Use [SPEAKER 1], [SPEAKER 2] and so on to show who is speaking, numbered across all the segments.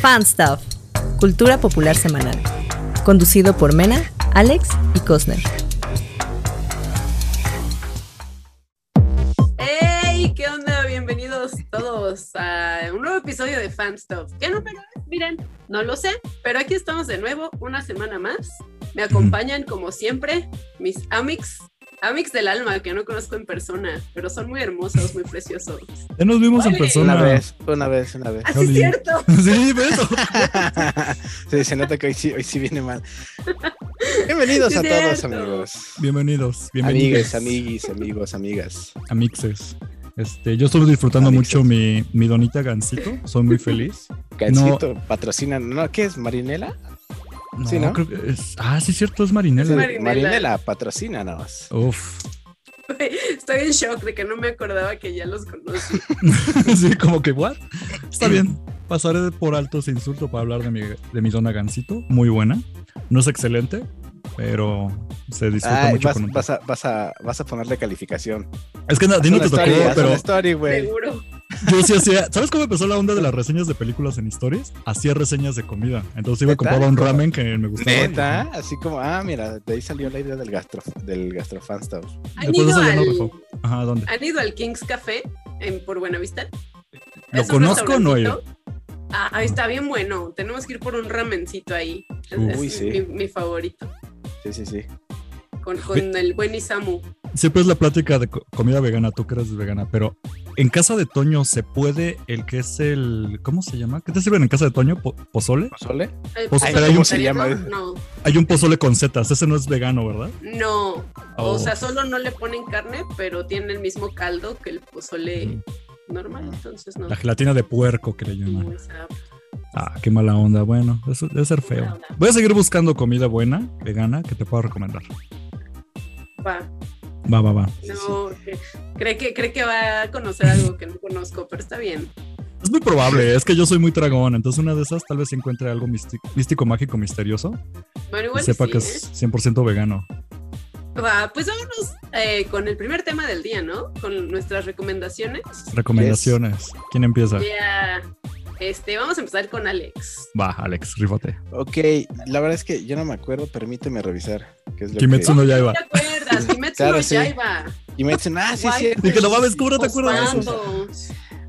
[SPEAKER 1] Fan Stuff, Cultura Popular Semanal, conducido por Mena, Alex y Cosner.
[SPEAKER 2] ¡Hey! ¿Qué onda? Bienvenidos todos a un nuevo episodio de Fan Stuff. ¿Qué número es? Miren, no lo sé, pero aquí estamos de nuevo una semana más. Me acompañan como siempre mis amics, amics del alma que no conozco en persona, pero son muy hermosos, muy preciosos.
[SPEAKER 3] Ya nos vimos en
[SPEAKER 2] Ole.
[SPEAKER 3] persona.
[SPEAKER 4] Una vez, una vez, una vez.
[SPEAKER 2] Así es
[SPEAKER 3] Oli.
[SPEAKER 2] cierto.
[SPEAKER 3] Sí, por eso.
[SPEAKER 4] Sí, se nota que hoy sí, hoy sí viene mal. Bienvenidos
[SPEAKER 2] Sí,
[SPEAKER 4] a todos,
[SPEAKER 2] cierto.
[SPEAKER 4] amigos.
[SPEAKER 3] Bienvenidos, bienvenidos.
[SPEAKER 4] Amigues, amiguis, amigos, amigas.
[SPEAKER 3] Amixes. Este, yo estuve disfrutando
[SPEAKER 4] Amixes.
[SPEAKER 3] mucho mi, mi donita Gansito. Soy muy feliz.
[SPEAKER 4] Gancito, patrocinan. ¿No? ¿Qué es? ¿Marinela?
[SPEAKER 3] No,
[SPEAKER 4] Sí, ¿no?
[SPEAKER 3] creo que es- ah, sí, cierto, es Oh, Marinela.
[SPEAKER 2] Marinela.
[SPEAKER 4] Marinela, patrocínanos.
[SPEAKER 3] Uf.
[SPEAKER 2] Estoy en shock de que no me acordaba que ya los conocí.
[SPEAKER 3] sí, como que, ¿what? Está bien. Pasaré por alto ese insulto para hablar de mi, de mi zona Gansito. Muy buena. No es excelente, pero se disfruta
[SPEAKER 4] Ay,
[SPEAKER 3] mucho
[SPEAKER 4] vas,
[SPEAKER 3] con un...
[SPEAKER 4] vas a, vas, a, vas a ponerle calificación.
[SPEAKER 3] Es que no, a ti
[SPEAKER 4] Haz
[SPEAKER 3] no
[SPEAKER 4] una
[SPEAKER 3] te tocó,
[SPEAKER 4] story, haz
[SPEAKER 3] pero
[SPEAKER 4] una story,
[SPEAKER 3] Pues,
[SPEAKER 4] güey.
[SPEAKER 2] Seguro.
[SPEAKER 3] yo sí hacía. ¿Sabes cómo empezó la onda de las reseñas de películas en historias? Hacía reseñas de comida. Entonces iba a
[SPEAKER 4] ¿Neta?
[SPEAKER 3] comprar un ramen que me gustaba.
[SPEAKER 4] Neta, así como, ah, mira, de ahí salió la idea del gastro, del gastrofanstop.
[SPEAKER 2] ¿Han
[SPEAKER 3] Después
[SPEAKER 2] ido,
[SPEAKER 3] de eso ya no
[SPEAKER 2] al,
[SPEAKER 3] rifó. Ajá, ¿dónde?
[SPEAKER 2] ¿Han ido al King's Café en, por Buenavista?
[SPEAKER 3] ¿Lo
[SPEAKER 2] Es un
[SPEAKER 3] conozco o no he ido?
[SPEAKER 2] restaurantito. Ah, ahí está bien bueno. Tenemos que ir por un ramencito ahí. Es-
[SPEAKER 4] Uy,
[SPEAKER 2] es
[SPEAKER 4] sí.
[SPEAKER 2] mi, mi favorito.
[SPEAKER 4] Sí, sí, sí.
[SPEAKER 2] Con, con el buen Isamu.
[SPEAKER 3] Siempre es la plática de co- comida vegana, tú que eres vegana, pero en casa de Toño se puede el que es el. ¿Cómo se llama? ¿Qué te sirven en casa de Toño? Po- ¿Pozole?
[SPEAKER 4] ¿Pozole?
[SPEAKER 2] El
[SPEAKER 3] Pues,
[SPEAKER 2] pozole
[SPEAKER 3] pero hay un-
[SPEAKER 2] italiano,
[SPEAKER 4] ¿cómo se
[SPEAKER 2] No,
[SPEAKER 3] Hay un pozole con setas, ese no es vegano, ¿verdad?
[SPEAKER 2] no.
[SPEAKER 3] Oh.
[SPEAKER 2] O sea, solo no le ponen carne, pero tiene el mismo caldo que el pozole normal. Entonces no.
[SPEAKER 3] La gelatina de puerco que le llaman.
[SPEAKER 2] Muy sabroso.
[SPEAKER 3] Ah, qué mala onda. Bueno, eso debe ser
[SPEAKER 2] Mala
[SPEAKER 3] feo.
[SPEAKER 2] onda.
[SPEAKER 3] Voy a seguir buscando comida buena, vegana, que te puedo recomendar.
[SPEAKER 2] Va.
[SPEAKER 3] Va, va, va.
[SPEAKER 4] Sí,
[SPEAKER 2] No, que- cree que, cree que va a conocer algo que no conozco, pero está bien.
[SPEAKER 3] Es muy probable, es que yo soy muy tragón, entonces una de esas tal vez encuentre algo místi- místico, mágico, misterioso
[SPEAKER 2] Bueno,
[SPEAKER 3] y
[SPEAKER 2] igual
[SPEAKER 3] sepa
[SPEAKER 2] sí,
[SPEAKER 3] que
[SPEAKER 2] ¿eh?
[SPEAKER 3] es 100% vegano.
[SPEAKER 2] Va, pues vámonos eh, con el primer tema del día, ¿no? Con nuestras recomendaciones.
[SPEAKER 3] Recomendaciones. ¿Quién empieza?
[SPEAKER 2] Ya. Este, vamos a empezar con Alex.
[SPEAKER 3] Va, Alex, rífate.
[SPEAKER 4] Ok, la verdad es que yo no me acuerdo, permíteme revisar. ¿Qué es lo
[SPEAKER 3] Kimetsu
[SPEAKER 4] que...
[SPEAKER 3] no Yaiba.
[SPEAKER 2] ¿Te acuerdas? Kimetsu
[SPEAKER 4] Claro,
[SPEAKER 2] no
[SPEAKER 4] sí.
[SPEAKER 2] Yaiba.
[SPEAKER 4] Kimetsu, ah, sí,
[SPEAKER 2] Guay. pues,
[SPEAKER 4] sí.
[SPEAKER 3] Y que no mames, ¿cómo no te acuerdas de eso?
[SPEAKER 2] Osvaldo,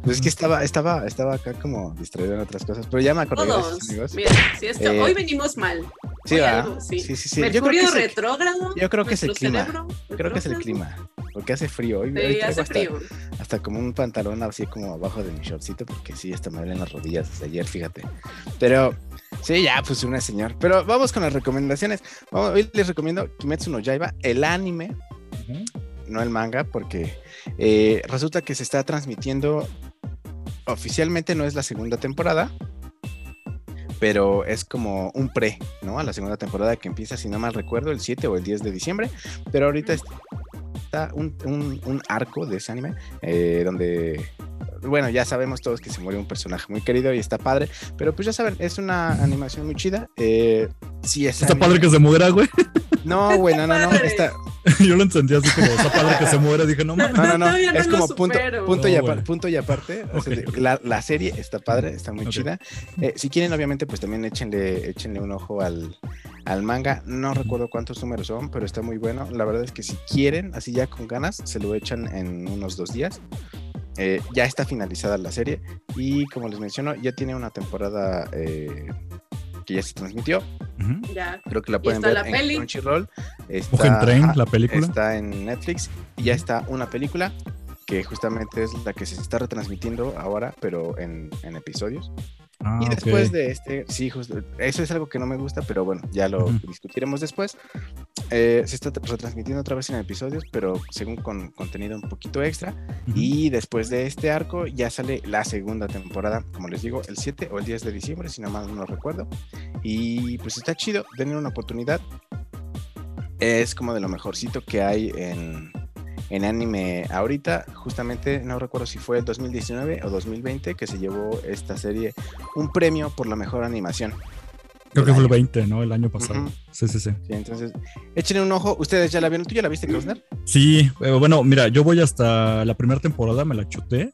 [SPEAKER 4] Pues es que estaba, estaba, estaba acá como distraído en otras cosas, pero ya me acordé. gracias,
[SPEAKER 2] Todos.
[SPEAKER 4] amigos.
[SPEAKER 2] Mira, si esto,
[SPEAKER 4] Eh,
[SPEAKER 2] hoy venimos mal.
[SPEAKER 4] Sí,
[SPEAKER 2] Oye,
[SPEAKER 4] ¿verdad?
[SPEAKER 2] algo, sí.
[SPEAKER 4] sí, sí, sí. Yo creo que
[SPEAKER 2] Mercurio
[SPEAKER 4] es el,
[SPEAKER 2] retrógrado.
[SPEAKER 4] yo creo que es el
[SPEAKER 2] nuestro
[SPEAKER 4] clima.
[SPEAKER 2] cerebro
[SPEAKER 4] creo que es el
[SPEAKER 2] retrógrado.
[SPEAKER 4] clima, porque hace frío. Hoy, hoy
[SPEAKER 2] Sí,
[SPEAKER 4] traigo
[SPEAKER 2] hace
[SPEAKER 4] hasta,
[SPEAKER 2] frío.
[SPEAKER 4] hasta como un pantalón así como abajo de mi shortcito, porque sí, hasta me duelen las rodillas desde ayer, fíjate. Pero sí, ya, pues una señor. Pero vamos con las recomendaciones. Vamos, hoy les recomiendo Kimetsu no Yaiba, el anime no el manga, porque eh, resulta que se está transmitiendo oficialmente, no es la segunda temporada, pero es como un pre, ¿no? A la segunda temporada que empieza, si no mal recuerdo, el 7 o el 10 de diciembre, pero ahorita está un, un- un arco de ese anime eh, donde... Bueno, ya sabemos todos que se muere un personaje muy querido y está padre, pero pues ya saben, es una animación muy chida. Eh, sí, es
[SPEAKER 3] Está
[SPEAKER 4] anime.
[SPEAKER 3] padre que se muera, güey.
[SPEAKER 4] No, güey, no, no, no,
[SPEAKER 2] padre.
[SPEAKER 4] está,
[SPEAKER 3] Yo lo entendí así como, está padre que se muera. Dije, no mames.
[SPEAKER 4] No, no, no.
[SPEAKER 2] Todavía no
[SPEAKER 4] es
[SPEAKER 2] lo
[SPEAKER 4] como punto,
[SPEAKER 2] supero.
[SPEAKER 4] punto, y
[SPEAKER 3] No,
[SPEAKER 4] apar-
[SPEAKER 3] güey.
[SPEAKER 4] punto y aparte. o sea,
[SPEAKER 3] Ok, ok.
[SPEAKER 4] La, la serie está padre, está muy
[SPEAKER 3] Ok.
[SPEAKER 4] chida. Eh, si quieren, obviamente, pues también échenle, échenle un ojo al, al manga. No recuerdo cuántos números son, pero está muy bueno. La verdad es que si quieren, así ya con ganas, se lo echan en unos dos días. Eh, ya está finalizada la serie y como les menciono, ya tiene una temporada eh, que ya se transmitió.
[SPEAKER 3] Ujú.
[SPEAKER 2] Ya.
[SPEAKER 4] Creo que la
[SPEAKER 2] Y
[SPEAKER 4] pueden
[SPEAKER 2] está
[SPEAKER 4] ver
[SPEAKER 2] la
[SPEAKER 4] en
[SPEAKER 2] peli.
[SPEAKER 4] Crunchyroll. Está,
[SPEAKER 3] Ojo en tren,
[SPEAKER 4] ajá,
[SPEAKER 3] la película.
[SPEAKER 4] Está en Netflix y ya está una película que justamente es la que se está retransmitiendo ahora, pero en, en episodios.
[SPEAKER 3] Ah,
[SPEAKER 4] y
[SPEAKER 3] ok.
[SPEAKER 4] después de este, sí, justo, eso es algo que no me gusta, pero bueno, ya lo
[SPEAKER 3] Ujú.
[SPEAKER 4] discutiremos después. Eh, se está retransmitiendo otra vez en episodios, pero según con contenido un poquito extra.
[SPEAKER 3] Ujú.
[SPEAKER 4] Y después de este arco ya sale la segunda temporada, como les digo, el 7 o el 10 de diciembre, si nada más no recuerdo. Y pues está chido, denle una oportunidad. Es como de lo mejorcito que hay en, en anime ahorita. Justamente no recuerdo si fue el 2019 o 2020 que se llevó esta serie un premio por la mejor animación.
[SPEAKER 3] Creo
[SPEAKER 4] del
[SPEAKER 3] que fue el
[SPEAKER 4] año.
[SPEAKER 3] 20, ¿no? El año pasado.
[SPEAKER 4] Ujú.
[SPEAKER 3] Sí, sí, sí.
[SPEAKER 4] Sí, entonces, échenle un ojo. Ustedes ya la vieron. ¿Tú ya la viste, Kostner?
[SPEAKER 3] Sí, eh, bueno, mira, yo voy hasta la primera temporada, me la chuté.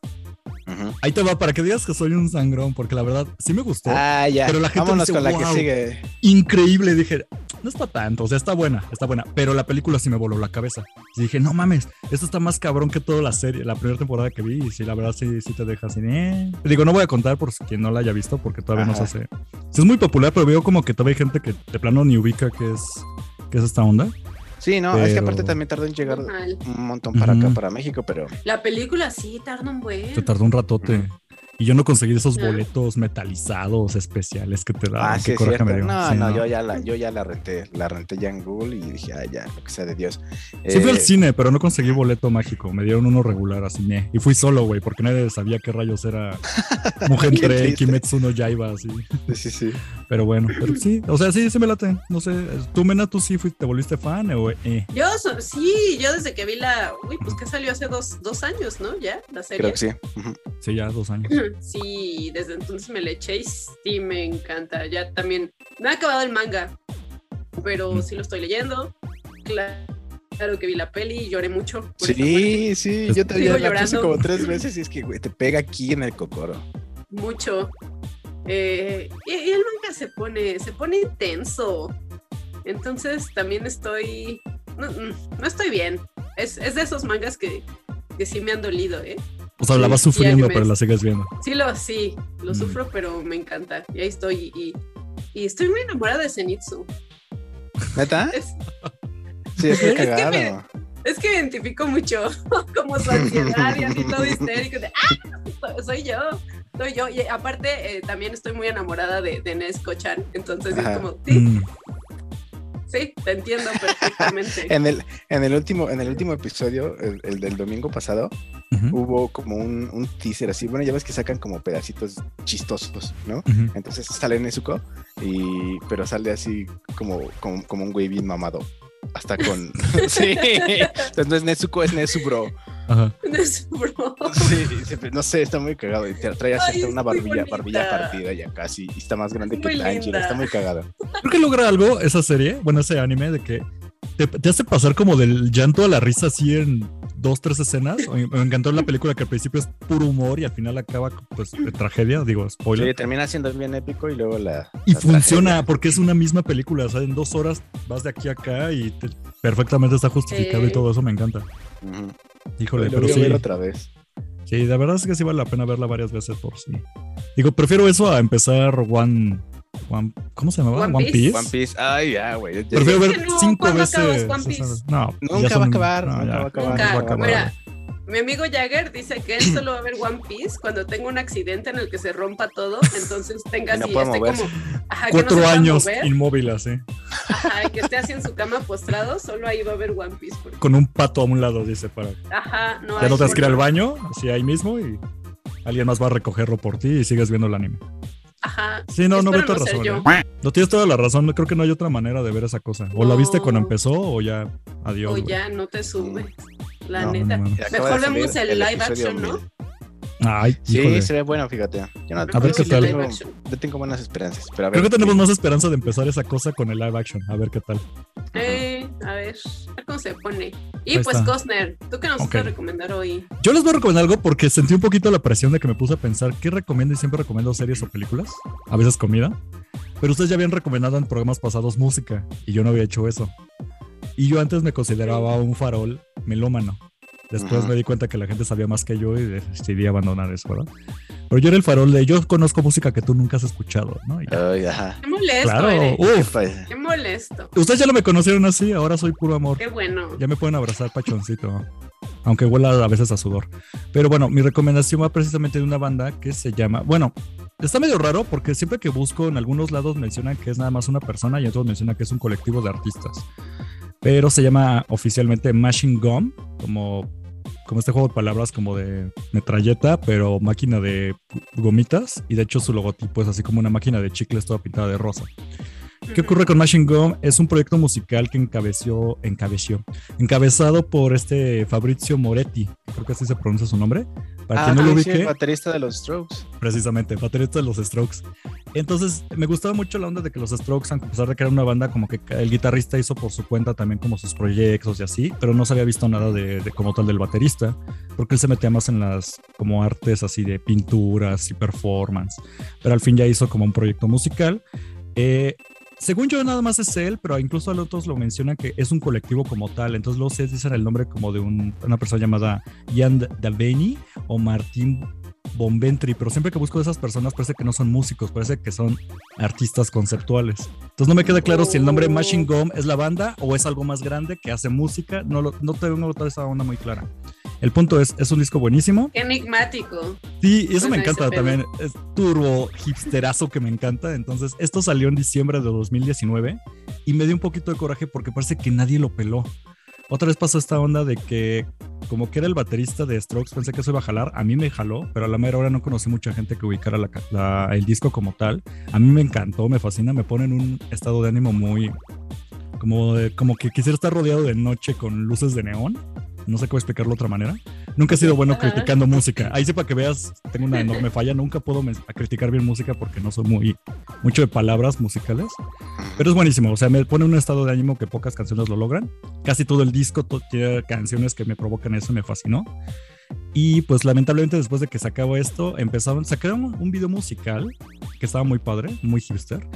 [SPEAKER 4] Ujú.
[SPEAKER 3] Ahí te va, para que digas que soy un sangrón, porque la verdad sí me gustó.
[SPEAKER 4] Ah, ya.
[SPEAKER 3] Pero la gente
[SPEAKER 4] Vámonos
[SPEAKER 3] dice,
[SPEAKER 4] con la que
[SPEAKER 3] "Wow".
[SPEAKER 4] sigue.
[SPEAKER 3] Increíble, dije, no está tanto, o sea, está buena, está buena, pero la película sí me voló la cabeza. Y dije, no mames, esto está más cabrón que toda la serie, la primera temporada que vi, y sí, la verdad sí, sí te deja así. eh. Digo, no voy a contar por si quien no la haya visto, porque todavía no se
[SPEAKER 4] Ajá.
[SPEAKER 3] hace. Sí es muy popular, pero veo como que todavía hay gente que de plano ni ubica que es, que es esta onda.
[SPEAKER 4] Sí, no, es que aparte
[SPEAKER 3] Pero-
[SPEAKER 4] también tardó en llegar
[SPEAKER 2] Mal.
[SPEAKER 4] un montón para acá,
[SPEAKER 3] Ujú.
[SPEAKER 4] para México, pero
[SPEAKER 2] La película sí tarda un buen.
[SPEAKER 3] Se tardó un ratote. Y yo no conseguí esos
[SPEAKER 2] Ajá.
[SPEAKER 3] boletos metalizados especiales que te dan.
[SPEAKER 4] Ah,
[SPEAKER 3] qué
[SPEAKER 4] sí, es
[SPEAKER 3] coraje
[SPEAKER 4] cierto.
[SPEAKER 3] me dio.
[SPEAKER 4] No,
[SPEAKER 3] Sí,
[SPEAKER 4] no, yo ya la, yo ya la renté, la renté ya en Google y dije, ah, ya, lo que sea de Dios.
[SPEAKER 3] Sí fui al
[SPEAKER 4] Eh,
[SPEAKER 3] cine, pero no conseguí boleto mágico. Me dieron uno regular así, meh. Y fui solo, güey, porque nadie sabía qué rayos era Mujer
[SPEAKER 4] Qué
[SPEAKER 3] 3,
[SPEAKER 4] triste.
[SPEAKER 3] Kimetsu no Yaiba, así.
[SPEAKER 4] Sí, sí, sí.
[SPEAKER 3] Pero bueno, pero sí. O sea, sí, sí me late. No sé, tú, Mena, tú sí fuiste, te volviste fan o eh.
[SPEAKER 2] Yo so- sí, yo desde que vi la. Uy, pues que salió hace dos, dos años, ¿no? Ya, la
[SPEAKER 4] Creo
[SPEAKER 2] serie.
[SPEAKER 4] que sí. Ujú.
[SPEAKER 3] Sí, ya dos años.
[SPEAKER 2] Sí, desde entonces me le eché y sí me encanta. Ya también. No he acabado el manga, pero sí lo estoy leyendo. Cla- Claro que vi la peli y lloré mucho. por esa muerte.
[SPEAKER 4] Sí,
[SPEAKER 3] Pues
[SPEAKER 4] sí, yo
[SPEAKER 2] Sigo
[SPEAKER 4] también la puse
[SPEAKER 2] llorando.
[SPEAKER 4] como tres veces y es que, güey, te pega aquí en el cocoro.
[SPEAKER 2] Mucho. Eh, y, y el manga se pone, se pone intenso. Entonces también estoy. No, no estoy bien. Es, es de esos mangas que, que sí me han dolido, ¿eh?
[SPEAKER 3] O sea, la vas
[SPEAKER 2] Sí,
[SPEAKER 3] sufriendo,
[SPEAKER 2] animes.
[SPEAKER 3] pero la sigues viendo.
[SPEAKER 2] Sí, lo, sí, lo
[SPEAKER 3] Mm.
[SPEAKER 2] sufro, pero me encanta. Y ahí estoy. Y, y estoy muy enamorada de Zenitsu.
[SPEAKER 4] ¿Neta?
[SPEAKER 2] Es,
[SPEAKER 4] Sí, es
[SPEAKER 3] Es
[SPEAKER 4] que
[SPEAKER 2] que
[SPEAKER 4] cagado.
[SPEAKER 2] es que identifico mucho como su ansiedad y así todo histérico. de, ¡Ah! so- Soy yo. Soy yo. Y aparte, eh, también estoy muy enamorada de, de Nesco-chan. Entonces
[SPEAKER 4] Ajá.
[SPEAKER 2] es como, sí,
[SPEAKER 3] Mm.
[SPEAKER 2] sí, te entiendo perfectamente.
[SPEAKER 4] En el, en el último, en el último episodio, el, el del domingo pasado,
[SPEAKER 3] Ujú,
[SPEAKER 4] hubo como un, un teaser así. Bueno, ya ves que sacan como pedacitos chistosos, ¿no?
[SPEAKER 3] ujú.
[SPEAKER 4] Entonces sale Nezuko y pero sale así como, como, como un güey bien mamado. Hasta con. sí. Entonces no es Nezuko, es Nezubro.
[SPEAKER 3] Ajá.
[SPEAKER 2] Nesubro.
[SPEAKER 4] Sí, sí, pero no sé, está muy cagado. Y te trae así
[SPEAKER 2] Ay,
[SPEAKER 4] hasta
[SPEAKER 2] es
[SPEAKER 4] una
[SPEAKER 2] muy
[SPEAKER 4] barbilla,
[SPEAKER 2] bonita.
[SPEAKER 4] barbilla partida ya casi. Y está más grande
[SPEAKER 2] Es
[SPEAKER 4] que
[SPEAKER 2] muy
[SPEAKER 4] Tanjiro.
[SPEAKER 2] linda.
[SPEAKER 4] Está muy cagado.
[SPEAKER 3] Creo que logra algo esa serie, bueno, ese anime, de que te, te hace pasar como del llanto a la risa así en dos, tres escenas. Me me encantó la película que al principio es puro humor y al final acaba pues de tragedia, digo,
[SPEAKER 4] Sí,
[SPEAKER 3] spoiler.
[SPEAKER 4] termina siendo bien épico y luego la.
[SPEAKER 3] Y
[SPEAKER 4] la
[SPEAKER 3] funciona
[SPEAKER 4] tragedia.
[SPEAKER 3] porque es una misma película, o sea, en dos horas vas de aquí a acá y te- perfectamente está justificado y
[SPEAKER 2] Sí.
[SPEAKER 3] todo eso me encanta.
[SPEAKER 4] Ujú.
[SPEAKER 3] Híjole,
[SPEAKER 4] Lo
[SPEAKER 3] pero
[SPEAKER 4] voy a
[SPEAKER 3] sí,
[SPEAKER 4] ver otra vez.
[SPEAKER 3] sí, la verdad es que sí vale la pena verla varias veces por sí. Digo, prefiero eso a empezar One, One ¿cómo se llamaba?
[SPEAKER 2] One
[SPEAKER 3] One,
[SPEAKER 2] Piece.
[SPEAKER 3] Piece.
[SPEAKER 4] One Piece. Ay, ya, güey. ya-
[SPEAKER 3] Prefiero
[SPEAKER 2] Es
[SPEAKER 3] ver
[SPEAKER 2] que no,
[SPEAKER 3] cinco
[SPEAKER 2] ¿cuándo acabas
[SPEAKER 3] veces.
[SPEAKER 2] One
[SPEAKER 3] o sea,
[SPEAKER 2] Piece?
[SPEAKER 3] no,
[SPEAKER 4] Nunca
[SPEAKER 3] ya
[SPEAKER 4] va a
[SPEAKER 3] son-
[SPEAKER 4] acabar,
[SPEAKER 3] no,
[SPEAKER 4] nunca
[SPEAKER 3] ya.
[SPEAKER 4] va a
[SPEAKER 2] Nunca,
[SPEAKER 4] acabar. nunca va a acabar.
[SPEAKER 2] mira. Mi amigo Jagger dice que él solo va a ver One Piece cuando tenga un accidente en el que se rompa todo, entonces tenga
[SPEAKER 4] Y no
[SPEAKER 2] así,
[SPEAKER 4] pueda
[SPEAKER 2] esté
[SPEAKER 4] moverse.
[SPEAKER 2] como ajá, que no
[SPEAKER 3] Cuatro
[SPEAKER 2] se pueda
[SPEAKER 3] años ¿eh?
[SPEAKER 2] mover,
[SPEAKER 3] inmóvil así,
[SPEAKER 2] ajá, que esté así en su cama postrado, solo ahí va a ver One Piece. Porque,
[SPEAKER 3] con un pato a un lado, dice, para
[SPEAKER 2] ajá, no
[SPEAKER 3] ya
[SPEAKER 2] hay
[SPEAKER 3] no te has que ir al
[SPEAKER 2] forma.
[SPEAKER 3] baño, así ahí mismo y alguien más va a recogerlo por ti y sigues viendo el anime.
[SPEAKER 2] Ajá.
[SPEAKER 3] Sí, no, no veo tu
[SPEAKER 2] Espero no ser
[SPEAKER 3] razón.
[SPEAKER 2] yo.
[SPEAKER 3] ¿eh? No tienes toda la razón. no- Creo que no hay otra manera de ver esa cosa. O la viste cuando
[SPEAKER 2] No.
[SPEAKER 3] empezó o ya. Adiós.
[SPEAKER 2] O
[SPEAKER 3] güey.
[SPEAKER 2] ya no te subes. La
[SPEAKER 3] No,
[SPEAKER 2] neta.
[SPEAKER 3] no mames.
[SPEAKER 4] Y acaba
[SPEAKER 2] Mejor
[SPEAKER 4] de salir
[SPEAKER 2] vemos el live
[SPEAKER 4] episodio
[SPEAKER 2] action, ¿no?
[SPEAKER 4] 1000.
[SPEAKER 3] Ay,
[SPEAKER 4] Sí,
[SPEAKER 3] híjole.
[SPEAKER 4] se ve bueno, fíjate. Yo
[SPEAKER 2] Mejor
[SPEAKER 4] no-
[SPEAKER 3] ver qué
[SPEAKER 2] vemos el
[SPEAKER 3] tal.
[SPEAKER 2] live
[SPEAKER 4] Yo-
[SPEAKER 2] action.
[SPEAKER 4] Yo tengo buenas esperanzas, pero a ver.
[SPEAKER 3] Creo que tenemos
[SPEAKER 4] sí.
[SPEAKER 3] más esperanza de empezar esa cosa con el live action. A ver qué tal.
[SPEAKER 2] Eh, a ver, a ver cómo se pone. Y
[SPEAKER 3] Ahí
[SPEAKER 2] pues
[SPEAKER 3] está.
[SPEAKER 2] Costner, ¿tú qué nos
[SPEAKER 3] Ok.
[SPEAKER 2] vas a recomendar hoy?
[SPEAKER 3] Yo les voy a recomendar algo porque sentí un poquito la presión de que me puse a pensar qué recomiendo y siempre recomiendo series o películas, a veces comida. Pero ustedes ya habían recomendado en programas pasados música y yo no había hecho eso. Y yo antes me consideraba un farol melómano. Después
[SPEAKER 4] Ajá.
[SPEAKER 3] me di cuenta que la gente sabía más que yo y decidí abandonar eso, ¿verdad? Pero yo era el farol de yo conozco música que tú nunca has escuchado, ¿no? Y ya.
[SPEAKER 4] Ay, ajá.
[SPEAKER 2] Qué molesto
[SPEAKER 3] claro,
[SPEAKER 2] eres.
[SPEAKER 4] ¿Qué
[SPEAKER 3] uff.
[SPEAKER 4] fue?
[SPEAKER 2] Qué molesto.
[SPEAKER 3] Ustedes ya no me conocieron así, ahora soy puro amor.
[SPEAKER 2] Qué bueno.
[SPEAKER 3] Ya me pueden abrazar, pachoncito. Aunque huela a veces a sudor. Pero bueno, mi recomendación va precisamente de una banda que se llama. Bueno, está medio raro porque siempre que busco en algunos lados mencionan que es nada más una persona y otros mencionan que es un colectivo de artistas. Pero se llama oficialmente Machine Gum, como, como este juego de palabras como de metralleta, pero máquina de gomitas. Y de hecho su logotipo es así como una máquina de chicles toda pintada de rosa. ¿Qué ocurre con Machine Gum? Es un proyecto musical que encabeció, encabeció, encabezado por este Fabrizio Moretti, que creo que así se pronuncia su nombre. Para
[SPEAKER 4] Ah,
[SPEAKER 3] quien no lo
[SPEAKER 4] sí, sí, el
[SPEAKER 3] ubique,
[SPEAKER 4] baterista de los Strokes.
[SPEAKER 3] precisamente, baterista de los Strokes. Entonces, me gustaba mucho la onda de que los Strokes, aunque a pesar de que era una banda, como que el guitarrista hizo por su cuenta también como sus proyectos y así, pero no se había visto nada de, de- como tal del baterista, porque él se metía más en las como artes así de pinturas y performance, pero al fin ya hizo como un proyecto musical. Eh, según yo, nada más es él, pero incluso a los otros lo mencionan que es un colectivo como tal. Entonces, luego se dicen el nombre como de un- una persona llamada Ian Daveni o Martín Bombentri, pero siempre que busco de esas personas parece que no son músicos, parece que son artistas conceptuales. Entonces no me queda claro si el nombre
[SPEAKER 2] Oh.
[SPEAKER 3] Machine Gum es la banda o es algo más grande que hace música. No, lo, no tengo toda esa onda muy clara. El punto es, es un disco buenísimo.
[SPEAKER 2] Qué enigmático.
[SPEAKER 3] Sí, y eso
[SPEAKER 2] Bueno, ese
[SPEAKER 3] me encanta
[SPEAKER 2] pedo.
[SPEAKER 3] también. Es turbo hipsterazo que me encanta. Entonces, esto salió en diciembre de 2019 y me dio un poquito de coraje porque parece que nadie lo peló. Otra vez pasó esta onda de que, como que era el baterista de Strokes, pensé que eso iba a jalar. A mí me jaló, pero a la mera hora no conocí mucha gente que ubicara la ca- la- el disco como tal. A mí me encantó, me fascina, me pone en un estado de ánimo muy. Como, de- como que quisiera estar rodeado de noche con luces de neón. No sé cómo explicarlo de otra manera. Nunca he sido bueno
[SPEAKER 2] Ajá.
[SPEAKER 3] criticando música. Ahí sí para que veas, tengo una enorme falla. Nunca puedo mes- a criticar bien música porque no soy muy mucho de palabras musicales. Pero es buenísimo. O sea, me pone en un estado de ánimo que pocas canciones lo logran. Casi todo el disco to- tiene canciones que me provocan eso. Me fascinó. Y pues lamentablemente después de que se acabó esto, empezaron, sacaron un- un video musical que estaba muy padre, muy hipster.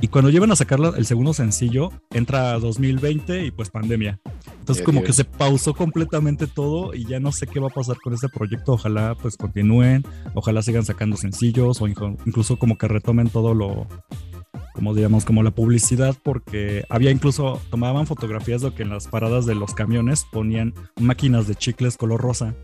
[SPEAKER 3] Y cuando llevan a sacar la- el segundo sencillo, entra 2020 y pues pandemia. Entonces
[SPEAKER 4] Ya,
[SPEAKER 3] como
[SPEAKER 4] ya.
[SPEAKER 3] que se pausó completamente todo y ya no sé qué va a pasar con este proyecto. Ojalá pues continúen, ojalá sigan sacando sencillos o inco- incluso como que retomen todo lo, como digamos, como la publicidad, porque había incluso, tomaban fotografías de que en las paradas de los camiones ponían máquinas de chicles color rosa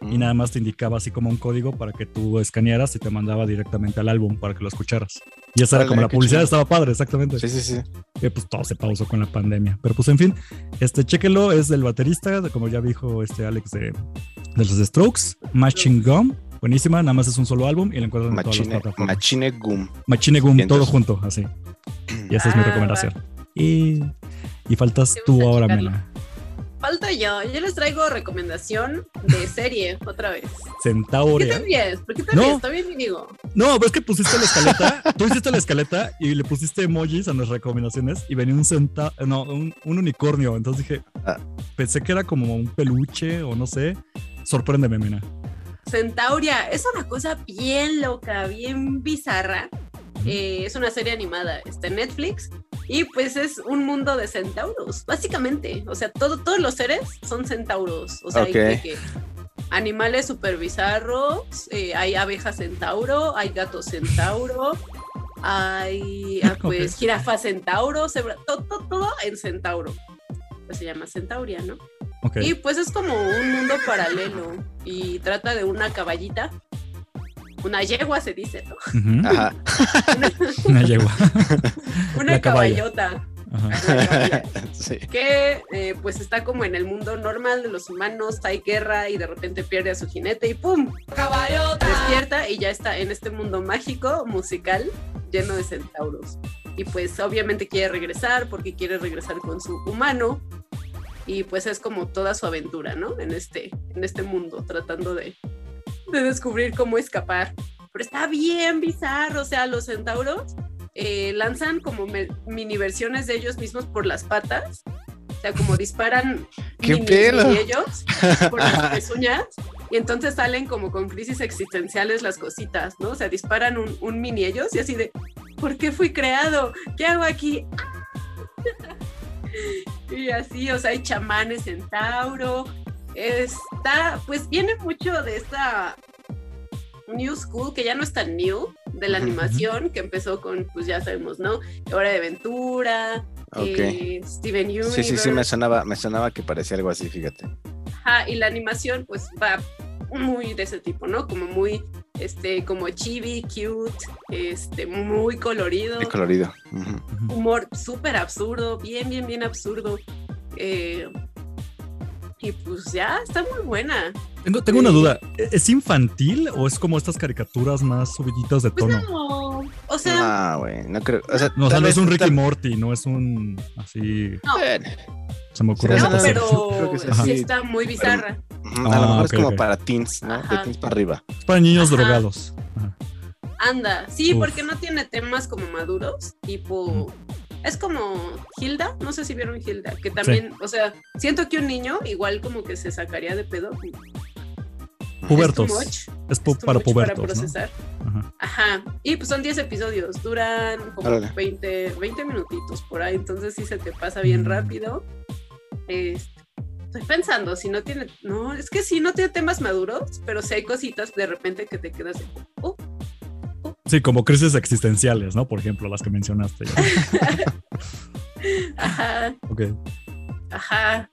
[SPEAKER 4] Mm.
[SPEAKER 3] y nada más te indicaba así como un código para que tú escanearas y te mandaba directamente al álbum para que lo escucharas. Y esa era
[SPEAKER 4] Órale,
[SPEAKER 3] como la
[SPEAKER 4] qué
[SPEAKER 3] publicidad,
[SPEAKER 4] chido.
[SPEAKER 3] estaba padre, exactamente.
[SPEAKER 4] Sí, sí, sí.
[SPEAKER 3] Eh, pues todo se pausó con la pandemia. Pero pues en fin, este, chéquelo, es del baterista, de- como ya dijo este Alex de, de los Strokes, Machine Gum, buenísima, nada más es un solo álbum y lo encuentran en todas las
[SPEAKER 4] Machine,
[SPEAKER 3] plataformas.
[SPEAKER 4] Machine Gum.
[SPEAKER 3] Machine Gum,
[SPEAKER 4] Bien,
[SPEAKER 3] todo
[SPEAKER 4] entonces.
[SPEAKER 3] junto, así. Y esa es mi
[SPEAKER 2] Ah,
[SPEAKER 3] recomendación. Y, y faltas
[SPEAKER 2] Te
[SPEAKER 3] tú
[SPEAKER 2] gusta
[SPEAKER 3] ahora,
[SPEAKER 2] checarlo.
[SPEAKER 3] Mela.
[SPEAKER 2] Falta yo. Yo les traigo recomendación de serie otra vez. ¿Por qué
[SPEAKER 3] Centaurea.
[SPEAKER 2] te ríes? ¿Por qué te
[SPEAKER 3] No.
[SPEAKER 2] ríes? Está bien, digo.
[SPEAKER 3] No, ves que pusiste la escaleta, tú hiciste la escaleta y le pusiste emojis a nuestras recomendaciones y venía un centa, no, un, un unicornio. Entonces dije,
[SPEAKER 4] Ah.
[SPEAKER 3] pensé que era como un peluche o no sé. Sorpréndeme, Mena.
[SPEAKER 2] Centauria es una cosa bien loca, bien bizarra. Eh, es una serie animada, está en Netflix y pues es un mundo de centauros, básicamente. O sea, todo, todos los seres son centauros. O sea, hay
[SPEAKER 4] Ok.
[SPEAKER 2] de que animales super bizarros, eh, hay abejas centauro, hay gatos centauro, hay ah, pues
[SPEAKER 3] Ok.
[SPEAKER 2] jirafa centauro, cebra- todo, todo, todo en centauro. Pues se llama centauria, ¿no?
[SPEAKER 3] Ok.
[SPEAKER 2] Y pues es como un mundo paralelo y trata de una caballita, una yegua se dice, ¿no?
[SPEAKER 3] Ujú.
[SPEAKER 4] Ajá.
[SPEAKER 3] Una yegua.
[SPEAKER 2] Una
[SPEAKER 3] La caballa.
[SPEAKER 2] caballota
[SPEAKER 3] Ajá.
[SPEAKER 2] una caballa,
[SPEAKER 4] sí.
[SPEAKER 2] que eh, pues está como en el mundo normal de los humanos, hay guerra y de repente pierde a su jinete y ¡pum! Caballota. Despierta y ya está en este mundo mágico, musical, lleno de centauros. Y pues obviamente quiere regresar porque quiere regresar con su humano. Y pues es como toda su aventura, ¿no? En este, en este mundo, tratando de, de descubrir cómo escapar. Pero está bien bizarro, o sea, los centauros eh, lanzan como me- mini versiones de ellos mismos por las patas. O sea, como disparan
[SPEAKER 4] ¡Qué
[SPEAKER 2] minis
[SPEAKER 4] pedo!
[SPEAKER 2] de ellos por las pezuñas. Y entonces salen como con crisis existenciales las cositas, ¿no? O sea, disparan un, un mini ellos y así de, ¿por qué fui creado? ¿Qué hago aquí? y así, o sea, hay chamanes centauro. Está, pues viene mucho de esta New School, que ya no es tan new, de la
[SPEAKER 4] Ujú, ujú.
[SPEAKER 2] animación, que empezó con, pues ya sabemos, ¿no? Hora de Aventura,
[SPEAKER 4] Ok.
[SPEAKER 2] eh, Steven Universe.
[SPEAKER 4] Sí, sí, sí, me sonaba, me sonaba que parecía algo así, fíjate.
[SPEAKER 2] Ajá, y la animación pues va muy de ese tipo, ¿no? Como muy, este, como chibi, cute, este, muy colorido,
[SPEAKER 4] Qué colorido. Ujú.
[SPEAKER 3] Ujú.
[SPEAKER 2] humor súper absurdo, bien, bien, bien absurdo. eh, y pues ya, está muy buena.
[SPEAKER 3] Tengo, tengo una duda. ¿E-, ¿Es infantil o es como estas caricaturas más subiditas de
[SPEAKER 2] Pues
[SPEAKER 3] tono?
[SPEAKER 2] no, o sea,
[SPEAKER 4] No, Ah, güey, no creo. O sea,
[SPEAKER 3] No, o sea,
[SPEAKER 4] tal
[SPEAKER 3] no es
[SPEAKER 4] vez-
[SPEAKER 3] un Ricky
[SPEAKER 4] tal-
[SPEAKER 3] Morty, no es un así.
[SPEAKER 4] Bueno,
[SPEAKER 3] Se me ocurre.
[SPEAKER 4] Sí,
[SPEAKER 2] no,
[SPEAKER 3] una cosa.
[SPEAKER 4] creo
[SPEAKER 2] pero
[SPEAKER 4] que sí,
[SPEAKER 2] sí
[SPEAKER 4] sí.
[SPEAKER 2] está muy bizarra.
[SPEAKER 4] ujú, a lo
[SPEAKER 3] Ah,
[SPEAKER 4] mejor
[SPEAKER 3] ok,
[SPEAKER 4] es como
[SPEAKER 3] ok.
[SPEAKER 4] para teens, ¿no?
[SPEAKER 2] Ajá.
[SPEAKER 4] De teens para arriba.
[SPEAKER 3] Es para niños
[SPEAKER 2] Ajá.
[SPEAKER 3] drogados. Ajá.
[SPEAKER 2] Anda, sí,
[SPEAKER 3] Uf.
[SPEAKER 2] porque no tiene temas como maduros, tipo... Es como Hilda, no sé si vieron Hilda, que también, o sea, siento que un niño igual como que se sacaría de pedo. Es too
[SPEAKER 3] Pubertos.
[SPEAKER 2] much,
[SPEAKER 3] Es pu-
[SPEAKER 2] es too
[SPEAKER 3] para
[SPEAKER 2] much para
[SPEAKER 3] pubertos, ¿no?
[SPEAKER 2] procesar.
[SPEAKER 3] Ajá.
[SPEAKER 2] Ajá, y pues son 10 episodios, duran como
[SPEAKER 4] Órale.
[SPEAKER 2] 20, 20 minutitos por ahí, entonces sí se te pasa bien
[SPEAKER 3] Mm.
[SPEAKER 2] rápido. Este, estoy pensando, si no tiene, no, es que sí, no tiene temas maduros, pero sí hay cositas de repente que te quedas de, oh,
[SPEAKER 3] Sí, como crisis existenciales, ¿no? Por ejemplo, las que mencionaste. ya.
[SPEAKER 2] ajá,
[SPEAKER 3] Ok.
[SPEAKER 2] ajá.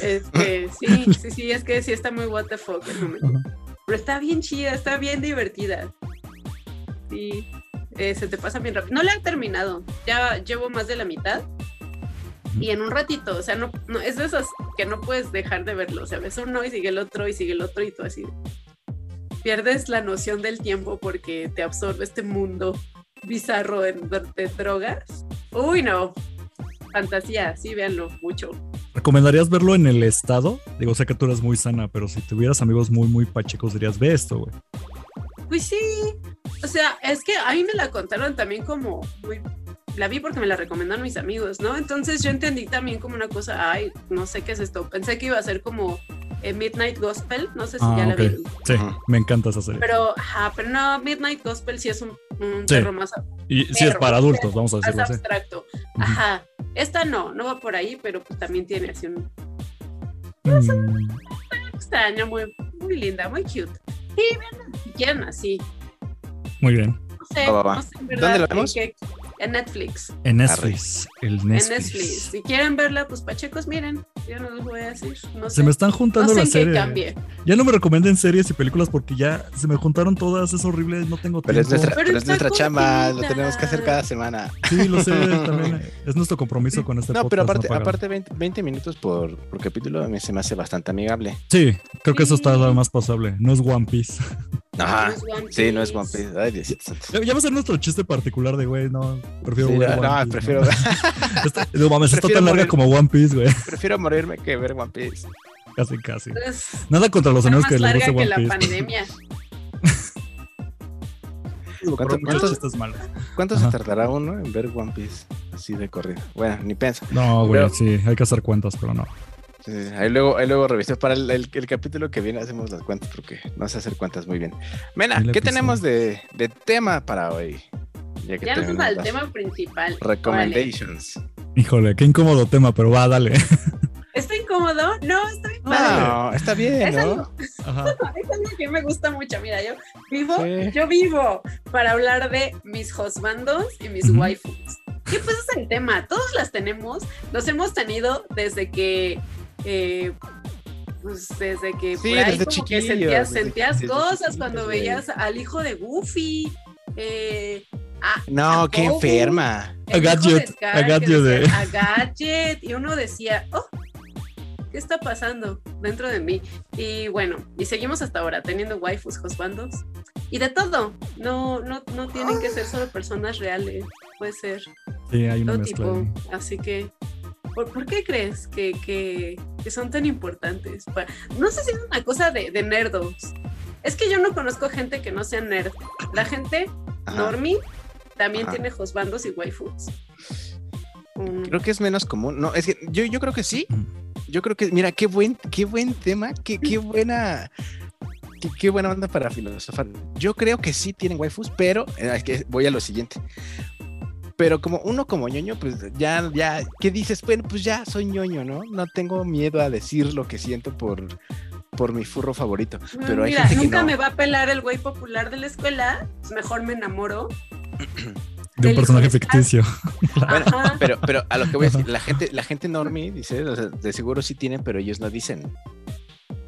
[SPEAKER 2] Este, sí, sí, sí, es que sí está muy what the fuck el momento. Pero está bien chida, está bien divertida. Sí, eh, se te pasa bien rápido. No la he terminado, ya llevo más de la mitad. Y en un ratito, o sea, no, no- es de esas que no puedes dejar de verlo. O sea, ves uno y sigue el otro y sigue el otro y tú así. Pierdes la noción del tiempo porque te absorbe este mundo bizarro de, de drogas. Uy, no. Fantasía, sí, véanlo mucho.
[SPEAKER 3] ¿Recomendarías verlo en el estado? Digo, sé que tú eres muy sana, pero si tuvieras amigos muy, muy pachecos, dirías, ve esto, güey.
[SPEAKER 2] Pues sí. O sea, es que a mí me la contaron también como muy. La vi porque me la recomendaron mis amigos, ¿no? Entonces yo entendí también como una cosa, ay, no sé qué es esto. Pensé que iba a ser como eh, Midnight Gospel, no sé si
[SPEAKER 3] Ah,
[SPEAKER 2] ya la
[SPEAKER 3] ok.
[SPEAKER 2] vi.
[SPEAKER 3] Sí,
[SPEAKER 4] Ajá.
[SPEAKER 3] me encanta esa serie.
[SPEAKER 2] Pero, ajá, pero no, Midnight Gospel sí es un, un
[SPEAKER 3] Sí.
[SPEAKER 2] terror más, más
[SPEAKER 3] y sí, es
[SPEAKER 2] pero-
[SPEAKER 3] para adultos, vamos a decirlo así.
[SPEAKER 2] abstracto.
[SPEAKER 3] Ujú.
[SPEAKER 2] Ajá. Esta no, no va por ahí, pero pues también tiene así un
[SPEAKER 3] Mm,
[SPEAKER 2] extraño muy, muy linda, muy cute. Y vean, si quieren así.
[SPEAKER 3] muy bien.
[SPEAKER 2] No sé,
[SPEAKER 4] Va, va, va.
[SPEAKER 2] no sé en verdad.
[SPEAKER 4] ¿Dónde la
[SPEAKER 2] en
[SPEAKER 4] vemos?
[SPEAKER 2] qué- en Netflix.
[SPEAKER 3] En Netflix. El Netflix.
[SPEAKER 2] En Netflix. Si quieren verla, pues pachecos, miren. Yo no les voy a decir. No sé,
[SPEAKER 3] Se me están
[SPEAKER 2] no
[SPEAKER 3] juntando
[SPEAKER 2] sé en
[SPEAKER 3] las
[SPEAKER 2] qué
[SPEAKER 3] series.
[SPEAKER 2] cambie.
[SPEAKER 3] Ya no me recomienden series y películas porque ya se me juntaron todas, es horrible, no tengo
[SPEAKER 4] Pero es
[SPEAKER 3] tiempo.
[SPEAKER 4] nuestra,
[SPEAKER 2] Pero
[SPEAKER 4] pero es
[SPEAKER 2] está
[SPEAKER 4] nuestra chamba, lo
[SPEAKER 2] cortita.
[SPEAKER 4] tenemos que hacer cada semana.
[SPEAKER 3] Sí, lo sé, también es nuestro compromiso con este
[SPEAKER 4] no,
[SPEAKER 3] podcast.
[SPEAKER 4] pero aparte,
[SPEAKER 3] pagado.
[SPEAKER 4] aparte 20, 20 minutos por, por capítulo a mí se me hace bastante amigable.
[SPEAKER 3] Sí, creo que eso está
[SPEAKER 2] Sí.
[SPEAKER 3] más pasable. No es One Piece.
[SPEAKER 4] Ajá.
[SPEAKER 2] No es One
[SPEAKER 4] Sí, no es One
[SPEAKER 2] Piece.
[SPEAKER 4] Piece. Ay, Diosito santo.
[SPEAKER 3] Ya ya va a ser nuestro chiste particular de, güey, no, prefiero
[SPEAKER 4] Sí,
[SPEAKER 3] ver
[SPEAKER 4] no,
[SPEAKER 3] One
[SPEAKER 4] no,
[SPEAKER 3] Piece,
[SPEAKER 4] prefiero,
[SPEAKER 3] Esta- no mames, está
[SPEAKER 4] Prefiero
[SPEAKER 3] tan larga
[SPEAKER 4] morir.
[SPEAKER 3] como One Piece, güey.
[SPEAKER 4] prefiero morirme que ver One Piece.
[SPEAKER 3] Casi, casi.
[SPEAKER 2] Es
[SPEAKER 3] Nada contra los
[SPEAKER 2] está
[SPEAKER 3] amigos
[SPEAKER 2] más
[SPEAKER 3] que les
[SPEAKER 2] larga
[SPEAKER 3] guste
[SPEAKER 2] que
[SPEAKER 3] One
[SPEAKER 2] la
[SPEAKER 3] Piece.
[SPEAKER 2] pandemia.
[SPEAKER 3] Pero muchos
[SPEAKER 4] cuántos-
[SPEAKER 3] chistes malos.
[SPEAKER 4] ¿Cuánto
[SPEAKER 3] Ajá.
[SPEAKER 4] se tardará uno en ver One Piece así de corrido? Bueno, ni pienso.
[SPEAKER 3] No, güey,
[SPEAKER 4] Pero-
[SPEAKER 3] sí, hay que hacer cuentas, pero no.
[SPEAKER 4] Sí, sí, Ahí luego, ahí luego revisé. Para el, el- el capítulo que viene hacemos las cuentas porque no sé hacer cuentas muy bien. Mena,
[SPEAKER 3] Mil
[SPEAKER 4] ¿qué
[SPEAKER 3] episodios.
[SPEAKER 4] tenemos de, de tema para hoy? que
[SPEAKER 2] Ya nos vamos
[SPEAKER 4] terminamos
[SPEAKER 2] al
[SPEAKER 4] las
[SPEAKER 2] tema principal.
[SPEAKER 4] Recommendations.
[SPEAKER 3] Híjole, qué incómodo tema, pero va, dale.
[SPEAKER 2] Órale. ¿Está incómodo? No, está bien padre.
[SPEAKER 4] No, está bien,
[SPEAKER 2] Es
[SPEAKER 4] ¿no?
[SPEAKER 3] Ajá.
[SPEAKER 2] Es algo que me gusta mucho. Mira, yo vivo,
[SPEAKER 4] Sí.
[SPEAKER 2] yo vivo para hablar de mis husbandos y mis
[SPEAKER 3] Ujú.
[SPEAKER 2] waifus. Y pues es el tema. Todos las tenemos, los hemos tenido desde que. eh, pues desde que
[SPEAKER 4] Sí,
[SPEAKER 2] por ahí
[SPEAKER 4] desde
[SPEAKER 2] como que
[SPEAKER 4] chiquillos,
[SPEAKER 2] sentías,
[SPEAKER 4] desde-
[SPEAKER 2] sentías
[SPEAKER 4] desde
[SPEAKER 2] cosas
[SPEAKER 4] chiquillos,
[SPEAKER 2] cuando
[SPEAKER 4] güey.
[SPEAKER 2] veías al hijo de Goofy. eh, a-
[SPEAKER 4] No,
[SPEAKER 2] a
[SPEAKER 4] qué
[SPEAKER 2] Goku,
[SPEAKER 4] enferma.
[SPEAKER 2] el
[SPEAKER 3] I got
[SPEAKER 2] hijo
[SPEAKER 3] you,
[SPEAKER 2] de Scar
[SPEAKER 3] I got
[SPEAKER 2] que
[SPEAKER 3] you de-
[SPEAKER 2] decía, "A Gadget", Y uno decía, oh, ¿qué está pasando dentro de mí? Y bueno, y seguimos hasta ahora teniendo waifus, husbandos y de todo. No, no, no tienen que ser solo personas reales, puede ser
[SPEAKER 3] Sí, hay una
[SPEAKER 2] todo
[SPEAKER 3] mezcla.
[SPEAKER 2] tipo.
[SPEAKER 3] ahí.
[SPEAKER 2] Así que, ¿por, por qué crees que, que- que son tan importantes? Pa- No sé si es una cosa de, de nerdos. Es que yo no conozco gente que no sea nerd. La gente
[SPEAKER 4] Ajá.
[SPEAKER 2] Normie también
[SPEAKER 4] Ajá.
[SPEAKER 2] tiene husbandos y waifus. Mm,
[SPEAKER 4] Creo que es menos común. No, es que yo, yo creo que sí.
[SPEAKER 3] Mm.
[SPEAKER 4] Yo creo que, mira, qué buen, qué buen tema, qué, qué buena. Qué, qué buena onda para filosofar. Yo creo que sí tienen waifus, pero eh, es que voy a lo siguiente. Pero como uno como ñoño, pues ya, ya, ¿qué dices? Bueno, pues ya soy ñoño, ¿no? No tengo miedo a decir lo que siento por, por mi furro favorito. Pero hay
[SPEAKER 2] "Ah, Mm, Mira,
[SPEAKER 4] gente que
[SPEAKER 2] nunca
[SPEAKER 4] no.
[SPEAKER 2] me va a pelar el güey popular de la escuela, pues mejor me enamoro.
[SPEAKER 3] De
[SPEAKER 2] Del
[SPEAKER 3] un personaje
[SPEAKER 2] hijo de Scar.
[SPEAKER 3] ficticio.
[SPEAKER 2] Ajá.
[SPEAKER 4] Pero, pero a lo que voy a decir, la gente, la gente normie dice, o sea, de seguro sí tienen, pero ellos no dicen.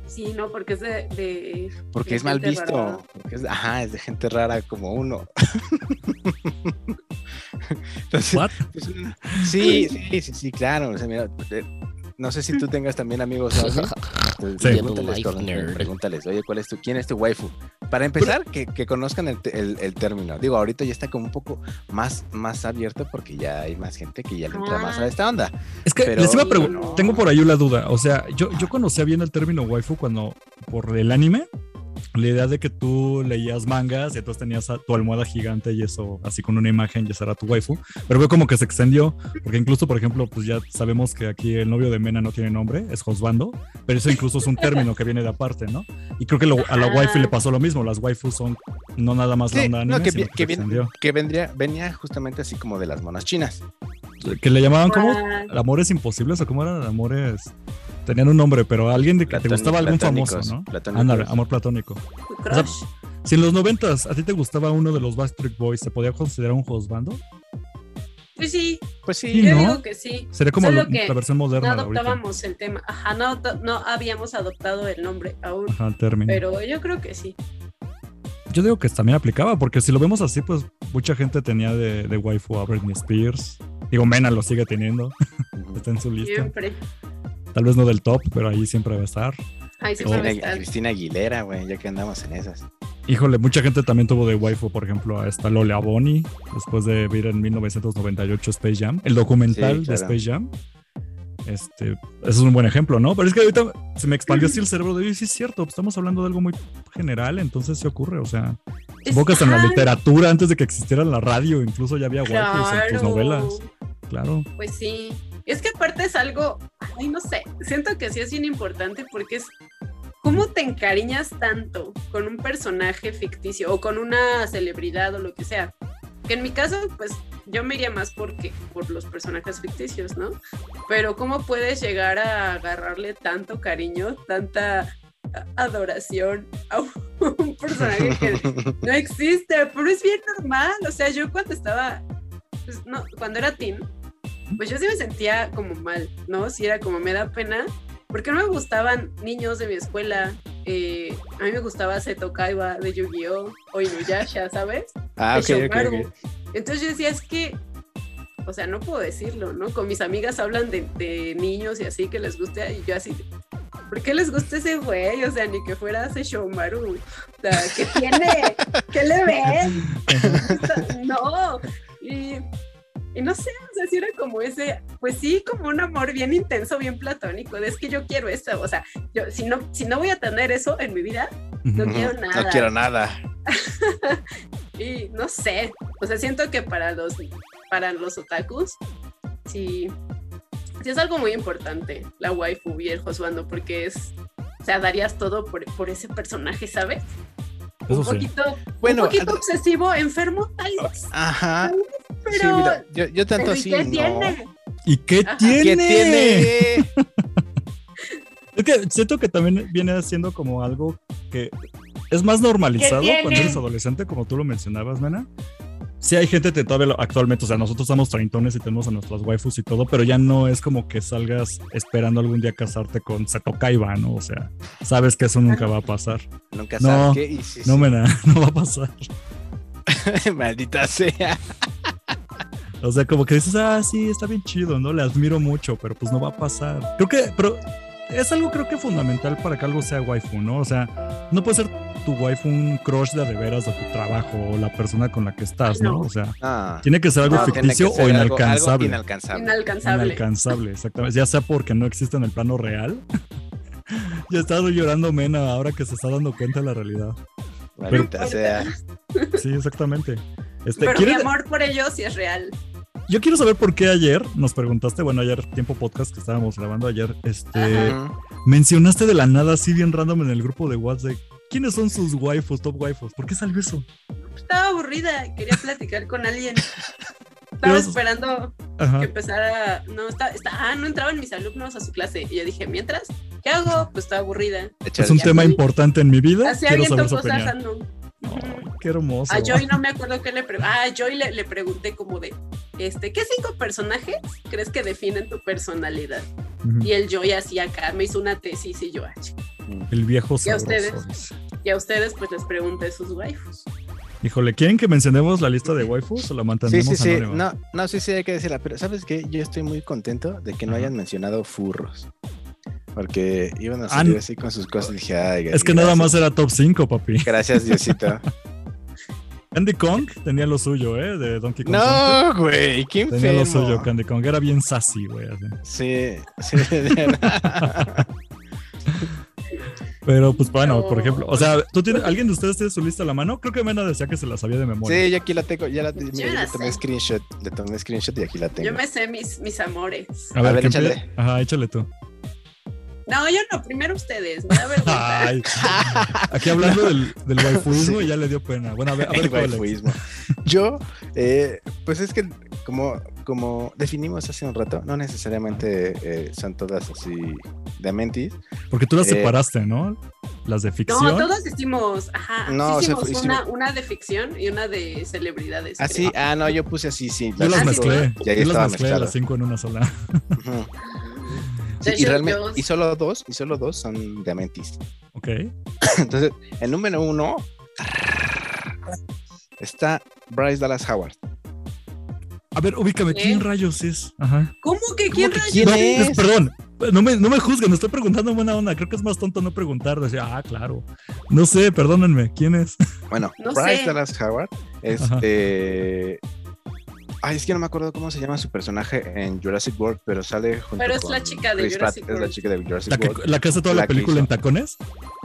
[SPEAKER 2] Sí, no, porque es de, de-
[SPEAKER 4] Porque
[SPEAKER 2] De
[SPEAKER 4] es mal
[SPEAKER 2] gente
[SPEAKER 4] visto.
[SPEAKER 2] rara.
[SPEAKER 4] porque es- ajá, es de gente rara como uno. Entonces,
[SPEAKER 3] What?
[SPEAKER 4] pues, uno- sí, sí, sí, sí, claro. o sea, mira, te- no sé si tú tengas también amigos. ¿no? Entonces,
[SPEAKER 3] Sí.
[SPEAKER 4] pregúntales,
[SPEAKER 5] Life
[SPEAKER 4] Torneo,
[SPEAKER 5] nerd.
[SPEAKER 4] pregúntales, oye, ¿cuál es tu, ¿quién es tu waifu? Para empezar, que, que conozcan el, te- el- el término. Digo, ahorita ya está como un poco más, más abierto porque ya hay más gente que ya le entra más
[SPEAKER 2] Ah.
[SPEAKER 4] a esta onda.
[SPEAKER 3] Es que
[SPEAKER 4] Pero-
[SPEAKER 3] les iba a preguntar.
[SPEAKER 4] No.
[SPEAKER 3] Tengo por ahí una duda. O sea, yo, yo conocía bien el término waifu cuando por el anime. la idea de que tú leías mangas y entonces tenías a- tu almohada gigante y eso, así con una imagen, y esa era tu waifu. Pero veo como que se extendió, porque incluso, por ejemplo, pues ya sabemos que aquí el novio de Mena no tiene nombre, es Josbando, pero eso incluso es un término que viene de aparte, ¿no? Y creo que lo- a la
[SPEAKER 2] Ajá.
[SPEAKER 3] waifu le pasó lo mismo, las waifus son no nada más la
[SPEAKER 4] Ah. Sí,
[SPEAKER 3] onda anime,
[SPEAKER 4] no, que,
[SPEAKER 3] sino
[SPEAKER 4] vi-
[SPEAKER 3] que,
[SPEAKER 4] que
[SPEAKER 3] se
[SPEAKER 4] vi-
[SPEAKER 3] extendió.
[SPEAKER 4] que vendría, venía justamente así como de las monas chinas.
[SPEAKER 3] Que le llamaban como
[SPEAKER 2] Ah,
[SPEAKER 3] amores imposibles o cómo eran amores. Tenían un nombre, pero alguien de que te
[SPEAKER 4] Platón-
[SPEAKER 3] gustaba algún famoso,
[SPEAKER 4] platónicos,
[SPEAKER 3] ¿no?
[SPEAKER 4] platónicos.
[SPEAKER 3] Ándale, amor platónico.
[SPEAKER 2] tu crush.
[SPEAKER 3] Si en los noventas a ti te gustaba uno de los Backstreet Boys, ¿se podía considerar un josbando?
[SPEAKER 2] Pues sí,
[SPEAKER 4] Pues sí,
[SPEAKER 3] Sí,
[SPEAKER 2] yo
[SPEAKER 3] ¿no?
[SPEAKER 2] digo que sí.
[SPEAKER 3] Sería como
[SPEAKER 2] Solo
[SPEAKER 3] lo-
[SPEAKER 2] que
[SPEAKER 3] la versión
[SPEAKER 2] No
[SPEAKER 3] moderna de ahorita.
[SPEAKER 2] adoptábamos el tema. Ajá, no, adopta- no habíamos adoptado el nombre aún.
[SPEAKER 3] Ajá, el término.
[SPEAKER 2] Pero yo creo que sí.
[SPEAKER 3] Yo digo que también aplicaba, porque si lo vemos así, pues mucha gente tenía de, de waifu a Britney Spears. Digo, Mena lo sigue teniendo,
[SPEAKER 4] Ujú.
[SPEAKER 3] está en su lista.
[SPEAKER 2] Siempre.
[SPEAKER 3] Tal vez no del top, pero ahí siempre va a estar.
[SPEAKER 2] Ahí sí
[SPEAKER 3] Oh.
[SPEAKER 2] sabe
[SPEAKER 4] Cristina,
[SPEAKER 2] estar.
[SPEAKER 4] Cristina Aguilera, güey, ya que andamos en esas.
[SPEAKER 3] Híjole, mucha gente también tuvo de waifu, por ejemplo, a esta Lola Bonnie, después de ver en 1998 Space Jam, el documental
[SPEAKER 4] Sí,
[SPEAKER 3] de
[SPEAKER 4] claro.
[SPEAKER 3] Space Jam. Este, ese es un buen ejemplo, ¿no? Pero es que ahorita se me expandió así el cerebro de, "Oye, sí es cierto, pues, estamos hablando de algo muy general, entonces se ocurre, o sea,
[SPEAKER 2] Es-
[SPEAKER 3] supongo que hasta en la
[SPEAKER 2] ajá,
[SPEAKER 3] literatura, antes de que existiera la radio, incluso ya había waifus en tus
[SPEAKER 2] claro.
[SPEAKER 3] novelas, claro.
[SPEAKER 2] Pues sí. Es que aparte es algo, ay, no sé, siento que sí es bien importante porque es cómo te encariñas tanto con un personaje ficticio o con una celebridad o lo que sea. Que en mi caso, pues yo me iría más porque por los personajes ficticios, ¿no? Pero cómo puedes llegar a agarrarle tanto cariño, tanta a- adoración a un personaje que no existe, pero es bien normal. O sea, yo cuando estaba, pues, no, cuando era teen, pues yo sí me sentía como mal, ¿no? Sí era como me da pena, porque no me gustaban niños de mi escuela. eh, a mí me gustaba Seto Kaiba de Yu-Gi-Oh! o Inuyasha, ¿sabes?
[SPEAKER 4] Ah, ok,
[SPEAKER 2] de
[SPEAKER 4] ok,
[SPEAKER 2] Shomaru.
[SPEAKER 4] ok.
[SPEAKER 2] Entonces yo decía, es que, o sea, no puedo decirlo, ¿no? Con mis amigas hablan de, de niños y así que les gusta, y yo así, de, ¿por qué les gusta ese güey? O sea, ni que fuera ese Shomaru. O sea, ¿qué tiene? ¿Qué le ves? no. Y, y no sé, o sea, si era como ese, pues sí, como un amor bien intenso, bien platónico, de es que yo quiero esto, o sea, yo, si, no, si no voy a tener eso en mi vida, No
[SPEAKER 3] Ujú.
[SPEAKER 2] quiero
[SPEAKER 4] Ujú.
[SPEAKER 2] nada.
[SPEAKER 4] No quiero nada.
[SPEAKER 2] y no sé, o sea, siento que para los, para los otakus, sí, sí es algo muy importante la waifu y el josbando, porque es, o sea, darías todo por, por ese personaje, ¿sabes?
[SPEAKER 3] Eso
[SPEAKER 2] un
[SPEAKER 3] sí.
[SPEAKER 2] poquito,
[SPEAKER 4] Bueno,
[SPEAKER 2] un poquito
[SPEAKER 4] ad-
[SPEAKER 2] obsesivo, enfermo, tal vez,
[SPEAKER 4] Ajá.
[SPEAKER 2] pero...
[SPEAKER 4] sí, mira, yo, yo tanto
[SPEAKER 2] pero ¿y
[SPEAKER 4] así.
[SPEAKER 2] qué
[SPEAKER 4] no.
[SPEAKER 2] tiene?
[SPEAKER 3] ¿Y qué
[SPEAKER 2] Ajá.
[SPEAKER 3] tiene?
[SPEAKER 4] ¿Qué tiene?
[SPEAKER 3] Es que siento que también viene siendo como algo que es más normalizado
[SPEAKER 2] ¿Qué tiene?
[SPEAKER 3] cuando eres adolescente, como tú lo mencionabas, Nana. Sí hay gente que todavía lo- actualmente, o sea, nosotros somos treintones y tenemos a nuestras waifus y todo, pero ya no es como que salgas esperando algún día casarte con Seto Kaiba, ¿no? O sea, sabes que eso nunca va a pasar.
[SPEAKER 4] Nunca
[SPEAKER 3] No,
[SPEAKER 4] sabes qué hiciste.
[SPEAKER 3] No, mena, no va a pasar.
[SPEAKER 4] Maldita sea.
[SPEAKER 3] O sea, como que dices, ah, sí, está bien chido, ¿no? Le admiro mucho, pero pues no va a pasar. Creo que, pero es algo creo que fundamental para que algo sea waifu, ¿no? O sea, no puede ser tu waifu un crush de a de veras de tu trabajo o la persona con la que estás, ¿no?
[SPEAKER 2] No.
[SPEAKER 3] O sea,
[SPEAKER 4] Ah.
[SPEAKER 3] tiene que ser algo
[SPEAKER 2] No, tiene
[SPEAKER 3] ficticio
[SPEAKER 4] Tiene que ser
[SPEAKER 3] o
[SPEAKER 4] algo- algo
[SPEAKER 3] inalcanzable.
[SPEAKER 4] inalcanzable.
[SPEAKER 2] Inalcanzable.
[SPEAKER 3] Inalcanzable, exactamente. Ya sea porque no existe en el plano real. ya está llorando Mena ahora que se está dando cuenta de la realidad.
[SPEAKER 4] Maldita sea.
[SPEAKER 3] Sí, exactamente. Este,
[SPEAKER 2] Pero mi
[SPEAKER 3] ¿quieren-
[SPEAKER 2] amor por ellos sí es real.
[SPEAKER 3] Yo quiero saber por qué ayer nos preguntaste, bueno, ayer tiempo podcast que estábamos grabando ayer, este,
[SPEAKER 2] Ajá.
[SPEAKER 4] Ujú.
[SPEAKER 3] mencionaste de la nada así bien random en el grupo de WhatsApp, ¿quiénes son sus waifus, top waifus? ¿Por qué salió eso?
[SPEAKER 2] Estaba aburrida, quería platicar con alguien. Estaba
[SPEAKER 3] Dios.
[SPEAKER 2] esperando
[SPEAKER 3] Ajá.
[SPEAKER 2] que empezara. No, está, está- ah, no entraban mis alumnos a su clase. Y yo dije, mientras, ¿qué hago? Pues estaba aburrida.
[SPEAKER 3] Es un
[SPEAKER 4] Échale.
[SPEAKER 3] tema importante en mi vida.
[SPEAKER 2] Así
[SPEAKER 3] quiero saber
[SPEAKER 2] aviento
[SPEAKER 3] su
[SPEAKER 2] cosas Ah,
[SPEAKER 3] opinión.
[SPEAKER 2] random.
[SPEAKER 3] Ay, qué hermoso.
[SPEAKER 2] A Joy no me acuerdo qué le pregunté. Ah, a Joy le, le pregunté como de, este, ¿qué cinco personajes crees que definen tu personalidad?
[SPEAKER 3] Ujú.
[SPEAKER 2] Y el Joy así acá me hizo una tesis y yo, ah, ch-
[SPEAKER 3] El viejo
[SPEAKER 2] ¿Y a ustedes?
[SPEAKER 3] sabroso. dice.
[SPEAKER 2] y a ustedes pues les pregunté sus waifus.
[SPEAKER 3] Híjole, ¿quieren que mencionemos la lista de waifus o la
[SPEAKER 4] Sí,
[SPEAKER 3] mantenemos
[SPEAKER 4] sí, sí.
[SPEAKER 3] anónima?
[SPEAKER 4] No, no, sí, sí, hay que decirla. Pero ¿sabes qué? Yo estoy muy contento de que no
[SPEAKER 3] Ajá.
[SPEAKER 4] hayan mencionado furros. Porque iban a
[SPEAKER 3] Ah,
[SPEAKER 4] salir
[SPEAKER 3] no.
[SPEAKER 4] así con sus cosas. y Dije, ay,
[SPEAKER 3] Es que
[SPEAKER 4] gracias.
[SPEAKER 3] nada más era top 5, papi.
[SPEAKER 4] Gracias, Diosito.
[SPEAKER 3] Candy Kong tenía lo suyo, ¿eh? De Donkey Kong. Country.
[SPEAKER 4] no, güey, qué
[SPEAKER 3] Tenía lo suyo,
[SPEAKER 4] enfermo.
[SPEAKER 3] Candy Kong. Era bien sassy, güey. así.
[SPEAKER 4] Sí, sí. de verdad.
[SPEAKER 3] Pero pues bueno, por
[SPEAKER 2] No.
[SPEAKER 3] ejemplo, o sea, ¿tú tienes, ¿alguien de ustedes tiene su lista a la mano? Creo que Mena decía que se la sabía de memoria.
[SPEAKER 4] Sí, yo aquí la tengo. Ya la, mira,
[SPEAKER 2] la
[SPEAKER 4] yo le tomé
[SPEAKER 2] sé.
[SPEAKER 4] screenshot. Le tomé screenshot y aquí la tengo.
[SPEAKER 2] Yo me sé mis, mis amores.
[SPEAKER 3] A
[SPEAKER 4] A ver,
[SPEAKER 3] que empie-
[SPEAKER 4] échale.
[SPEAKER 3] Ajá, échale tú.
[SPEAKER 2] No, yo no, primero ustedes, me da vergüenza.
[SPEAKER 3] Ay, aquí hablando del, del waifuismo ya le dio pena. Bueno, a ver, a ver
[SPEAKER 4] El
[SPEAKER 3] cuál es.
[SPEAKER 4] waifuismo. Yo, eh, pues es que como, como definimos hace un rato, no necesariamente eh, son todas así de mentis.
[SPEAKER 3] Porque tú las
[SPEAKER 4] Eh,
[SPEAKER 3] separaste, ¿no? Las de
[SPEAKER 2] No,
[SPEAKER 3] ficción.
[SPEAKER 2] todos hicimos, ajá, sí
[SPEAKER 4] No, o sea,
[SPEAKER 2] hicimos
[SPEAKER 4] fue-
[SPEAKER 2] una, una de ficción y una de celebridades.
[SPEAKER 4] Así, ah, no, yo puse así, sí.
[SPEAKER 3] Yo las
[SPEAKER 2] Ah, sí,
[SPEAKER 3] mezclé.
[SPEAKER 4] Y ahí
[SPEAKER 3] Yo las
[SPEAKER 4] estaba
[SPEAKER 3] mezclé a
[SPEAKER 4] mezclado.
[SPEAKER 3] las cinco en una sola.
[SPEAKER 4] Ujú. Sí,
[SPEAKER 2] De
[SPEAKER 4] y,
[SPEAKER 2] hecho,
[SPEAKER 4] realmente,
[SPEAKER 2] yo-
[SPEAKER 4] y solo dos, y solo dos son de mentis.
[SPEAKER 3] Ok.
[SPEAKER 4] Entonces, el número uno está Bryce Dallas Howard.
[SPEAKER 3] A ver, ubícame,
[SPEAKER 2] ¿Qué?
[SPEAKER 3] ¿quién rayos es? Ajá.
[SPEAKER 2] ¿Cómo que quién
[SPEAKER 4] que
[SPEAKER 2] rayos?
[SPEAKER 4] quién
[SPEAKER 3] No,
[SPEAKER 4] es?
[SPEAKER 3] es- Perdón, no me, no me juzguen, estoy preguntando en buena onda. Creo que es más tonto no preguntar, decir, ah, claro. No sé, perdónenme, ¿quién es?
[SPEAKER 4] Bueno,
[SPEAKER 2] No
[SPEAKER 4] Bryce
[SPEAKER 2] sé.
[SPEAKER 4] Dallas Howard, este. Ay, es que no me acuerdo cómo se llama su personaje en Jurassic World, pero sale junto
[SPEAKER 2] Pero es
[SPEAKER 4] con
[SPEAKER 2] la chica de
[SPEAKER 4] Chris
[SPEAKER 2] Jurassic
[SPEAKER 4] Pratt,
[SPEAKER 2] World.
[SPEAKER 4] Es la chica de Jurassic
[SPEAKER 3] La que,
[SPEAKER 4] World.
[SPEAKER 3] la que hace toda la,
[SPEAKER 4] La que
[SPEAKER 3] película
[SPEAKER 4] hizo.
[SPEAKER 3] en tacones.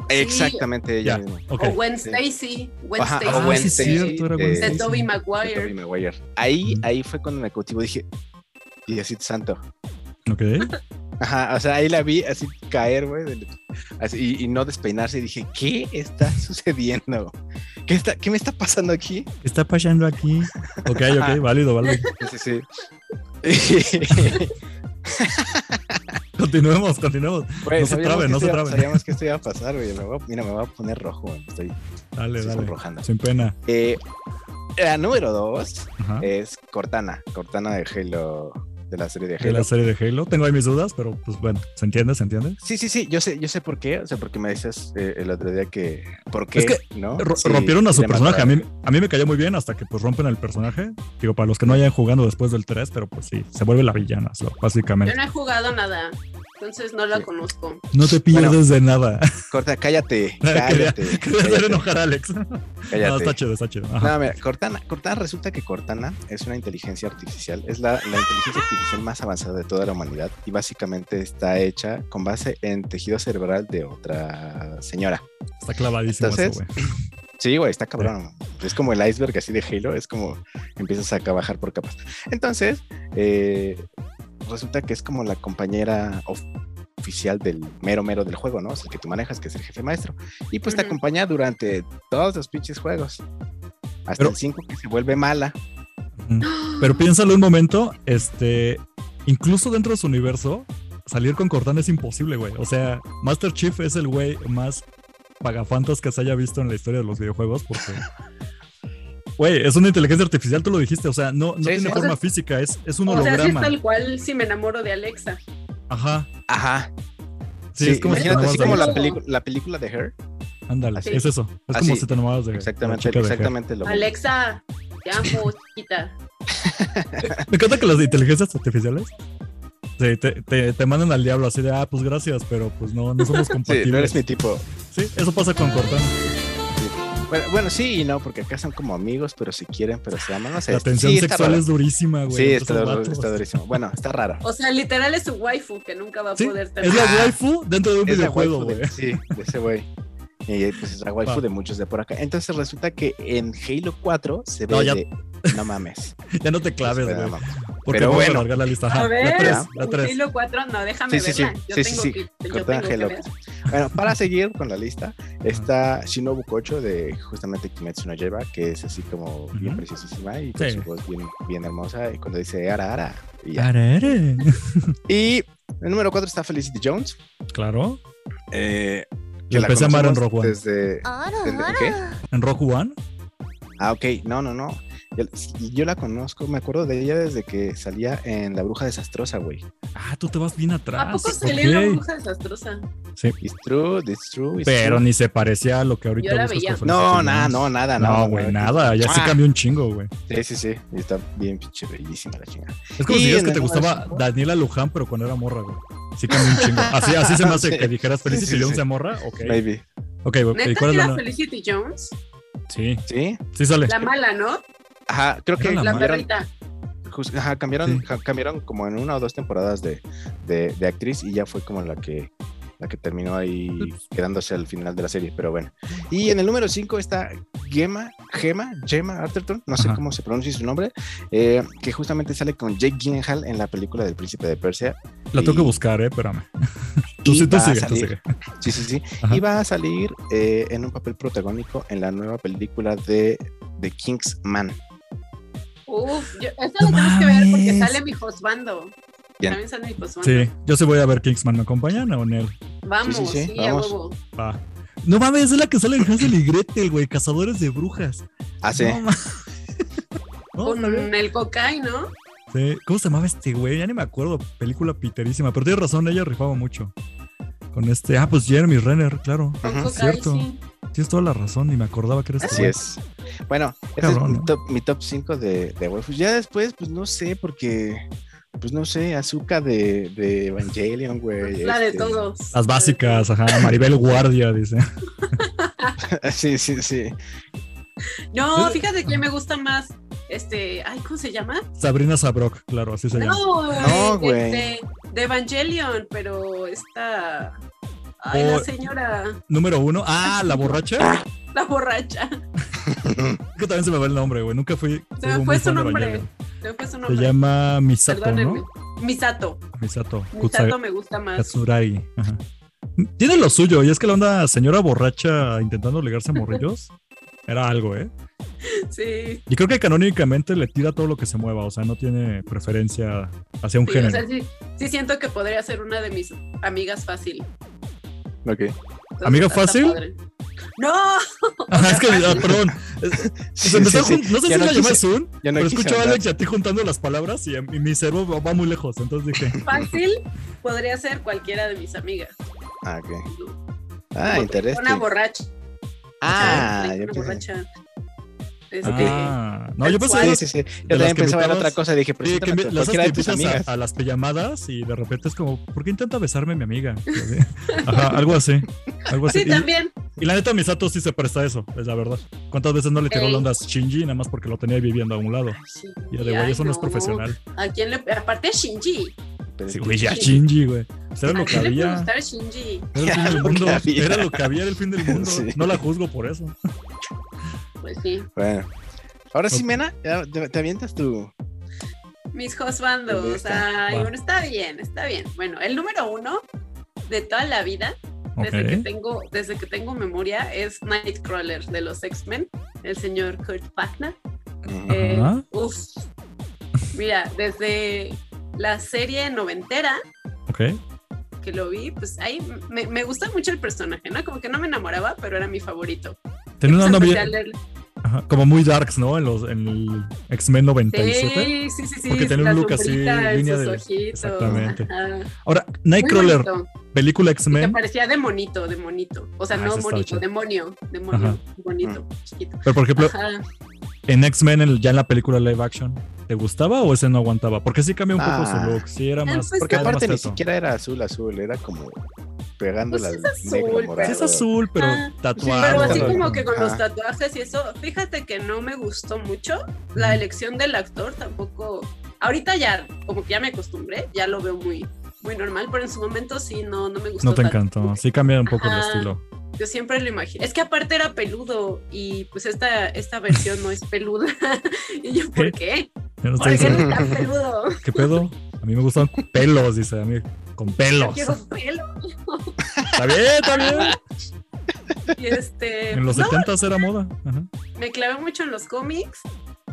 [SPEAKER 4] Exactamente ella
[SPEAKER 3] Ya,
[SPEAKER 4] misma.
[SPEAKER 3] ok.
[SPEAKER 2] O Gwen Stacy, Gwen
[SPEAKER 4] Ajá, eh,
[SPEAKER 2] Stacy,
[SPEAKER 4] o Gwen
[SPEAKER 3] sí, es
[SPEAKER 4] Stacy
[SPEAKER 3] cierto, era Gwen
[SPEAKER 4] de-
[SPEAKER 2] de
[SPEAKER 3] Stacy.
[SPEAKER 2] Tobey
[SPEAKER 4] de Tobey
[SPEAKER 2] Maguire.
[SPEAKER 4] Maguire. Ahí,
[SPEAKER 3] Ujú.
[SPEAKER 4] ahí fue cuando me cautivó, dije, Diosito santo.
[SPEAKER 3] Ok.
[SPEAKER 4] Ajá, o sea, ahí la vi así caer, güey, del- así, y, y no despeinarse, y dije, ¿qué está sucediendo? ¿Qué, está, ¿Qué me está pasando aquí?
[SPEAKER 3] ¿Qué está pasando aquí? Ok, ok, válido, válido.
[SPEAKER 4] Sí, sí, sí.
[SPEAKER 3] Continuemos, continuemos.
[SPEAKER 4] Güey,
[SPEAKER 3] No se
[SPEAKER 4] sabíamos
[SPEAKER 3] trabe,
[SPEAKER 4] que
[SPEAKER 3] no
[SPEAKER 4] esto
[SPEAKER 3] se
[SPEAKER 4] iba-
[SPEAKER 3] trabe.
[SPEAKER 4] Sabíamos que esto iba a pasar, güey. Me voy a- mira, me voy a poner rojo, güey. Estoy,
[SPEAKER 3] Dale,
[SPEAKER 4] estoy
[SPEAKER 3] dale.
[SPEAKER 4] sonrojando.
[SPEAKER 3] Sin pena.
[SPEAKER 4] Eh, la número dos
[SPEAKER 3] Ajá.
[SPEAKER 4] es Cortana. Cortana de Halo, de la serie de
[SPEAKER 3] De
[SPEAKER 4] Halo.
[SPEAKER 3] la serie de Halo. Tengo ahí mis dudas, pero pues bueno, ¿se entiende? ¿Se entiende?
[SPEAKER 4] Sí, sí, sí. Yo sé, yo sé por qué. O sea, porque me decías eh, el otro día que. ¿Por qué?
[SPEAKER 3] Es que
[SPEAKER 4] ¿no?
[SPEAKER 3] Ro-
[SPEAKER 4] Sí,
[SPEAKER 3] rompieron a su
[SPEAKER 4] ya me
[SPEAKER 3] personaje. A
[SPEAKER 4] acordé.
[SPEAKER 3] mí, a mí me cayó muy bien hasta que pues rompen el personaje. Digo, para los que no hayan jugado después del 3, pero pues sí, se vuelve la villana, so,
[SPEAKER 2] Yo
[SPEAKER 3] básicamente.
[SPEAKER 2] no he jugado nada, entonces no la
[SPEAKER 4] Sí.
[SPEAKER 2] conozco.
[SPEAKER 3] No te pierdes
[SPEAKER 4] Bueno.
[SPEAKER 3] de nada.
[SPEAKER 4] Corta, cállate.
[SPEAKER 3] Quería-
[SPEAKER 4] Cállate.
[SPEAKER 3] Quería hacer
[SPEAKER 4] cállate,
[SPEAKER 3] enojar a Alex. No,
[SPEAKER 4] cállate.
[SPEAKER 3] está chido, está chido. Ajá.
[SPEAKER 4] No, mira, Cortana, Cortana resulta que Cortana es una inteligencia artificial, es la, la inteligencia artificial más avanzada de toda la humanidad y básicamente está hecha con base en tejido cerebral de otra señora.
[SPEAKER 3] Está clavadísimo eso,
[SPEAKER 4] Entonces,
[SPEAKER 3] güey.
[SPEAKER 4] Sí, güey, está cabrón. Es como el iceberg así de Halo, es como empiezas a ca- bajar por capas. Entonces, eh, resulta que es como la compañera of- oficial del mero mero del juego, ¿no? O sea, el que tú manejas, que es el jefe maestro. Y pues te
[SPEAKER 2] Ujú.
[SPEAKER 4] acompaña durante todos los pinches juegos. Hasta
[SPEAKER 3] Pero-
[SPEAKER 4] el 5 que se vuelve mala.
[SPEAKER 3] Pero piénsalo un momento, este, incluso dentro de su universo, salir con Cortana es imposible, güey. O sea, Master Chief es el güey más pagafantas que se haya visto en la historia de los videojuegos, porque, güey, es una inteligencia artificial, tú lo dijiste, o sea, no, no
[SPEAKER 4] Sí,
[SPEAKER 3] tiene
[SPEAKER 4] sí.
[SPEAKER 2] O
[SPEAKER 3] forma
[SPEAKER 2] sea,
[SPEAKER 3] física, es, es un
[SPEAKER 2] O sea, sí es
[SPEAKER 3] holograma.
[SPEAKER 2] tal cual si me enamoro de Alexa.
[SPEAKER 3] Ajá.
[SPEAKER 4] Ajá.
[SPEAKER 3] Sí, es como si te
[SPEAKER 4] imagínate,
[SPEAKER 3] enamoras
[SPEAKER 4] así
[SPEAKER 3] de
[SPEAKER 4] como la,
[SPEAKER 2] Alexa.
[SPEAKER 4] pelicu- la película de Her.
[SPEAKER 3] Ándale,
[SPEAKER 2] así.
[SPEAKER 3] es eso. Es
[SPEAKER 4] Así.
[SPEAKER 3] como si te enamoras de. de la
[SPEAKER 4] Exactamente,
[SPEAKER 3] chica de Her.
[SPEAKER 4] exactamente lo mismo.
[SPEAKER 2] Alexa, te amo, chiquita.
[SPEAKER 3] Me encanta que las inteligencias artificiales sí, te, te- te mandan al diablo así de, ah, pues gracias, pero pues no, no somos compatibles.
[SPEAKER 4] Sí, no eres mi tipo.
[SPEAKER 3] Sí, eso pasa con Cortana.
[SPEAKER 4] Bueno, bueno, sí y no, porque acá son como amigos, pero se quieren, pero se aman. No sé.
[SPEAKER 3] La tensión
[SPEAKER 4] sí, está
[SPEAKER 3] sexual
[SPEAKER 4] raro.
[SPEAKER 3] es durísima, güey.
[SPEAKER 4] Sí,
[SPEAKER 3] entre
[SPEAKER 4] está,
[SPEAKER 3] esos
[SPEAKER 4] duro-
[SPEAKER 3] vatos.
[SPEAKER 4] está durísimo. Bueno, está raro.
[SPEAKER 2] O sea, literal es su waifu que nunca va a
[SPEAKER 3] Sí,
[SPEAKER 2] poder
[SPEAKER 3] Es
[SPEAKER 2] tener.
[SPEAKER 3] la
[SPEAKER 4] Ah.
[SPEAKER 3] waifu dentro de un
[SPEAKER 4] Es la
[SPEAKER 3] videojuego,
[SPEAKER 4] waifu de-
[SPEAKER 3] güey.
[SPEAKER 4] Sí, de ese güey. Y eh, pues es la waifu
[SPEAKER 3] Va.
[SPEAKER 4] de muchos de por acá. Entonces resulta que en Halo 4 se ve
[SPEAKER 3] No, ya-
[SPEAKER 4] de... No mames.
[SPEAKER 3] Ya no te claves,
[SPEAKER 4] Espera,
[SPEAKER 3] güey.
[SPEAKER 4] no mames.
[SPEAKER 3] Porque
[SPEAKER 4] Pero
[SPEAKER 3] vamos a
[SPEAKER 4] bueno.
[SPEAKER 3] alargar la lista. Ajá,
[SPEAKER 2] A
[SPEAKER 3] la
[SPEAKER 2] ver,
[SPEAKER 3] 3, la
[SPEAKER 2] un
[SPEAKER 3] 3.
[SPEAKER 2] Halo 4, no, déjame
[SPEAKER 4] Sí, sí, sí.
[SPEAKER 2] verla. Yo
[SPEAKER 4] Sí, sí,
[SPEAKER 2] tengo
[SPEAKER 4] sí.
[SPEAKER 2] que, yo
[SPEAKER 4] Cortana
[SPEAKER 2] tengo que
[SPEAKER 4] Halo.
[SPEAKER 2] ver.
[SPEAKER 4] Bueno, para seguir con la lista, está Shinobu Kocho de justamente Kimetsu no Yaiba, que es así como bien
[SPEAKER 3] Ujú.
[SPEAKER 4] preciosísima y con
[SPEAKER 3] Sí. Ah.
[SPEAKER 4] su voz bien, bien hermosa. Y cuando dice ara, ara. Y, ya.
[SPEAKER 3] Arere.
[SPEAKER 4] y el número 4 está Felicity Jones.
[SPEAKER 3] Claro.
[SPEAKER 4] Eh, que
[SPEAKER 3] Yo
[SPEAKER 4] la
[SPEAKER 3] empecé a amar en
[SPEAKER 4] conocemos
[SPEAKER 3] Rock One.
[SPEAKER 4] Desde...
[SPEAKER 2] Ah,
[SPEAKER 4] desde- ¿Qué?
[SPEAKER 3] En Rock One.
[SPEAKER 4] Ah, ok, no, no, no. Yo, yo la conozco, me acuerdo de ella desde que salía en La Bruja Desastrosa, güey.
[SPEAKER 3] Ah, tú te vas bien atrás.
[SPEAKER 2] ¿A poco
[SPEAKER 3] Ok.
[SPEAKER 2] salió la bruja desastrosa?
[SPEAKER 4] It's true, it's true. it's
[SPEAKER 3] Pero
[SPEAKER 4] true.
[SPEAKER 3] ni se parecía a lo que
[SPEAKER 2] Yo
[SPEAKER 3] ahorita
[SPEAKER 2] la
[SPEAKER 3] buscas
[SPEAKER 2] veía.
[SPEAKER 3] con
[SPEAKER 4] No,
[SPEAKER 3] Felicity
[SPEAKER 4] nada,
[SPEAKER 3] Jones.
[SPEAKER 4] no, nada,
[SPEAKER 3] No, güey, nada. Ya se
[SPEAKER 4] Ah.
[SPEAKER 3] cambió un chingo, güey.
[SPEAKER 4] Sí, sí, sí. y Está bien pinche bellísima la chingada.
[SPEAKER 3] Es como
[SPEAKER 4] Y
[SPEAKER 3] si dijeras
[SPEAKER 4] en
[SPEAKER 3] que
[SPEAKER 4] el
[SPEAKER 3] te
[SPEAKER 4] número
[SPEAKER 3] gustaba
[SPEAKER 4] cinco.
[SPEAKER 3] Daniela Luján, pero cuando era morra, güey. Sí cambió un chingo. Así, así se me hace
[SPEAKER 4] Sí.
[SPEAKER 3] que dijeras
[SPEAKER 4] Sí,
[SPEAKER 3] Felicity
[SPEAKER 4] sí,
[SPEAKER 3] Jones
[SPEAKER 4] sí.
[SPEAKER 3] de morra. Ok.
[SPEAKER 4] Maybe.
[SPEAKER 3] Ok, güey. ¿y
[SPEAKER 2] ¿Neta
[SPEAKER 3] ¿Cuál es
[SPEAKER 2] era
[SPEAKER 3] la.?
[SPEAKER 2] Felicity Jones?
[SPEAKER 3] Sí,
[SPEAKER 4] ¿Sí?
[SPEAKER 3] sí sale.
[SPEAKER 2] La mala, ¿no?
[SPEAKER 4] Ajá, creo que
[SPEAKER 3] Era
[SPEAKER 2] La
[SPEAKER 3] mala.
[SPEAKER 4] cambiaron,
[SPEAKER 2] perrita.
[SPEAKER 4] jus- ajá, cambiaron,
[SPEAKER 3] Sí.
[SPEAKER 4] ja- cambiaron como en una o dos temporadas de, de, de actriz y ya fue como la que la que terminó ahí quedándose al final de la serie, pero bueno. Y en el número 5 está Gemma, Gemma, Gemma Arterton, no sé
[SPEAKER 3] Ajá.
[SPEAKER 4] cómo se pronuncia su nombre, eh, que justamente sale con Jake Gyllenhaal en la película del Príncipe de Persia.
[SPEAKER 3] La tengo que
[SPEAKER 4] Y-
[SPEAKER 3] buscar, eh, espérame. Tú,
[SPEAKER 4] y
[SPEAKER 3] sí, tú
[SPEAKER 4] va a
[SPEAKER 3] sigue, tú
[SPEAKER 4] salir-
[SPEAKER 3] sigue.
[SPEAKER 4] Sí, sí, sí.
[SPEAKER 3] Ajá.
[SPEAKER 4] Y va a salir eh, en un papel protagónico en la nueva película de The Kingsman.
[SPEAKER 2] Uf, yo, esta la
[SPEAKER 3] No
[SPEAKER 2] tenemos que ver porque
[SPEAKER 3] mames.
[SPEAKER 2] sale mi Josbando.
[SPEAKER 4] Bien.
[SPEAKER 2] También sale mi Josbando.
[SPEAKER 3] Sí, yo sí voy a ver Kingsman. ¿Me acompañan o Nel?
[SPEAKER 2] Vamos,
[SPEAKER 4] Sí,
[SPEAKER 2] sí,
[SPEAKER 4] sí, sí,
[SPEAKER 2] a
[SPEAKER 4] vamos.
[SPEAKER 2] huevo.
[SPEAKER 3] Va. No mames, es la que sale en Hansel y Gretel, güey. Cazadores de brujas.
[SPEAKER 4] Ah, sí.
[SPEAKER 3] No, ma- No,
[SPEAKER 2] Con
[SPEAKER 3] no, no.
[SPEAKER 2] el cocaine, ¿no?
[SPEAKER 3] Sí, ¿Cómo se llamaba este güey? Ya ni me acuerdo. Película piterísima. Pero tienes razón, ella rifaba mucho. Con este. Ah, pues Jeremy Renner, claro.
[SPEAKER 2] Con
[SPEAKER 4] Ajá,
[SPEAKER 2] cocaine,
[SPEAKER 3] cierto.
[SPEAKER 2] sí.
[SPEAKER 3] Tienes toda la razón, ni me acordaba que este eres
[SPEAKER 4] Así es. Bueno, este
[SPEAKER 3] Cabrón,
[SPEAKER 4] es
[SPEAKER 3] ¿no?
[SPEAKER 4] mi top, mi top 5 de, de waifus. Ya después, pues no sé, porque, pues no sé, Azuka de, de Evangelion, güey.
[SPEAKER 2] La de
[SPEAKER 4] este,
[SPEAKER 2] todos.
[SPEAKER 3] Las básicas, ajá. Maribel Guardia, dice.
[SPEAKER 4] sí, sí, sí.
[SPEAKER 2] No, fíjate que me gusta más este, ay, ¿cómo se llama?
[SPEAKER 3] Sabrina Sabrok, claro, así se llama.
[SPEAKER 2] No, güey,
[SPEAKER 4] No, güey.
[SPEAKER 2] este, de Evangelion, pero esta ay,
[SPEAKER 3] Oh.
[SPEAKER 2] la señora,
[SPEAKER 3] Número uno. Ah, la borracha.
[SPEAKER 2] la borracha.
[SPEAKER 3] Que también se me va el nombre, güey. Nunca fui.
[SPEAKER 2] Se me
[SPEAKER 3] fui
[SPEAKER 2] fue
[SPEAKER 3] muy
[SPEAKER 2] su
[SPEAKER 3] fan de
[SPEAKER 2] nombre.
[SPEAKER 3] Evangelion.
[SPEAKER 2] Se me fue su
[SPEAKER 3] Se
[SPEAKER 2] nombre.
[SPEAKER 3] llama Misato,
[SPEAKER 2] Perdónenme.
[SPEAKER 3] ¿no?
[SPEAKER 2] Misato.
[SPEAKER 3] Misato. Kutsa-
[SPEAKER 2] Misato me gusta más.
[SPEAKER 3] Katsuragi. Ajá. Tiene lo suyo, y es que la onda señora borracha intentando ligarse a morrillos era algo, ¿eh?
[SPEAKER 2] Sí.
[SPEAKER 3] Y creo que canónicamente le tira todo lo que se mueva, o sea, no tiene preferencia hacia un
[SPEAKER 2] Sí, o
[SPEAKER 3] género.
[SPEAKER 2] sea, sí, sí siento que podría ser una de mis amigas fácil.
[SPEAKER 4] Ok.
[SPEAKER 2] Entonces,
[SPEAKER 3] ¿Amiga
[SPEAKER 2] está
[SPEAKER 3] fácil?
[SPEAKER 2] padre. No,
[SPEAKER 3] Ajá, es que, ah, perdón,
[SPEAKER 4] Sí,
[SPEAKER 3] se me
[SPEAKER 4] sí,
[SPEAKER 3] está
[SPEAKER 4] sí.
[SPEAKER 3] jun- no sé
[SPEAKER 4] Ya
[SPEAKER 3] si
[SPEAKER 4] no
[SPEAKER 3] la
[SPEAKER 4] quise-
[SPEAKER 3] llamé Zoom,
[SPEAKER 4] ya no
[SPEAKER 3] pero
[SPEAKER 4] quise
[SPEAKER 3] escucho a
[SPEAKER 4] hablar.
[SPEAKER 3] Alex y a ti juntando las palabras y, a- y mi cerebro va- va muy lejos, entonces dije,
[SPEAKER 2] fácil podría ser cualquiera de mis amigas.
[SPEAKER 4] Ah, ok.
[SPEAKER 2] Como
[SPEAKER 4] Ah,
[SPEAKER 2] Una
[SPEAKER 4] interesante.
[SPEAKER 2] borracha.
[SPEAKER 4] Ah,
[SPEAKER 2] una
[SPEAKER 4] yo pensé.
[SPEAKER 2] borracha. Este,
[SPEAKER 3] ah, no, yo pensé
[SPEAKER 4] Sí,
[SPEAKER 3] que-
[SPEAKER 4] sí, sí. Yo
[SPEAKER 3] las
[SPEAKER 4] también
[SPEAKER 3] que
[SPEAKER 4] pensaba en
[SPEAKER 3] invitabas-
[SPEAKER 4] otra cosa. Dije, pues,
[SPEAKER 3] Sí, que
[SPEAKER 4] preséntame
[SPEAKER 3] me-
[SPEAKER 4] a
[SPEAKER 3] las haces
[SPEAKER 4] cualquiera
[SPEAKER 3] que
[SPEAKER 4] de tus
[SPEAKER 3] invitas
[SPEAKER 4] amigas.
[SPEAKER 3] a, a las pijamadas y de repente es como, ¿por qué intenta besarme mi amiga? Y así. Ajá, algo así. Algo así.
[SPEAKER 2] Sí,
[SPEAKER 3] Y-
[SPEAKER 2] también.
[SPEAKER 3] Y la neta, Misato sí se presta a eso, es la verdad. ¿Cuántas veces no le tiró
[SPEAKER 2] Ey.
[SPEAKER 3] la onda a Shinji nada más porque lo tenía viviendo a un lado? Y de güey,
[SPEAKER 2] Ay,
[SPEAKER 3] eso no es profesional.
[SPEAKER 2] ¿A quién le... Aparte Shinji.
[SPEAKER 4] Pero-
[SPEAKER 3] Sí, güey, ya
[SPEAKER 2] Sí.
[SPEAKER 3] Shinji, güey. Pues Era
[SPEAKER 2] ¿A
[SPEAKER 3] lo que
[SPEAKER 2] quién le puede
[SPEAKER 3] había.
[SPEAKER 2] gustar Shinji?
[SPEAKER 3] Era el fin del
[SPEAKER 4] Lo que
[SPEAKER 3] mundo.
[SPEAKER 4] había.
[SPEAKER 3] Era lo que había, era el fin del mundo.
[SPEAKER 4] Sí.
[SPEAKER 3] No la juzgo por eso.
[SPEAKER 2] Pues sí.
[SPEAKER 4] Bueno. Ahora sí,
[SPEAKER 3] Ok.
[SPEAKER 4] Mena, ya te, te avientas tu.
[SPEAKER 2] Mis husbandos.
[SPEAKER 4] Está.
[SPEAKER 2] Ay,
[SPEAKER 3] Va.
[SPEAKER 2] bueno, está bien, está bien. Bueno, el número uno de toda la vida,
[SPEAKER 3] Ok.
[SPEAKER 2] desde, que tengo, desde que tengo memoria, es Nightcrawler de los X-Men, el señor Kurt Wagner.
[SPEAKER 4] Ujú.
[SPEAKER 2] Eh,
[SPEAKER 3] Ajá.
[SPEAKER 2] uf. Mira, desde la serie noventera
[SPEAKER 3] Ok.
[SPEAKER 2] que lo vi, pues ahí me, me gusta mucho el personaje, ¿no? Como que no me enamoraba, pero era mi favorito.
[SPEAKER 3] Tenía
[SPEAKER 2] Entonces
[SPEAKER 3] una onda
[SPEAKER 2] empecé
[SPEAKER 3] bien-
[SPEAKER 2] a leerle.
[SPEAKER 3] ajá, como muy darks, ¿no? En, los, en el X-Men 97.
[SPEAKER 2] Sí, sí, sí, sí.
[SPEAKER 3] Porque tenía un
[SPEAKER 2] la
[SPEAKER 3] look así,
[SPEAKER 2] sombrita en
[SPEAKER 3] línea
[SPEAKER 2] sus
[SPEAKER 3] de-
[SPEAKER 2] ojitos,
[SPEAKER 3] exactamente.
[SPEAKER 2] ajá. Muy
[SPEAKER 3] Ahora, Nightcrawler,
[SPEAKER 2] bonito.
[SPEAKER 3] película
[SPEAKER 2] Y que
[SPEAKER 3] X-Men,
[SPEAKER 2] parecía de monito, de monito. O sea,
[SPEAKER 3] Ah,
[SPEAKER 2] no
[SPEAKER 3] ese está
[SPEAKER 2] monito,
[SPEAKER 3] chido.
[SPEAKER 2] demonio, demonio, bonito, chiquito.
[SPEAKER 3] pero por ejemplo,
[SPEAKER 2] Ajá.
[SPEAKER 3] en X-Men, en- ya en la película live action, ¿te gustaba o ese no aguantaba? Porque sí cambia un poco
[SPEAKER 4] Ah.
[SPEAKER 3] su look, sí era
[SPEAKER 2] Eh,
[SPEAKER 3] más.
[SPEAKER 2] pues,
[SPEAKER 3] era
[SPEAKER 4] Porque
[SPEAKER 2] Está
[SPEAKER 3] más
[SPEAKER 4] aparte ni
[SPEAKER 3] teto.
[SPEAKER 4] siquiera era azul, azul, era como pegándola
[SPEAKER 2] Pues
[SPEAKER 4] al
[SPEAKER 2] es
[SPEAKER 4] negro
[SPEAKER 2] azul,
[SPEAKER 3] Sí
[SPEAKER 4] morado.
[SPEAKER 3] es azul, pero
[SPEAKER 2] Ah,
[SPEAKER 3] tatuado.
[SPEAKER 2] Pero así
[SPEAKER 4] claro.
[SPEAKER 2] como que con los
[SPEAKER 4] Ajá.
[SPEAKER 2] tatuajes y eso, fíjate que no me gustó mucho la elección del actor tampoco. Ahorita ya, como que ya me acostumbré, ya lo veo muy, muy normal, pero en su momento sí, no, no me gustó.
[SPEAKER 3] No te
[SPEAKER 2] tanto.
[SPEAKER 3] encantó. Sí cambia un poco el
[SPEAKER 2] Ajá.
[SPEAKER 3] estilo.
[SPEAKER 2] Yo siempre lo imagino. Es que aparte era peludo y pues esta, esta versión no es peluda. y yo, ¿por qué?
[SPEAKER 3] Yo no
[SPEAKER 2] ¿Por
[SPEAKER 3] sé,
[SPEAKER 2] qué
[SPEAKER 3] dice,
[SPEAKER 2] no está peludo?
[SPEAKER 3] ¿Qué pedo? A mí me gustan pelos, dice a mí. Con
[SPEAKER 2] Yo
[SPEAKER 3] pelos.
[SPEAKER 2] quiero pelo.
[SPEAKER 3] Está bien, está bien.
[SPEAKER 2] Y este.
[SPEAKER 3] En los
[SPEAKER 2] no,
[SPEAKER 3] 70s era moda. Ajá.
[SPEAKER 2] me clavé mucho en los cómics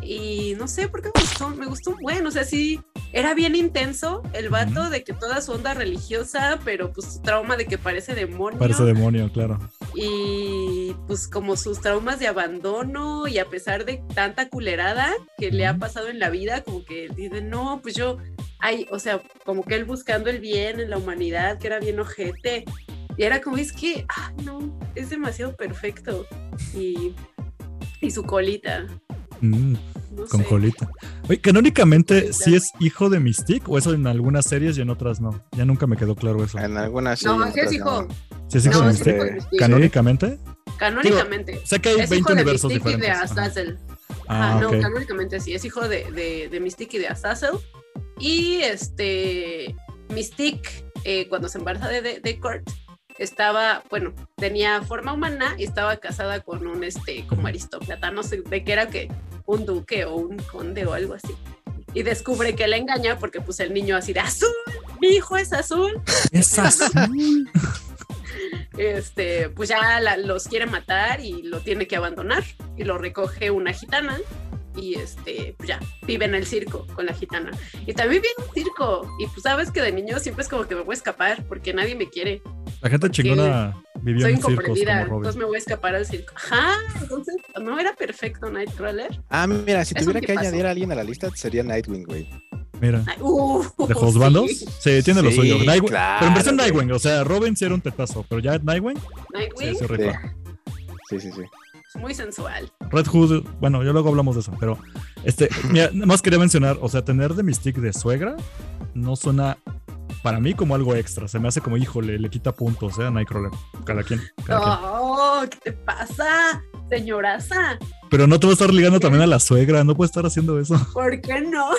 [SPEAKER 2] y no sé por qué me gustó, me gustó bueno, o sea, sí, era bien intenso el vato de que toda su onda religiosa, pero pues su trauma de que parece demonio
[SPEAKER 3] Parece demonio, claro.
[SPEAKER 2] y pues como sus traumas de abandono y a pesar de tanta culerada que le ha
[SPEAKER 3] Ujú.
[SPEAKER 2] pasado en la vida, como que dice, no, pues yo, ay, o sea, como que él buscando el bien en la humanidad, que era bien ojete, y era como, es que, ah, no, es demasiado perfecto, y, y su colita,
[SPEAKER 3] Mm,
[SPEAKER 2] no
[SPEAKER 3] con
[SPEAKER 2] sé.
[SPEAKER 3] colita. Oye, canónicamente,
[SPEAKER 2] Colita.
[SPEAKER 3] ¿sí es hijo de Mystique o eso en algunas series y en otras no? Ya nunca me quedó claro eso.
[SPEAKER 4] En algunas sí.
[SPEAKER 2] No,
[SPEAKER 4] en
[SPEAKER 2] sí es
[SPEAKER 4] otras
[SPEAKER 2] hijo.
[SPEAKER 4] no.
[SPEAKER 3] ¿Sí es hijo
[SPEAKER 2] No,
[SPEAKER 3] de
[SPEAKER 2] sí es hijo
[SPEAKER 3] Mystique?
[SPEAKER 2] de Mystique.
[SPEAKER 3] ¿Canónicamente?
[SPEAKER 2] Canónicamente.
[SPEAKER 3] Sé que hay
[SPEAKER 2] es
[SPEAKER 3] 20
[SPEAKER 2] hijo de
[SPEAKER 3] universos
[SPEAKER 2] Mystique y de
[SPEAKER 3] diferentes. Ajá.
[SPEAKER 2] Azazel.
[SPEAKER 3] Ah,
[SPEAKER 2] Ajá, no,
[SPEAKER 3] ok.
[SPEAKER 2] canónicamente sí, es hijo de, de, de Mystique y de Azazel. Y este, Mystique, eh, cuando se embaraza de, de, de Kurt, estaba, bueno, tenía forma humana y estaba casada con un, este, como aristócrata, no sé de qué era que un duque o un conde o algo así. Y descubre que la engaña porque pues el niño así de azul, mi hijo es azul.
[SPEAKER 3] Es azul.
[SPEAKER 2] Este, pues ya la- los quiere matar y lo tiene que abandonar. Y lo recoge una gitana y este, pues ya, vive en el circo con la gitana. Y también vive en un circo. Y pues sabes que de niño siempre es como que me voy a escapar porque nadie me quiere.
[SPEAKER 3] La gente chingona vivió
[SPEAKER 2] Soy
[SPEAKER 3] en circos
[SPEAKER 2] incomprendida,
[SPEAKER 3] como Robin.
[SPEAKER 2] entonces me voy a escapar al circo. Ajá, entonces no era perfecto Nightcrawler.
[SPEAKER 4] Ah, mira, si
[SPEAKER 2] Eso
[SPEAKER 4] tuviera
[SPEAKER 2] que
[SPEAKER 4] que
[SPEAKER 2] pasó.
[SPEAKER 4] añadir a alguien a la lista, sería Nightwing, güey.
[SPEAKER 3] Mira.
[SPEAKER 2] Ay, uf,
[SPEAKER 3] ¿De Josbandos?
[SPEAKER 2] sí.
[SPEAKER 3] Sí. tiene lo
[SPEAKER 4] Sí,
[SPEAKER 3] suyo. Nightwing-
[SPEAKER 4] claro,
[SPEAKER 3] pero en versión
[SPEAKER 4] güey.
[SPEAKER 3] Nightwing, o sea, Robin sí era un tetazo, pero ya Nightwing sí,
[SPEAKER 2] Nightwing
[SPEAKER 3] se rifa.
[SPEAKER 4] Sí, sí, sí.
[SPEAKER 2] es muy sensual.
[SPEAKER 3] Red Hood, bueno, ya luego hablamos de eso, pero este, mira, nada más quería mencionar, o sea, tener de Mystique de suegra no suena para mí como algo extra, se me hace como, híjole, le quita puntos, ¿eh? a Nightcrawler, cada quien, cada quien.
[SPEAKER 2] No, ¿qué te pasa, señoraza?
[SPEAKER 3] Pero no te vas a estar ligando también a la suegra, no puedes estar haciendo eso.
[SPEAKER 2] ¿Por qué no?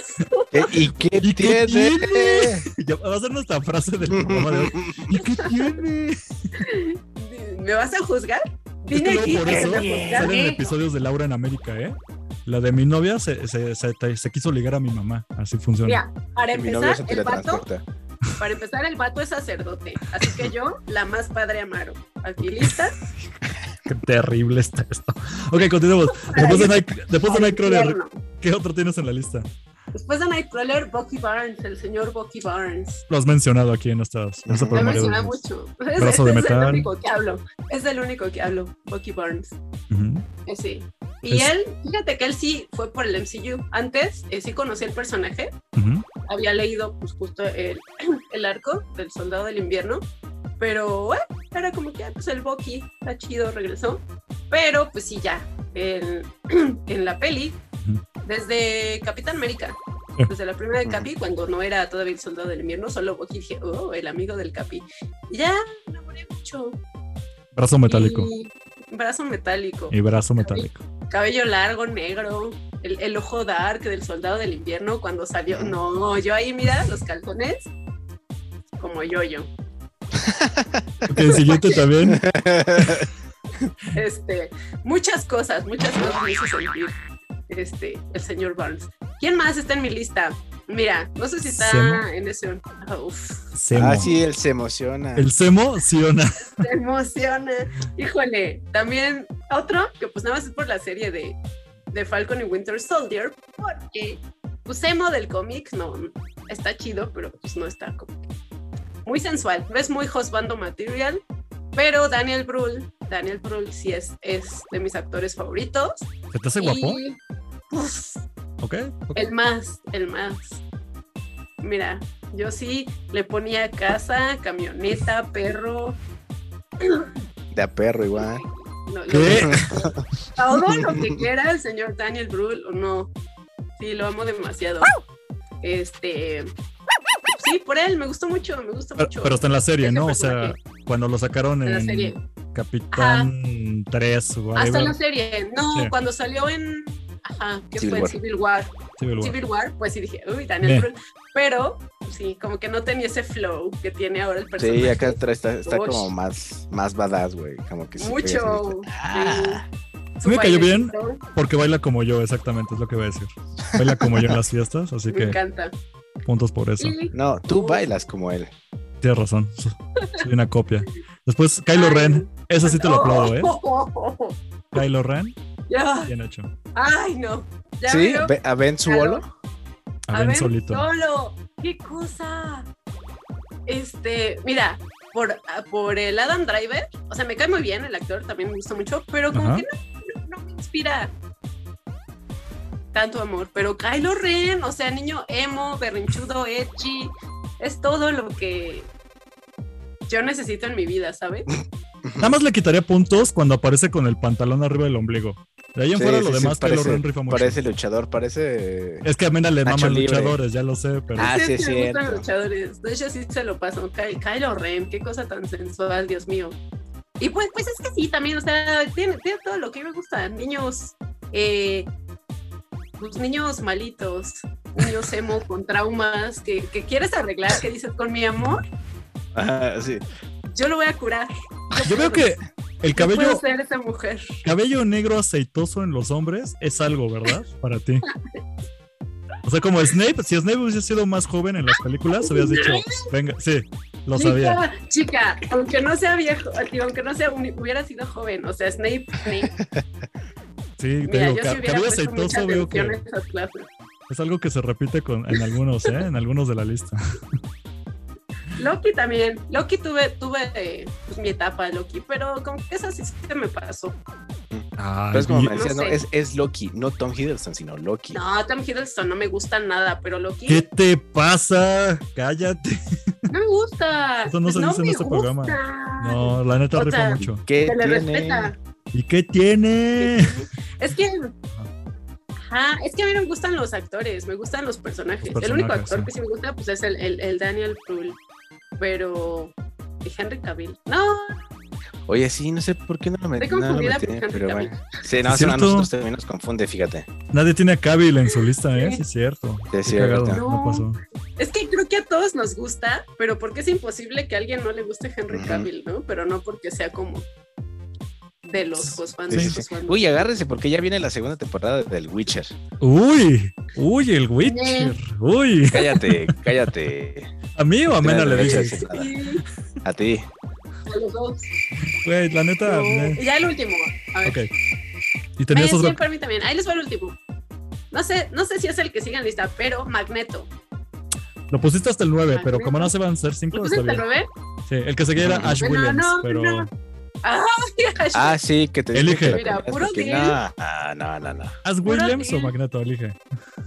[SPEAKER 4] ¿Qué- Eh, ¿Y qué
[SPEAKER 3] ¿Y qué
[SPEAKER 4] tiene?
[SPEAKER 3] Ya va a ser nuestra frase del programa de hoy. ¿Y qué tiene?
[SPEAKER 2] ¿Me vas a juzgar?
[SPEAKER 3] Es que
[SPEAKER 2] Vine aquí
[SPEAKER 3] luego por
[SPEAKER 2] para
[SPEAKER 3] eso
[SPEAKER 2] juzgar.
[SPEAKER 3] salen episodios de Laura en América, ¿eh? La de mi novia se, se- se- te- se quiso ligar a mi mamá. Así funciona.
[SPEAKER 2] Mira, para
[SPEAKER 4] Mi novio se
[SPEAKER 2] empezar, el vato,
[SPEAKER 4] teletransporta.
[SPEAKER 2] para empezar, el vato es sacerdote. Así que yo, la más padre Amaro. Aquí lista.
[SPEAKER 3] Qué terrible está esto. Ok, continuemos. Después de, Night- después de Nightcrawler,
[SPEAKER 2] Infierno.
[SPEAKER 3] ¿qué otro tienes en la lista?
[SPEAKER 2] Después de Nightcrawler, Bucky Barnes, el señor Bucky Barnes.
[SPEAKER 3] Lo has mencionado aquí en, nuestras, en nuestro
[SPEAKER 2] Lo
[SPEAKER 4] Lo
[SPEAKER 3] programa de
[SPEAKER 2] mencioné
[SPEAKER 3] hoy.
[SPEAKER 2] mucho.
[SPEAKER 3] Brazo de
[SPEAKER 2] Es
[SPEAKER 3] metal.
[SPEAKER 2] el único que hablo. Es el único que hablo, Bucky Barnes.
[SPEAKER 3] Ujú.
[SPEAKER 2] Eh, Sí. Y
[SPEAKER 3] Es-
[SPEAKER 2] él, fíjate que él sí fue por el MCU. Antes eh, sí conocía el personaje,
[SPEAKER 3] Ujú.
[SPEAKER 2] había leído pues justo el, el arco del Soldado del Invierno, pero bueno, era como que ah, pues el Bucky, está chido, regresó. Pero pues sí, ya, en, en la peli,
[SPEAKER 3] Ujú.
[SPEAKER 2] desde Capitán América,
[SPEAKER 3] Sí.
[SPEAKER 2] desde la primera de
[SPEAKER 4] Ujú.
[SPEAKER 2] Capi, cuando no era todavía el Soldado del Invierno, solo Bucky, dije, oh, el amigo del Capi. Y ya, me enamoré mucho.
[SPEAKER 3] Brazo metálico.
[SPEAKER 2] Y brazo metálico
[SPEAKER 3] Y brazo metálico.
[SPEAKER 2] cabello largo, negro, el, el ojo dark del soldado del invierno cuando salió. No, yo ahí mira los calzones como yo yo.
[SPEAKER 3] Ok, el siguiente también.
[SPEAKER 2] Este, muchas cosas, muchas cosas me hizo sentir este el señor Barnes. ¿Quién más está en mi lista? Mira, no sé si está
[SPEAKER 3] Semo.
[SPEAKER 2] en ese. Ah, uf,
[SPEAKER 3] Semo.
[SPEAKER 4] Ah, sí, él se emociona.
[SPEAKER 3] El Semo, sí o no.
[SPEAKER 2] te emociona. Híjole, también otro que pues nada más es por la serie de, de Falcon y Winter Soldier, porque pues emo del cómic no está chido, pero pues no está como que muy sensual, no es muy husbando material, pero Daniel Brühl, Daniel Brühl sí es, es de mis actores favoritos.
[SPEAKER 3] ¿Se te hace guapo?
[SPEAKER 2] Y, uf,
[SPEAKER 3] Ok. ok.
[SPEAKER 2] el más, el más. Mira, yo sí le ponía casa, camioneta, perro,
[SPEAKER 4] De a perro igual.
[SPEAKER 2] Lo- lo-
[SPEAKER 3] ¿Qué?
[SPEAKER 2] todo lo que quiera el señor Daniel Brühl o no. Sí, lo amo demasiado. Este. Sí, por él, me gustó mucho, me gustó
[SPEAKER 3] Pero,
[SPEAKER 2] mucho.
[SPEAKER 3] pero está en la serie,
[SPEAKER 2] Ese
[SPEAKER 3] ¿no? O sea, cuando lo sacaron
[SPEAKER 2] En la serie.
[SPEAKER 3] en Capitán 3 o
[SPEAKER 2] Hasta en la
[SPEAKER 3] whatever,
[SPEAKER 2] serie. No,
[SPEAKER 3] Sí.
[SPEAKER 2] cuando salió en. Ajá, que fue
[SPEAKER 4] Civil
[SPEAKER 2] en
[SPEAKER 4] War.
[SPEAKER 2] Civil War.
[SPEAKER 3] Civil War.
[SPEAKER 2] Civil War, pues sí dije, uy, Daniel
[SPEAKER 3] Bien.
[SPEAKER 2] Brühl. Pero, sí, como que no tenía ese flow que tiene ahora el personaje.
[SPEAKER 4] Sí, acá atrás está, está
[SPEAKER 2] Uy.
[SPEAKER 4] como más, más badass, güey. Como que sí,
[SPEAKER 2] Mucho.
[SPEAKER 4] pegas-
[SPEAKER 2] sí.
[SPEAKER 4] Ah.
[SPEAKER 2] Su
[SPEAKER 3] Me cayó bien.
[SPEAKER 2] bailecito,
[SPEAKER 3] Porque baila como yo, exactamente, es lo que voy a decir. Baila como yo en las fiestas, así
[SPEAKER 2] Me
[SPEAKER 3] que
[SPEAKER 2] encanta.
[SPEAKER 3] puntos por eso.
[SPEAKER 2] Y
[SPEAKER 4] No, tú
[SPEAKER 2] Uy.
[SPEAKER 4] bailas como él.
[SPEAKER 3] Tienes razón, so- soy una copia. Después, Kylo
[SPEAKER 2] Ay.
[SPEAKER 3] Ren, ese sí te lo
[SPEAKER 2] Oh,
[SPEAKER 3] aplaudo, ¿eh?
[SPEAKER 2] oh, oh, oh, oh.
[SPEAKER 3] Kylo Ren,
[SPEAKER 2] Ya.
[SPEAKER 3] bien hecho.
[SPEAKER 2] Ay, no. Ya
[SPEAKER 4] ¿Sí?
[SPEAKER 2] veo.
[SPEAKER 4] ¿Ve- ¿A Ben Suolo?
[SPEAKER 3] A Ben solito.
[SPEAKER 2] Solo. ¿Qué cosa? Este, mira, por, ah, por el Adam Driver, o sea, me cae muy bien el actor, también me gusta mucho, pero como
[SPEAKER 3] Ajá.
[SPEAKER 2] que no, no- no me inspira tanto amor. Pero Kylo Ren, o sea, niño emo, berrinchudo, edgy, es todo lo que yo necesito en mi vida, ¿sabes?
[SPEAKER 3] Nada más le quitaría puntos cuando aparece con el pantalón arriba del ombligo. De ahí en
[SPEAKER 4] Sí,
[SPEAKER 3] fuera,
[SPEAKER 4] sí,
[SPEAKER 3] lo
[SPEAKER 4] sí,
[SPEAKER 3] demás, Kylo
[SPEAKER 4] parece-
[SPEAKER 3] Ren rifa mucho.
[SPEAKER 4] Parece luchador, parece.
[SPEAKER 3] Es que a Mena le
[SPEAKER 4] Nacho
[SPEAKER 3] maman
[SPEAKER 4] Libre.
[SPEAKER 3] luchadores, ya lo sé, pero.
[SPEAKER 4] Ah,
[SPEAKER 2] Así
[SPEAKER 4] sí,
[SPEAKER 2] es
[SPEAKER 4] es
[SPEAKER 2] que me gustan
[SPEAKER 4] cierto.
[SPEAKER 2] los luchadores. De hecho, sí se lo paso. Ky- Kylo Ren, qué cosa tan sensual, Dios mío. Y pues, pues es que sí, también, o sea, tiene, tiene todo lo que me gusta. Niños, eh, pues niños malitos, niños emo con traumas que, que quieres arreglar, que dices con mi amor.
[SPEAKER 4] Ajá, sí.
[SPEAKER 2] Yo lo voy a curar.
[SPEAKER 3] Yo veo que el
[SPEAKER 2] Yo puedo
[SPEAKER 3] cabello,
[SPEAKER 2] ser esa mujer.
[SPEAKER 3] cabello negro aceitoso en los hombres es algo, ¿verdad? Para ti. O sea, como Snape, si Snape hubiese sido más joven en las películas, hubieras dicho, venga, sí, lo sabía.
[SPEAKER 2] Chica, chica, aunque no sea viejo, digo, aunque no sea, uni- hubiera sido joven, o sea, Snape, Snape.
[SPEAKER 3] Sí, te
[SPEAKER 2] Mira,
[SPEAKER 3] digo,
[SPEAKER 2] yo
[SPEAKER 3] ca-
[SPEAKER 2] sí hubiera
[SPEAKER 3] cabello
[SPEAKER 2] puesto mucha
[SPEAKER 3] aceitoso veo
[SPEAKER 2] atención a
[SPEAKER 3] que
[SPEAKER 2] esas clases.
[SPEAKER 3] es algo que se repite con, en algunos, ¿eh? En algunos de la lista.
[SPEAKER 2] Loki también. Loki tuve, tuve eh, pues, mi etapa de Loki, pero como que esa sí se me pasó.
[SPEAKER 3] Ah,
[SPEAKER 4] Pero es como
[SPEAKER 3] y-
[SPEAKER 4] me decías,
[SPEAKER 2] No
[SPEAKER 4] no,
[SPEAKER 2] sé.
[SPEAKER 4] es, es Loki, no Tom Hiddleston, sino Loki.
[SPEAKER 2] No, Tom Hiddleston no me gusta nada, pero Loki
[SPEAKER 3] ¿Qué te pasa? Cállate.
[SPEAKER 2] no me gusta. Pues,
[SPEAKER 3] Eso no se dice en
[SPEAKER 2] me
[SPEAKER 3] este programa.
[SPEAKER 2] gusta.
[SPEAKER 3] No, la neta
[SPEAKER 2] O
[SPEAKER 3] rifa
[SPEAKER 2] sea,
[SPEAKER 3] mucho.
[SPEAKER 4] ¿Qué
[SPEAKER 2] Se le
[SPEAKER 4] tiene?
[SPEAKER 2] respeta.
[SPEAKER 3] ¿Y qué tiene?
[SPEAKER 2] Es que. Ajá, es que a mí no me gustan los actores, me gustan los personajes.
[SPEAKER 3] Los
[SPEAKER 2] el único
[SPEAKER 3] personajes,
[SPEAKER 2] actor
[SPEAKER 3] sí.
[SPEAKER 2] que sí me gusta pues es el, el- el Daniel Brühl. Pero. y Henry Cavill. No,
[SPEAKER 4] Oye, sí, no sé por qué no lo metí.
[SPEAKER 2] Estoy
[SPEAKER 4] No lo
[SPEAKER 2] confundida
[SPEAKER 4] metí,
[SPEAKER 2] por Henry
[SPEAKER 4] pero
[SPEAKER 2] Cavill.
[SPEAKER 4] bueno. Sí, no,
[SPEAKER 3] ¿Es
[SPEAKER 4] o sea, a
[SPEAKER 3] cierto?
[SPEAKER 4] nosotros también nos confunde, fíjate.
[SPEAKER 3] Nadie tiene a Cavill en su lista, ¿eh? Sí, es cierto.
[SPEAKER 4] Sí, es
[SPEAKER 3] Qué cagado,
[SPEAKER 4] cierto.
[SPEAKER 3] no pasó.
[SPEAKER 2] es que creo que a todos nos gusta, pero porque es imposible que a alguien no le guste Henry
[SPEAKER 4] Ujú.
[SPEAKER 2] Cavill, ¿no? Pero no porque sea como. De los Cosfans.
[SPEAKER 4] Sí, sí, sí. Uy, agárrese porque ya viene la segunda temporada del Witcher.
[SPEAKER 3] Uy, uy, el Witcher. Uy,
[SPEAKER 4] Cállate, cállate.
[SPEAKER 3] a mí o a Mena le
[SPEAKER 4] Tienes derecho a
[SPEAKER 3] dices.
[SPEAKER 4] decir nada. A ti.
[SPEAKER 2] a los dos.
[SPEAKER 3] Güey, la neta.
[SPEAKER 2] No.
[SPEAKER 3] eh,
[SPEAKER 2] Y Ya el último. A ver.
[SPEAKER 3] Ok. Y tenías
[SPEAKER 2] Ay, sí,
[SPEAKER 3] otro.
[SPEAKER 2] permítame. Ahí les va el último. No sé, no sé si es el que sigue en lista, pero Magneto.
[SPEAKER 3] Lo pusiste hasta el 9, pero
[SPEAKER 2] Magneto.
[SPEAKER 3] como no se van a ser
[SPEAKER 2] Ah, ¿Lo
[SPEAKER 3] 5,
[SPEAKER 2] puse
[SPEAKER 3] está
[SPEAKER 2] hasta el
[SPEAKER 3] bien.
[SPEAKER 2] 9?
[SPEAKER 3] Sí, el que seguía era
[SPEAKER 4] Bueno,
[SPEAKER 3] Ash
[SPEAKER 2] no,
[SPEAKER 3] Williams,
[SPEAKER 2] no,
[SPEAKER 3] pero.
[SPEAKER 2] no.
[SPEAKER 4] Ah, sí, que te
[SPEAKER 3] Elige.
[SPEAKER 4] dije que
[SPEAKER 2] Mira,
[SPEAKER 4] la comías
[SPEAKER 2] puro
[SPEAKER 4] porque-
[SPEAKER 2] gay.
[SPEAKER 4] No, ah, no, no, no.
[SPEAKER 3] ¿Ash Williams o
[SPEAKER 2] bien.
[SPEAKER 3] Magneto? Elige.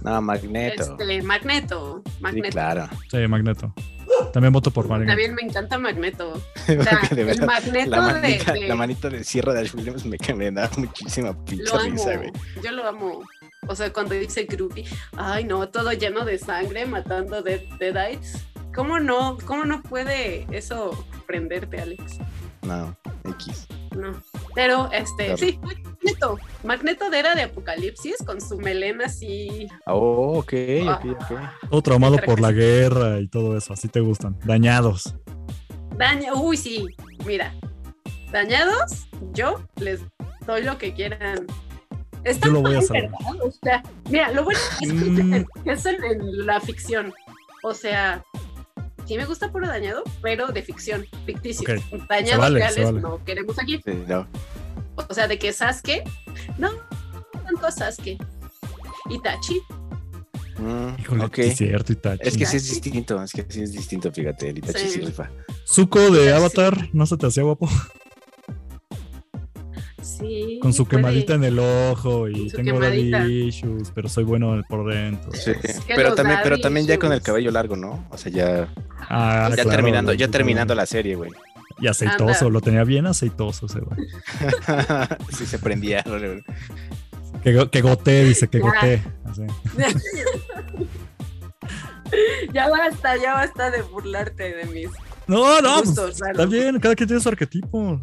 [SPEAKER 4] No, Magneto.
[SPEAKER 2] Este, Magneto.
[SPEAKER 4] Sí,
[SPEAKER 2] Magneto.
[SPEAKER 4] claro.
[SPEAKER 3] Sí, Magneto. También voto por Magneto.
[SPEAKER 2] También me encanta Magneto. O sea,
[SPEAKER 4] Porque de
[SPEAKER 2] el
[SPEAKER 4] verdad,
[SPEAKER 2] Magneto
[SPEAKER 4] la manita,
[SPEAKER 2] de, de-
[SPEAKER 4] la manita de sierra de Ash Williams me, que me da muchísima pinche
[SPEAKER 2] Lo amo.
[SPEAKER 4] risa, güey.
[SPEAKER 2] Yo lo amo. O sea, cuando dice Groovy, ay no, todo lleno de sangre, matando de Deadites. ¿Cómo no? ¿Cómo no puede eso prenderte, Alex?
[SPEAKER 4] No, X.
[SPEAKER 2] No. Pero, este,
[SPEAKER 4] Claro.
[SPEAKER 2] sí, Magneto. Magneto de era de Apocalipsis con su melena así. Ah,
[SPEAKER 4] Oh, ok, ok, ok.
[SPEAKER 3] Todo traumado por la guerra y todo eso. Así te gustan. Dañados.
[SPEAKER 2] Daña. Uy, sí, mira. Dañados, yo les doy lo que quieran. Está
[SPEAKER 3] Yo lo voy a
[SPEAKER 2] mal,
[SPEAKER 3] salvar.
[SPEAKER 2] ¿verdad? O sea, mira, lo bueno es
[SPEAKER 3] Mm.
[SPEAKER 2] que es en, en la ficción. O sea, sí me gusta puro dañado, pero de ficción, ficticio.
[SPEAKER 3] Ok,
[SPEAKER 2] Dañados
[SPEAKER 3] vale, se
[SPEAKER 2] reales
[SPEAKER 3] vale.
[SPEAKER 2] no queremos aquí.
[SPEAKER 4] Sí, no.
[SPEAKER 2] O sea, de que Sasuke, no, tanto a Sasuke. Itachi,
[SPEAKER 4] Mm,
[SPEAKER 3] Híjole,
[SPEAKER 4] ok.
[SPEAKER 3] sí es cierto, Itachi.
[SPEAKER 4] Es que sí es distinto, es que sí es distinto, fíjate, el Itachi
[SPEAKER 2] Sí.
[SPEAKER 4] sí rifa.
[SPEAKER 3] Zuko de Avatar no se te hacía guapo.
[SPEAKER 2] sí.
[SPEAKER 3] Con su
[SPEAKER 2] puede.
[SPEAKER 3] quemadita en el ojo y
[SPEAKER 2] Con su
[SPEAKER 3] tengo daddy
[SPEAKER 2] quemadita.
[SPEAKER 3] issues, pero soy bueno por dentro.
[SPEAKER 4] Sí.
[SPEAKER 2] que
[SPEAKER 4] Pero
[SPEAKER 2] los
[SPEAKER 4] también, pero
[SPEAKER 2] daddy
[SPEAKER 4] también ya con el
[SPEAKER 2] issues.
[SPEAKER 4] cabello largo, ¿no? O sea, ya,
[SPEAKER 3] Ah,
[SPEAKER 4] ya
[SPEAKER 3] claro,
[SPEAKER 4] terminando, ya
[SPEAKER 3] sí,
[SPEAKER 4] terminando la serie, güey.
[SPEAKER 3] Y aceitoso,
[SPEAKER 2] Anda.
[SPEAKER 3] lo tenía bien aceitoso ese güey.
[SPEAKER 4] sí se prendía, güey.
[SPEAKER 3] Que, go- que goté, dice, que
[SPEAKER 2] Ya.
[SPEAKER 3] goté. Así.
[SPEAKER 2] Ya basta, ya basta de burlarte de mis
[SPEAKER 3] No, no, pues,
[SPEAKER 2] gustos raros.
[SPEAKER 3] está bien, cada quien tiene su arquetipo.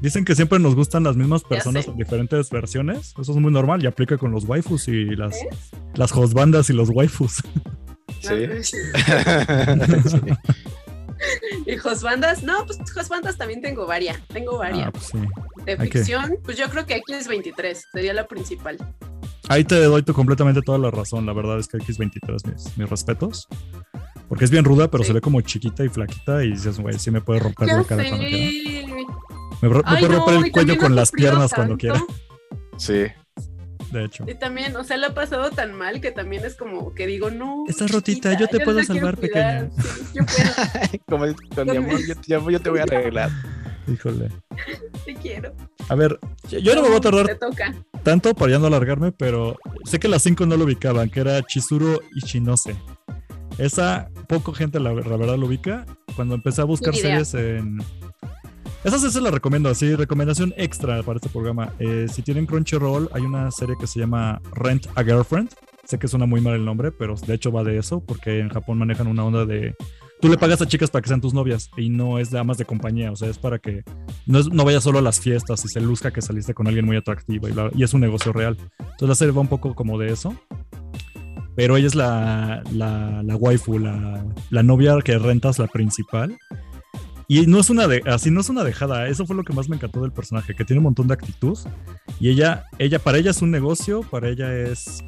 [SPEAKER 3] Dicen que siempre nos gustan las mismas personas
[SPEAKER 2] sé.
[SPEAKER 3] en diferentes versiones. Eso es muy normal y aplica con los waifus y las,
[SPEAKER 2] ¿Eh?
[SPEAKER 3] las hostbandas y los waifus.
[SPEAKER 4] Sí. Sí.
[SPEAKER 2] pues, Y Josbandas, no, pues Josbandas también tengo varias, tengo
[SPEAKER 3] Ah,
[SPEAKER 2] varias.
[SPEAKER 3] pues sí.
[SPEAKER 2] de
[SPEAKER 3] hay que-
[SPEAKER 2] ficción, pues yo creo que aquí es 23, sería la principal.
[SPEAKER 3] Ahí te doy tu- completamente toda la razón. La verdad es que X23, mis, mis respetos. Porque es bien ruda, pero
[SPEAKER 2] Sí.
[SPEAKER 3] se ve como chiquita y flaquita. Y dices, güey, sí me puede romper
[SPEAKER 2] Ya
[SPEAKER 3] la cara
[SPEAKER 2] sé.
[SPEAKER 3] cuando quiera.
[SPEAKER 2] Me
[SPEAKER 3] Me, ro- me puede romper el cuello con las piernas cuando quiera,
[SPEAKER 4] Sí.
[SPEAKER 3] de hecho.
[SPEAKER 2] Y también, o sea, la ha pasado tan mal que también es como que digo, no.
[SPEAKER 3] Estás rotita,
[SPEAKER 2] chiquita,
[SPEAKER 3] yo te
[SPEAKER 2] no
[SPEAKER 3] puedo
[SPEAKER 2] la quiero
[SPEAKER 3] salvar,
[SPEAKER 2] cuidar, sí, yo puedo,
[SPEAKER 4] Como dice, con mi amor, yo te, llamo, yo te voy a arreglar.
[SPEAKER 3] Híjole.
[SPEAKER 2] te quiero.
[SPEAKER 3] A ver, yo- yo no me voy a
[SPEAKER 2] Te
[SPEAKER 3] tardar
[SPEAKER 2] toca.
[SPEAKER 3] tanto para ya no alargarme, pero sé que las cinco no lo ubicaban, que era Chizuru Ichinose. Esa poco gente la, la verdad lo ubica. Cuando empecé a buscar
[SPEAKER 2] Ni idea.
[SPEAKER 3] series en... Esas se las recomiendo, así, recomendación extra para este programa. Eh, si tienen Crunchyroll, hay una serie que se llama Rent a Girlfriend. Sé que suena muy mal el nombre, pero de hecho va de eso, porque en Japón manejan una onda de... Tú le pagas a chicas para que sean tus novias y no es de amas de compañía, o sea, es para que no, es- no vayas solo a las fiestas y se luzca que saliste con alguien muy atractivo y, bla, y es un negocio real. Entonces la serie va un poco como de eso. Pero ella es la, la, la waifu, la, la novia que rentas, la principal. Y no es una de, así no es una dejada. Eso fue lo que más me encantó del personaje, que tiene un montón de actitud. Y ella, ella, para ella es un negocio, para ella es,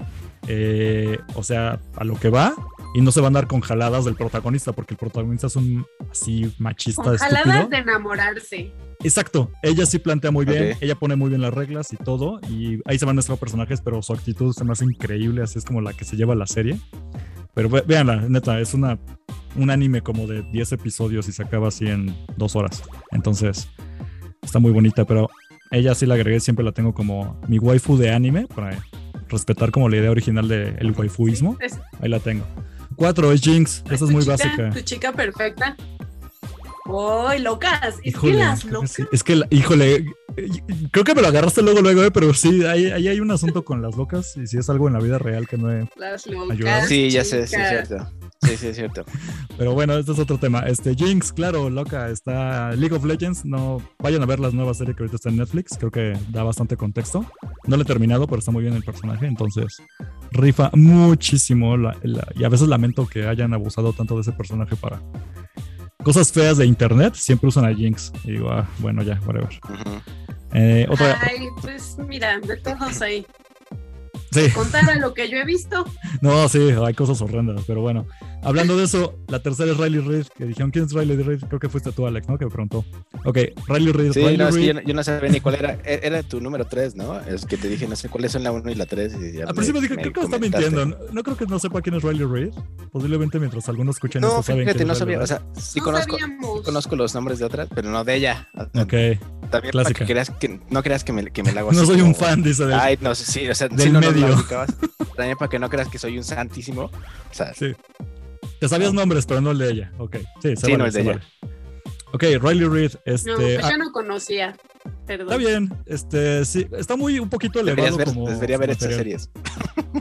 [SPEAKER 3] eh, o sea, a lo que va. Y no se va a andar con jaladas del protagonista, porque el protagonista es un así machista.
[SPEAKER 2] Con
[SPEAKER 3] estúpido.
[SPEAKER 2] jaladas de enamorarse.
[SPEAKER 3] Exacto, ella sí plantea muy bien,
[SPEAKER 4] Ok.
[SPEAKER 3] ella pone muy bien las reglas y todo, y ahí se van nuestros personajes, pero su actitud se me hace increíble, así es como la que se lleva la serie. Pero ve- véanla, neta, es una, un anime como de 10 episodios y se acaba así en dos horas. Entonces, está muy bonita, pero ella sí la agregué, siempre la tengo como mi waifu de anime, para respetar como la idea original del waifuismo.
[SPEAKER 2] Es-
[SPEAKER 3] Ahí la tengo. Cuatro, es Jinx, esa es
[SPEAKER 2] tu
[SPEAKER 3] muy
[SPEAKER 2] chica-
[SPEAKER 3] básica.
[SPEAKER 2] Tu chica perfecta. ¡Ay, locas! Es
[SPEAKER 3] Híjole,
[SPEAKER 2] que las
[SPEAKER 3] creo que
[SPEAKER 2] locas.
[SPEAKER 3] sí. Es que, la- híjole, eh, creo que me lo agarraste luego, luego, eh, pero sí, ahí, ahí hay un asunto con las locas y si es algo en la vida real que no he...
[SPEAKER 2] Las
[SPEAKER 3] Ayuda.
[SPEAKER 2] locas.
[SPEAKER 4] Sí, ya sé, sí es
[SPEAKER 2] chicas.
[SPEAKER 4] cierto. Sí, sí es cierto.
[SPEAKER 3] Pero bueno, este es otro tema. Este, Jinx, claro, loca, está League of Legends, no, vayan a ver las nuevas series que ahorita está en Netflix, creo que da bastante contexto. No lo he terminado, pero está muy bien el personaje, entonces rifa muchísimo la- la- y a veces lamento que hayan abusado tanto de ese personaje para... Cosas feas de internet, siempre usan a Jinx. Y digo, ah, bueno, ya, whatever.
[SPEAKER 4] Ujú.
[SPEAKER 3] Eh, otra.
[SPEAKER 2] Ay, pues mira, de todos ahí.
[SPEAKER 3] sí.
[SPEAKER 2] Contar a lo que yo he visto.
[SPEAKER 3] No, sí, hay cosas horrendas, pero bueno. Hablando de eso, la tercera es Riley Reid, que dijeron, ¿quién es Riley Reid? Creo que fuiste tú, Alex, ¿no? Que me preguntó. Ok, Riley Reid.
[SPEAKER 4] Sí,
[SPEAKER 3] Riley
[SPEAKER 4] no, es que
[SPEAKER 3] Reid-
[SPEAKER 4] yo, no- yo no sabía ni cuál era. E- Era tu número 3, ¿no? Es que te dije, no sé cuáles son la 1 y la 3. Y ya
[SPEAKER 3] Al
[SPEAKER 4] me-
[SPEAKER 3] principio dije,
[SPEAKER 4] me
[SPEAKER 3] creo que me está
[SPEAKER 4] comentaste.
[SPEAKER 3] mintiendo. No, no creo que no sepa quién es Riley Reid. Posiblemente mientras algunos escuchen
[SPEAKER 4] No,
[SPEAKER 3] esto saben
[SPEAKER 4] fíjate,
[SPEAKER 3] quién
[SPEAKER 4] no
[SPEAKER 3] es Riley
[SPEAKER 4] sabía. O sea, sí
[SPEAKER 2] no
[SPEAKER 4] conozco,
[SPEAKER 2] sabíamos.
[SPEAKER 4] conozco los nombres de otras, pero no de ella. O sea,
[SPEAKER 3] Reid. Ok,
[SPEAKER 4] También para
[SPEAKER 3] clásica.
[SPEAKER 4] que creas que no creas que me, que me la hago
[SPEAKER 3] no
[SPEAKER 4] así
[SPEAKER 3] soy un
[SPEAKER 4] como-
[SPEAKER 3] fan, dice. del-
[SPEAKER 4] Ay, no, sí, o sea, sí,
[SPEAKER 3] del
[SPEAKER 4] no, no, no,
[SPEAKER 3] medio.
[SPEAKER 4] ubicabas. También para que no creas que soy un santísimo. O sea,
[SPEAKER 3] Sí. Te sabías nombres, pero no el de ella. Ok, sí, se
[SPEAKER 4] Sí,
[SPEAKER 3] vale,
[SPEAKER 4] no el
[SPEAKER 3] se
[SPEAKER 4] de ella.
[SPEAKER 3] vale. Ok, Riley Reid,
[SPEAKER 2] No,
[SPEAKER 3] este...
[SPEAKER 2] pues
[SPEAKER 3] ah,
[SPEAKER 2] yo no conocía. Perdón.
[SPEAKER 3] Está bien, este, sí, está muy un poquito
[SPEAKER 4] deberías
[SPEAKER 3] elevado
[SPEAKER 4] ver,
[SPEAKER 3] como
[SPEAKER 4] debería
[SPEAKER 3] su
[SPEAKER 4] ver estas
[SPEAKER 3] material.
[SPEAKER 4] series.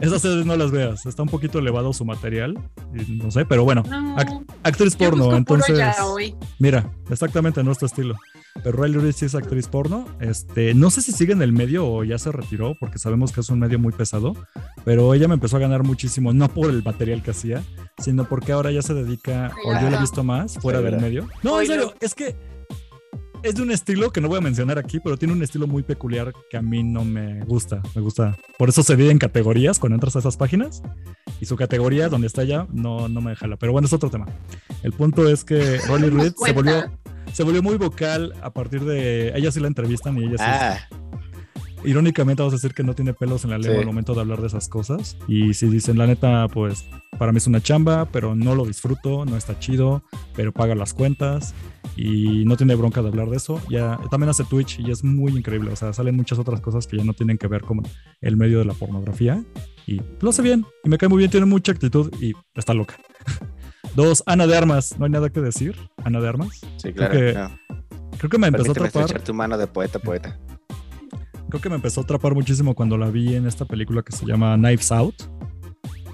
[SPEAKER 3] Esas series no las veas, está un poquito elevado su material, y no sé, pero bueno,
[SPEAKER 2] No.
[SPEAKER 3] Ac- actriz
[SPEAKER 2] yo
[SPEAKER 3] porno,
[SPEAKER 2] busco
[SPEAKER 3] entonces,
[SPEAKER 2] Puro ya hoy.
[SPEAKER 3] mira, exactamente nuestro estilo. Pero Riley Reid sí es actriz porno, este, no sé si sigue en el medio o ya se retiró, porque sabemos que es un medio muy pesado, pero ella me empezó a ganar muchísimo, no por el material que hacía, sino porque ahora ya se dedica, o yo la he
[SPEAKER 2] Ajá.
[SPEAKER 3] visto más, fuera
[SPEAKER 4] Sí,
[SPEAKER 3] del
[SPEAKER 4] ¿verdad?
[SPEAKER 3] medio. No, en
[SPEAKER 2] Oilo.
[SPEAKER 3] serio, es que es de un estilo que no voy a mencionar aquí, pero tiene un estilo muy peculiar que a mí no me gusta. Me gusta. Por eso se divide en categorías cuando entras a esas páginas. Y su categoría, donde está ya, no, no me jala. Pero bueno, es otro tema. El punto es que Rolly
[SPEAKER 2] dimos
[SPEAKER 3] Reed se volvió,
[SPEAKER 2] cuenta.
[SPEAKER 3] se volvió muy vocal a partir de. Ella sí la entrevistan y ella sí.
[SPEAKER 4] Ah,
[SPEAKER 3] Irónicamente, vamos a decir que no tiene pelos en la lengua
[SPEAKER 4] Sí.
[SPEAKER 3] al momento de hablar de esas cosas. Y si dicen, la neta, pues para mí es una chamba, pero no lo disfruto, no está chido, pero paga las cuentas y no tiene bronca de hablar de eso. Ya también hace Twitch y es muy increíble. O sea, salen muchas otras cosas que ya no tienen que ver con el medio de la pornografía. Y lo hace bien y me cae muy bien, tiene mucha actitud y está loca. Dos, Ana de Armas. No hay nada que decir. Ana de Armas.
[SPEAKER 4] sí,
[SPEAKER 3] Creo
[SPEAKER 4] claro.
[SPEAKER 3] que
[SPEAKER 4] no.
[SPEAKER 3] Creo que me empezó a
[SPEAKER 4] Permíteme
[SPEAKER 3] atrapar.
[SPEAKER 4] estrechar tu mano de poeta, poeta.
[SPEAKER 3] creo que me empezó a atrapar muchísimo cuando la vi en esta película que se llama Knives Out.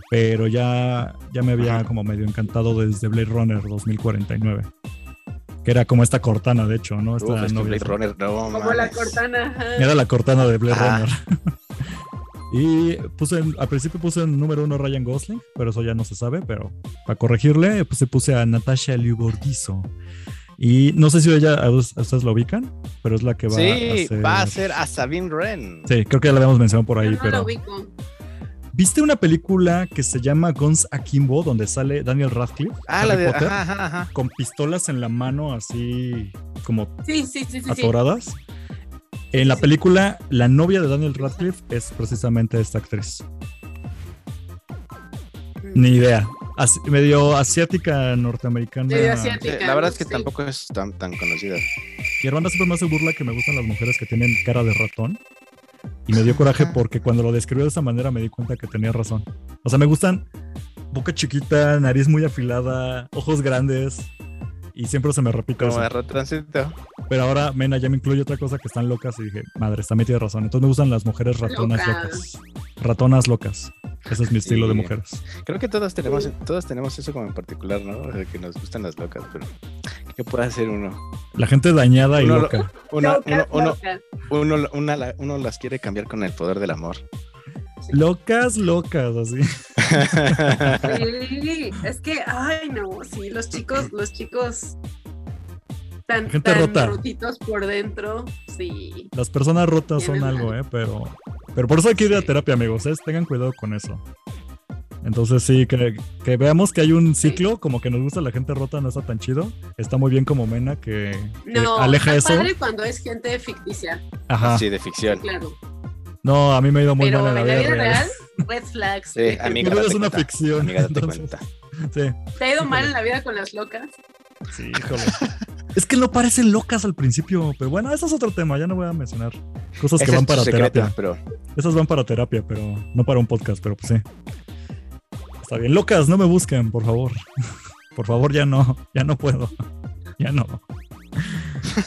[SPEAKER 3] Pero ya, ya me había
[SPEAKER 4] Ajá.
[SPEAKER 3] como medio encantado desde Blade Runner 2049. Que era como esta cortana, de hecho, ¿no? Esta
[SPEAKER 4] Uf, es que
[SPEAKER 3] novia.
[SPEAKER 4] Blade Runner, no
[SPEAKER 2] Como la
[SPEAKER 4] mames.
[SPEAKER 2] cortana. ajá.
[SPEAKER 3] Era la cortana de Blade
[SPEAKER 4] Ah.
[SPEAKER 3] Runner. y puse, en- al principio puse en número uno a Ryan Gosling, pero eso ya no se sabe. Pero para corregirle, pues sí puse a Natasha Liubordizo. Y no sé si ella, a us- a ustedes la ubican, pero es la que va a
[SPEAKER 4] Sí,
[SPEAKER 3] hacer...
[SPEAKER 4] va a ser a Sabine Wren.
[SPEAKER 3] Sí, creo que ya la habíamos mencionado por ahí,
[SPEAKER 2] Yo no
[SPEAKER 3] pero...
[SPEAKER 2] lo ubico.
[SPEAKER 3] ¿Viste una película que se llama Guns Akimbo, donde sale Daniel Radcliffe?
[SPEAKER 4] Ah, la
[SPEAKER 3] Harry
[SPEAKER 4] de.
[SPEAKER 3] Potter,
[SPEAKER 4] Ajá, ajá, ajá.
[SPEAKER 3] Con pistolas en la mano, así como
[SPEAKER 2] Sí, sí, sí, sí. sí.
[SPEAKER 3] atoradas. En la
[SPEAKER 2] Sí.
[SPEAKER 3] película, la novia de Daniel Radcliffe es precisamente esta actriz.
[SPEAKER 2] Mm.
[SPEAKER 3] Ni idea. Asi- medio asiática norteamericana.
[SPEAKER 2] Medio asiática.
[SPEAKER 4] Sí,
[SPEAKER 2] Platicamos,
[SPEAKER 4] la verdad es que
[SPEAKER 2] sí.
[SPEAKER 4] tampoco es tan, tan conocida.
[SPEAKER 3] Mi hermana siempre me hace burla que me gustan las mujeres que tienen cara de ratón. Y me dio coraje porque cuando lo describió de esa manera me di cuenta que tenía razón. O sea, me gustan boca chiquita, nariz muy afilada, ojos grandes. Y siempre se me repite
[SPEAKER 4] Como
[SPEAKER 3] eso.
[SPEAKER 4] de ratoncito.
[SPEAKER 3] Pero ahora, Mena, ya me incluye otra cosa que están locas y dije, madre, está metida razón. Entonces me gustan las mujeres ratonas locas.
[SPEAKER 2] Locas.
[SPEAKER 3] Ratonas locas. Ese es mi estilo de
[SPEAKER 4] Sí.
[SPEAKER 3] mujeres.
[SPEAKER 4] Creo que todos tenemos, todos tenemos eso como en particular, ¿no? O sea, que nos gustan las locas, pero ¿qué puede hacer uno?
[SPEAKER 3] La gente dañada y
[SPEAKER 4] Uno lo-
[SPEAKER 3] loca.
[SPEAKER 4] Uno, uno,
[SPEAKER 2] Locas,
[SPEAKER 4] uno,
[SPEAKER 2] locas.
[SPEAKER 4] uno, una la- uno las quiere cambiar con el poder del amor.
[SPEAKER 3] Locas, locas, así.
[SPEAKER 2] Sí, es que, ay, no, sí, los chicos, los chicos Tan,
[SPEAKER 3] Gente
[SPEAKER 2] tan
[SPEAKER 3] rota.
[SPEAKER 2] rotitos por dentro. Sí.
[SPEAKER 3] Las personas rotas son
[SPEAKER 2] Tienen
[SPEAKER 3] algo, ¿eh? Pero, pero por eso hay que ir a
[SPEAKER 2] Sí.
[SPEAKER 3] terapia, amigos. ¿eh? Tengan cuidado con eso. Entonces, sí, que, que veamos que hay un ciclo, como que nos gusta la gente rota, no está tan chido. Está muy bien como Mena que, que
[SPEAKER 2] No,
[SPEAKER 3] Eh, aleja eso.
[SPEAKER 2] está padre cuando es gente ficticia,
[SPEAKER 3] Ajá.
[SPEAKER 4] Sí, de ficción.
[SPEAKER 2] claro.
[SPEAKER 3] No, a mí me ha ido muy
[SPEAKER 2] Pero
[SPEAKER 3] mal
[SPEAKER 2] en
[SPEAKER 3] en la vida real.
[SPEAKER 2] real, red flags.
[SPEAKER 4] Sí, amiga,
[SPEAKER 3] Pero
[SPEAKER 4] date
[SPEAKER 3] es una
[SPEAKER 4] cuenta.
[SPEAKER 3] ficción,
[SPEAKER 4] Amiga, date
[SPEAKER 3] entonces.
[SPEAKER 4] cuenta.
[SPEAKER 3] Sí,
[SPEAKER 2] ¿Te ha ido mal en la vida con las locas?
[SPEAKER 3] sí, híjole. es que no parecen locas al principio, pero bueno, eso es otro tema, ya no voy a mencionar. Cosas
[SPEAKER 4] Ese
[SPEAKER 3] que van
[SPEAKER 4] es tu
[SPEAKER 3] para
[SPEAKER 4] secreto,
[SPEAKER 3] terapia.
[SPEAKER 4] pero
[SPEAKER 3] Esas van para terapia, pero no para un podcast, pero pues sí. Está bien. Locas, no me busquen, por favor. Por favor, ya no, ya no puedo. Ya no.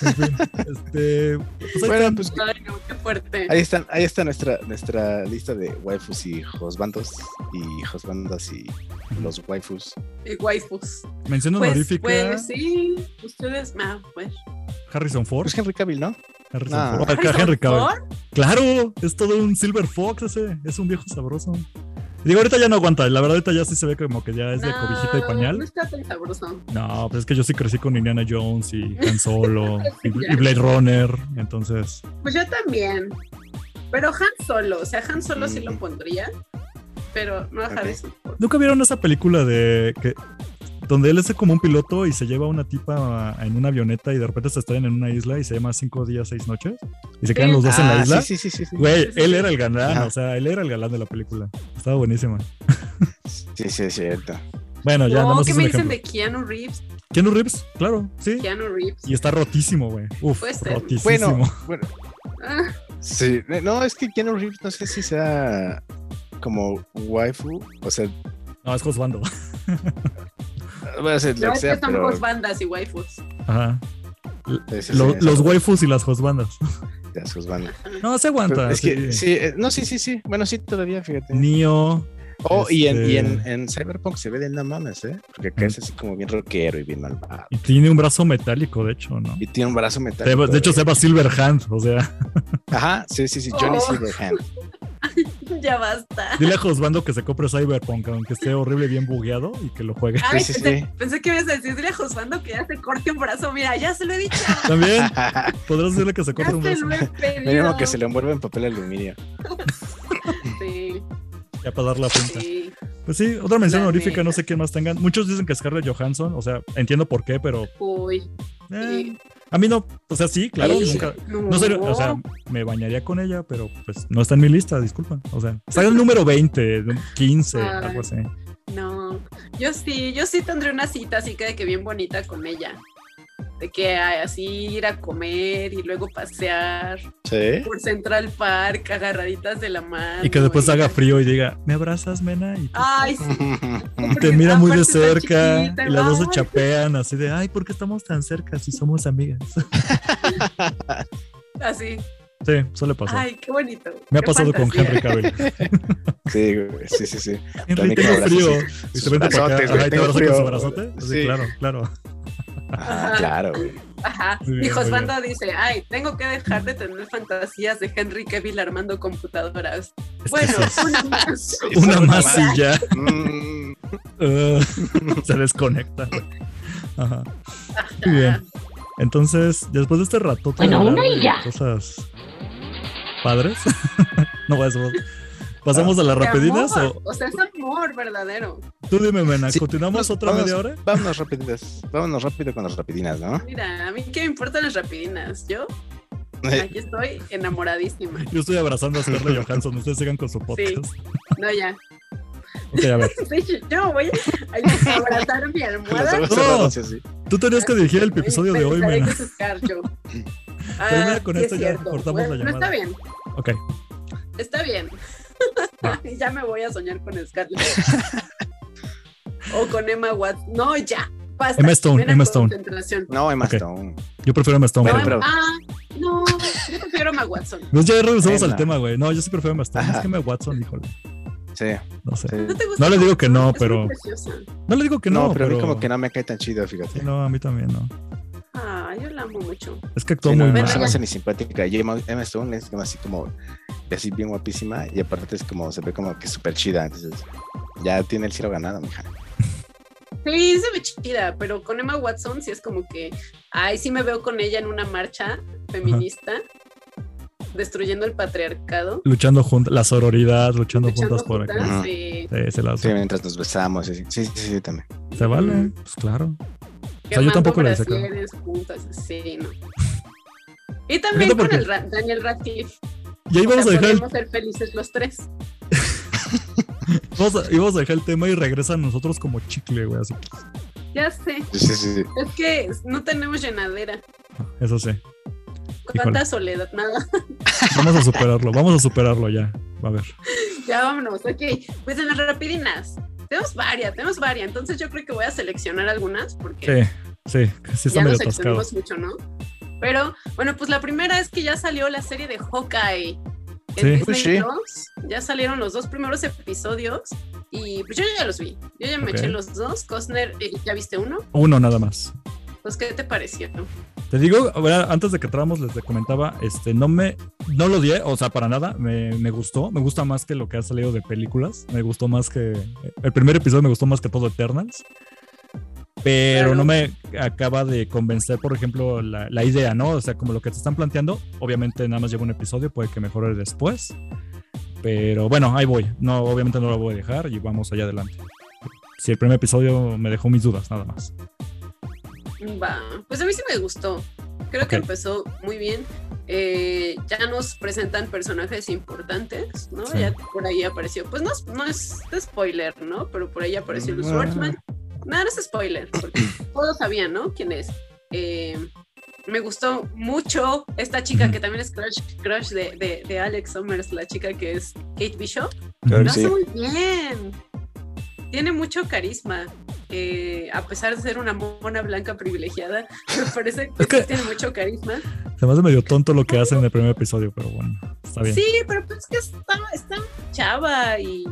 [SPEAKER 3] En fin, este. pues ahí
[SPEAKER 4] Bueno,
[SPEAKER 3] están.
[SPEAKER 4] pues
[SPEAKER 2] Ay, no, qué fuerte.
[SPEAKER 4] ahí están, ahí está nuestra, nuestra lista de waifus y josbandos y josbandas y los waifus.
[SPEAKER 2] Y waifus.
[SPEAKER 3] mención
[SPEAKER 2] Pues,
[SPEAKER 3] honorífica,
[SPEAKER 2] pues sí, ustedes. Ah, pues.
[SPEAKER 3] Harrison Ford.
[SPEAKER 4] Pues Henry Cavill, ¿no?
[SPEAKER 3] Harrison
[SPEAKER 4] no.
[SPEAKER 3] Ford. Ah, Henry Cavill.
[SPEAKER 2] ¿Por?
[SPEAKER 3] Claro, es todo un Silver Fox ese, es un viejo sabroso. Digo, ahorita ya no aguanta, la verdad ahorita ya sí se ve como que ya es de cobijita
[SPEAKER 2] No,
[SPEAKER 3] y
[SPEAKER 2] No
[SPEAKER 3] pañal.
[SPEAKER 2] está tan sabroso.
[SPEAKER 3] No, pues es que yo sí crecí con Indiana Jones y Han Solo y,
[SPEAKER 2] Ya.
[SPEAKER 3] y Blade Runner, entonces
[SPEAKER 2] Pues yo también. Pero Han Solo, o sea, Han Solo sí
[SPEAKER 4] Mm.
[SPEAKER 2] lo pondría. Pero no a
[SPEAKER 4] Ok.
[SPEAKER 2] Harrison Ford.
[SPEAKER 3] ¿Nunca vieron esa película de que donde él es como un piloto y se lleva a una tipa en una avioneta y de repente se están en una isla y se llama cinco días, seis noches y se quedan
[SPEAKER 2] Sí.
[SPEAKER 3] los dos en la
[SPEAKER 4] Ah,
[SPEAKER 3] isla?
[SPEAKER 4] Sí, sí, sí, sí. sí.
[SPEAKER 3] Güey,
[SPEAKER 2] Sí, sí,
[SPEAKER 3] él
[SPEAKER 2] sí.
[SPEAKER 3] era el galán,
[SPEAKER 4] Ajá.
[SPEAKER 3] o sea, él era el galán de la película. Estaba buenísima.
[SPEAKER 4] Sí, sí, es cierto.
[SPEAKER 3] Bueno, ya nada
[SPEAKER 2] no,
[SPEAKER 3] más
[SPEAKER 2] ¿qué
[SPEAKER 3] es un
[SPEAKER 2] me dicen
[SPEAKER 3] ejemplo.
[SPEAKER 2] de Keanu Reeves?
[SPEAKER 3] Keanu Reeves, claro, sí.
[SPEAKER 2] Keanu Reeves.
[SPEAKER 3] Y está rotísimo, güey. Uf,
[SPEAKER 2] Puede ser.
[SPEAKER 3] rotísimo.
[SPEAKER 4] Bueno, bueno,
[SPEAKER 2] Ah,
[SPEAKER 4] Sí, no, es que Keanu Reeves no sé si sea como waifu, o sea,
[SPEAKER 3] No, es Josbando.
[SPEAKER 4] bueno, o sea, lo
[SPEAKER 2] no,
[SPEAKER 4] que
[SPEAKER 2] es
[SPEAKER 4] sea,
[SPEAKER 2] que son
[SPEAKER 4] pero-
[SPEAKER 2] dos bandas y waifus.
[SPEAKER 3] Ajá.
[SPEAKER 4] sí, sí,
[SPEAKER 3] Lo-
[SPEAKER 4] sí,
[SPEAKER 3] los
[SPEAKER 4] sí,
[SPEAKER 3] waifus y las Josbandas.
[SPEAKER 4] ya, sus bandas.
[SPEAKER 3] No, se
[SPEAKER 4] Pero
[SPEAKER 3] aguanta.
[SPEAKER 4] es que,
[SPEAKER 3] sí.
[SPEAKER 4] sí, eh, no, sí, sí, sí, bueno, sí, todavía, fíjate.
[SPEAKER 3] Neo.
[SPEAKER 4] oh, y, en, y en,
[SPEAKER 3] este-
[SPEAKER 4] en Cyberpunk se ve de no mames, ¿eh? Porque acá es así como bien rockero y bien malvado.
[SPEAKER 3] Y tiene un brazo metálico, de hecho, ¿no?
[SPEAKER 4] Y tiene un brazo metálico.
[SPEAKER 3] Seba- de hecho,
[SPEAKER 4] eh.
[SPEAKER 3] se llama Silverhand. O sea,
[SPEAKER 4] Ajá, sí, sí, sí, Johnny
[SPEAKER 2] Oh.
[SPEAKER 4] Silverhand.
[SPEAKER 2] ya basta.
[SPEAKER 3] dile a Josbando que se compre Cyberpunk, aunque esté horrible, bien bugueado y que lo juegue.
[SPEAKER 2] Ay,
[SPEAKER 4] sí,
[SPEAKER 2] pensé,
[SPEAKER 4] sí.
[SPEAKER 2] pensé que ibas a decirle a Josbando que ya se corte un brazo. Mira, ya se lo he dicho.
[SPEAKER 3] También podrás decirle que se
[SPEAKER 2] Ya
[SPEAKER 3] corte un
[SPEAKER 2] se
[SPEAKER 3] brazo.
[SPEAKER 2] lo he
[SPEAKER 4] Mínimo
[SPEAKER 2] pedido.
[SPEAKER 4] que se le envuelve en papel aluminio.
[SPEAKER 2] Sí,
[SPEAKER 3] Ya para dar la punta.
[SPEAKER 2] sí.
[SPEAKER 3] Pues sí, otra mención
[SPEAKER 2] La
[SPEAKER 3] honorífica, no
[SPEAKER 2] neta.
[SPEAKER 3] sé quién más tengan. Muchos dicen que Scarlett Johansson, o sea, entiendo por qué, pero.
[SPEAKER 2] Uy.
[SPEAKER 3] eh,
[SPEAKER 2] Sí.
[SPEAKER 3] A mí no, o sea, sí, claro,
[SPEAKER 2] Sí.
[SPEAKER 3] nunca. No sé, o sea, me bañaría con ella, pero pues no está en mi lista, disculpa. O sea, está en el número 20, 15,
[SPEAKER 2] Ah.
[SPEAKER 3] algo así.
[SPEAKER 2] No, yo sí, yo sí tendré una cita así que de que bien bonita con ella. De que ay, así ir a comer y luego pasear
[SPEAKER 4] Sí.
[SPEAKER 2] por Central Park, agarraditas de la mano.
[SPEAKER 3] Y que después haga
[SPEAKER 2] ya.
[SPEAKER 3] frío y diga, ¿me abrazas, Mena? Y pues, te-
[SPEAKER 2] Ay, sí.
[SPEAKER 3] y
[SPEAKER 2] porque
[SPEAKER 3] te mira muy de
[SPEAKER 2] aparte está
[SPEAKER 3] cerca
[SPEAKER 2] chiquita,
[SPEAKER 3] y las dos se
[SPEAKER 2] ay.
[SPEAKER 3] chapean así de, ay, ¿por qué estamos tan cerca si somos amigas?
[SPEAKER 2] Así.
[SPEAKER 3] Sí, suele pasar.
[SPEAKER 2] Ay, qué bonito.
[SPEAKER 3] Me ha
[SPEAKER 2] qué
[SPEAKER 3] pasado con
[SPEAKER 2] fantasía.
[SPEAKER 3] Henry Cavill.
[SPEAKER 4] Sí, güey, sí, sí, sí.
[SPEAKER 3] Henry,
[SPEAKER 4] También
[SPEAKER 3] tengo
[SPEAKER 4] que
[SPEAKER 3] frío.
[SPEAKER 4] abrazas,
[SPEAKER 3] Y
[SPEAKER 4] sus
[SPEAKER 3] se vende para acá.
[SPEAKER 4] brazotes, güey,
[SPEAKER 3] Ajá, y te
[SPEAKER 4] tengo
[SPEAKER 3] abraza con su
[SPEAKER 4] frío.
[SPEAKER 3] brazote. Sí,
[SPEAKER 4] Sí.
[SPEAKER 3] claro, claro.
[SPEAKER 4] Ajá,
[SPEAKER 2] Ajá.
[SPEAKER 4] claro, güey.
[SPEAKER 2] Ajá.
[SPEAKER 3] Muy bien,
[SPEAKER 2] Y
[SPEAKER 3] muy
[SPEAKER 2] Josbando dice, ay, tengo que dejar de tener fantasías de Henry Cavill armando computadoras.
[SPEAKER 3] Es que
[SPEAKER 2] Bueno,
[SPEAKER 3] sí es
[SPEAKER 2] una más.
[SPEAKER 3] Una más y ya
[SPEAKER 4] Mm,
[SPEAKER 3] Ah, se desconecta. güey. Ajá. Muy bien. Entonces, después de este rato,
[SPEAKER 5] Bueno, una y ya.
[SPEAKER 3] Cosas padres. no vas Pasamos a las
[SPEAKER 2] De
[SPEAKER 3] rapidinas.
[SPEAKER 2] Ah, amor,
[SPEAKER 3] O...
[SPEAKER 2] O sea, es amor verdadero.
[SPEAKER 3] Tú dime, Mena,
[SPEAKER 4] Sí,
[SPEAKER 3] ¿continuamos
[SPEAKER 4] nos-
[SPEAKER 3] otra
[SPEAKER 4] vamos-
[SPEAKER 3] media hora?
[SPEAKER 4] Vámonos rapiditas. Vámonos rápido con las rapidinas, ¿no?
[SPEAKER 2] Mira, a mí qué me importan las rapidinas. Yo
[SPEAKER 4] Eh,
[SPEAKER 2] aquí estoy enamoradísima.
[SPEAKER 3] Yo estoy abrazando a Scarlett Johansson. Ustedes sigan con su podcast.
[SPEAKER 2] No, ya.
[SPEAKER 3] Ok, a ver.
[SPEAKER 2] Sí, Yo voy a abrazar mi
[SPEAKER 4] con los
[SPEAKER 2] almohada.
[SPEAKER 4] ojos cerrados, sí, sí.
[SPEAKER 3] Tú tenías que dirigir el episodio de hoy,
[SPEAKER 2] Pensaré que
[SPEAKER 3] Mena.
[SPEAKER 2] es Scarjo. Ah,
[SPEAKER 3] Termina con
[SPEAKER 2] sí
[SPEAKER 3] esto,
[SPEAKER 2] es
[SPEAKER 3] ya
[SPEAKER 2] cierto.
[SPEAKER 3] cortamos la
[SPEAKER 2] Bueno,
[SPEAKER 3] llamada.
[SPEAKER 2] No está bien,
[SPEAKER 3] Ok.
[SPEAKER 2] está bien.
[SPEAKER 3] Va.
[SPEAKER 2] ya me voy a soñar con Scarlett. o con Emma Watson. No, ya. Basta.
[SPEAKER 3] Emma Stone,
[SPEAKER 2] Ven a
[SPEAKER 3] Emma Stone.
[SPEAKER 2] concentración.
[SPEAKER 4] No, Emma
[SPEAKER 3] Ok.
[SPEAKER 4] Stone.
[SPEAKER 3] Yo prefiero a Emma Stone.
[SPEAKER 4] Bueno,
[SPEAKER 3] güey.
[SPEAKER 4] pero-
[SPEAKER 2] Ah, no. Yo prefiero a Emma Watson.
[SPEAKER 3] Pues ya regresamos al
[SPEAKER 4] Mena.
[SPEAKER 3] tema, güey. No, yo sí prefiero a Emma Stone.
[SPEAKER 4] Ajá.
[SPEAKER 3] Es que me Watson, híjole.
[SPEAKER 4] Sí,
[SPEAKER 3] No sé.
[SPEAKER 4] sí.
[SPEAKER 2] ¿No te gusta?
[SPEAKER 3] No le digo que no,
[SPEAKER 2] Es muy
[SPEAKER 3] pero.
[SPEAKER 2] preciosa.
[SPEAKER 3] No le digo que no.
[SPEAKER 4] No, pero a mí como que no me cae tan chido, fíjate.
[SPEAKER 3] Sí, no, a mí también no.
[SPEAKER 2] Ah, yo la amo mucho.
[SPEAKER 3] Es que actuó
[SPEAKER 4] Sí, no,
[SPEAKER 3] muy
[SPEAKER 4] no
[SPEAKER 2] Bueno,
[SPEAKER 3] mal.
[SPEAKER 4] se me
[SPEAKER 2] ya.
[SPEAKER 4] hace ni simpática. Y Emma Emma Stone es como así como, así bien guapísima. Y aparte es como, se ve como que súper chida. Entonces, ya tiene el cielo ganado, mija.
[SPEAKER 2] Sí, se ve chida, pero con Emma Watson sí es como que, ay, sí me veo con ella en una marcha feminista, destruyendo el patriarcado.
[SPEAKER 3] Luchando juntas, la sororidad, luchando,
[SPEAKER 2] luchando
[SPEAKER 3] juntas por acá.
[SPEAKER 2] juntas, eh,
[SPEAKER 4] Ajá.
[SPEAKER 2] sí.
[SPEAKER 3] Sí, se las
[SPEAKER 4] Sí, mientras nos besamos. y así. Sí, sí, sí, también.
[SPEAKER 3] se vale,
[SPEAKER 2] Ujú.
[SPEAKER 3] pues claro. O sea, yo
[SPEAKER 2] Quemando
[SPEAKER 3] tampoco la saco.
[SPEAKER 2] brasieres juntas, sí, no. Y también
[SPEAKER 3] Fíjate
[SPEAKER 2] con
[SPEAKER 3] porque-
[SPEAKER 2] el Ra- Daniel Radcliffe.
[SPEAKER 3] Y ahí
[SPEAKER 2] O sea,
[SPEAKER 3] vamos a dejar el
[SPEAKER 2] podemos ser felices los tres.
[SPEAKER 3] Vamos a, íbamos a dejar el tema y regresa a nosotros como chicle, güey. Así
[SPEAKER 2] Ya sé,
[SPEAKER 4] Sí, sí, sí.
[SPEAKER 2] es que no tenemos llenadera.
[SPEAKER 3] eso sí.
[SPEAKER 2] Cuánta soledad, nada.
[SPEAKER 3] Vamos a superarlo, vamos a superarlo ya. A ver.
[SPEAKER 2] Ya vámonos, ok. Pues en las rapidinas. Tenemos varias, tenemos varias. Entonces yo creo que voy a seleccionar algunas porque
[SPEAKER 3] Sí, sí, sí está
[SPEAKER 2] ya
[SPEAKER 3] medio
[SPEAKER 2] nos
[SPEAKER 3] atascado.
[SPEAKER 2] extendimos mucho, ¿no? Pero bueno, pues la primera es que ya salió la serie de Hawkeye. En
[SPEAKER 3] Sí.
[SPEAKER 2] Disney
[SPEAKER 4] Pues sí.
[SPEAKER 2] Plus. Ya salieron los dos primeros episodios y pues yo ya los vi. Yo ya me
[SPEAKER 3] Ok.
[SPEAKER 2] eché los dos. Costner, eh, ¿ya viste uno?
[SPEAKER 3] Uno nada más.
[SPEAKER 2] Pues ¿qué te pareció?
[SPEAKER 3] Te digo, a ver, antes de que entráramos les comentaba, este, no me, no lo odié, o sea, para nada, me, me gustó, me gusta más que lo que ha salido de películas, me gustó más que, el primer episodio me gustó más que todo Eternals, pero
[SPEAKER 2] Claro.
[SPEAKER 3] no me acaba de convencer, por ejemplo, la, la idea, ¿no? O sea, como lo que te están planteando, obviamente nada más lleva un episodio, puede que mejore después, pero bueno, ahí voy, no, obviamente no lo voy a dejar y vamos allá adelante. Si el primer episodio me dejó mis dudas, nada más.
[SPEAKER 2] Va. Pues a mí sí me gustó. Creo que
[SPEAKER 3] Ok.
[SPEAKER 2] empezó muy bien. Eh, ya nos presentan personajes importantes, ¿no?
[SPEAKER 3] Sí.
[SPEAKER 2] Ya por ahí apareció. Pues no, es- no es spoiler, ¿no? Pero por ahí apareció Luz
[SPEAKER 4] Ah.
[SPEAKER 2] Schwartzman. Nada, no es spoiler, porque todos sabían, ¿no? Quién es. Eh, me gustó mucho esta chica
[SPEAKER 3] Ujú.
[SPEAKER 2] que también es crush, crush de, de- de Alex Summers, la chica que es Kate Bishop.
[SPEAKER 4] Claro
[SPEAKER 2] Lo
[SPEAKER 4] que sí.
[SPEAKER 2] hace muy bien. Tiene mucho carisma. Eh, a pesar de ser una mona blanca privilegiada, me parece que,
[SPEAKER 3] Es que-
[SPEAKER 2] sí tiene mucho carisma.
[SPEAKER 3] Se me hace medio tonto lo que hacen en el primer episodio, pero bueno, está bien.
[SPEAKER 2] Sí, pero pues que está, está chava y.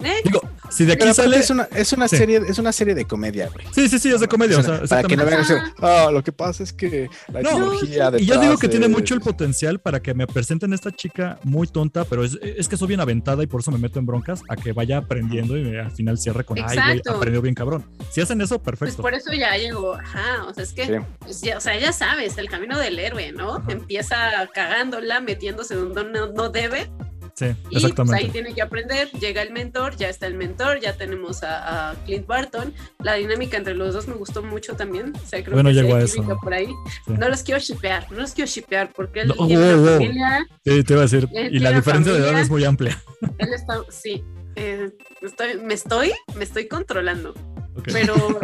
[SPEAKER 2] ¿Eh?
[SPEAKER 3] Digo, si de aquí
[SPEAKER 4] Pero aparte
[SPEAKER 3] sale.
[SPEAKER 4] es una, es una
[SPEAKER 3] Sí.
[SPEAKER 4] serie, es una serie de comedia, güey.
[SPEAKER 3] Sí, sí, sí, es de comedia. O sea,
[SPEAKER 4] para que no
[SPEAKER 3] exactamente.
[SPEAKER 4] vean
[SPEAKER 2] exactamente.
[SPEAKER 4] eso. Ah, lo que pasa es que la
[SPEAKER 3] No,
[SPEAKER 4] ideología de
[SPEAKER 3] y yo digo que tiene mucho el potencial para que me presenten a esta chica muy tonta, pero es, es que soy bien aventada y por eso me meto en broncas, a que vaya aprendiendo y me- al final cierre con, ay,
[SPEAKER 2] Exacto.
[SPEAKER 3] güey, aprendió bien cabrón. Si hacen eso,
[SPEAKER 2] Pues
[SPEAKER 3] perfecto.
[SPEAKER 2] por eso ya llegó. Ajá, o sea, es que.
[SPEAKER 4] Sí.
[SPEAKER 2] pues, ya- o sea, ya sabes, el camino del héroe, ¿no?
[SPEAKER 3] Ajá.
[SPEAKER 2] Empieza cagándola, metiéndose donde no, no debe.
[SPEAKER 3] sí,
[SPEAKER 2] Y pues, ahí
[SPEAKER 3] exactamente.
[SPEAKER 2] tiene que aprender, llega el mentor, ya está el mentor, ya tenemos a, a Clint Barton. La dinámica entre los dos me gustó mucho también. O sea, creo
[SPEAKER 3] Bueno,
[SPEAKER 2] que sí
[SPEAKER 3] llegó
[SPEAKER 2] hay
[SPEAKER 3] a eso,
[SPEAKER 2] química
[SPEAKER 3] ¿no?
[SPEAKER 2] por ahí.
[SPEAKER 3] Sí.
[SPEAKER 2] No los quiero shipear, no los quiero shipear porque él
[SPEAKER 3] No, oh,
[SPEAKER 2] tiene
[SPEAKER 3] wow,
[SPEAKER 2] una
[SPEAKER 3] wow.
[SPEAKER 2] familia,
[SPEAKER 3] Sí, te iba a decir,
[SPEAKER 2] Eh,
[SPEAKER 3] y la
[SPEAKER 2] tiene
[SPEAKER 3] diferencia de edad
[SPEAKER 2] familia.
[SPEAKER 3] es muy amplia.
[SPEAKER 2] él está, sí, eh, estoy, me estoy, me estoy controlando.
[SPEAKER 3] Ok.
[SPEAKER 2] Pero,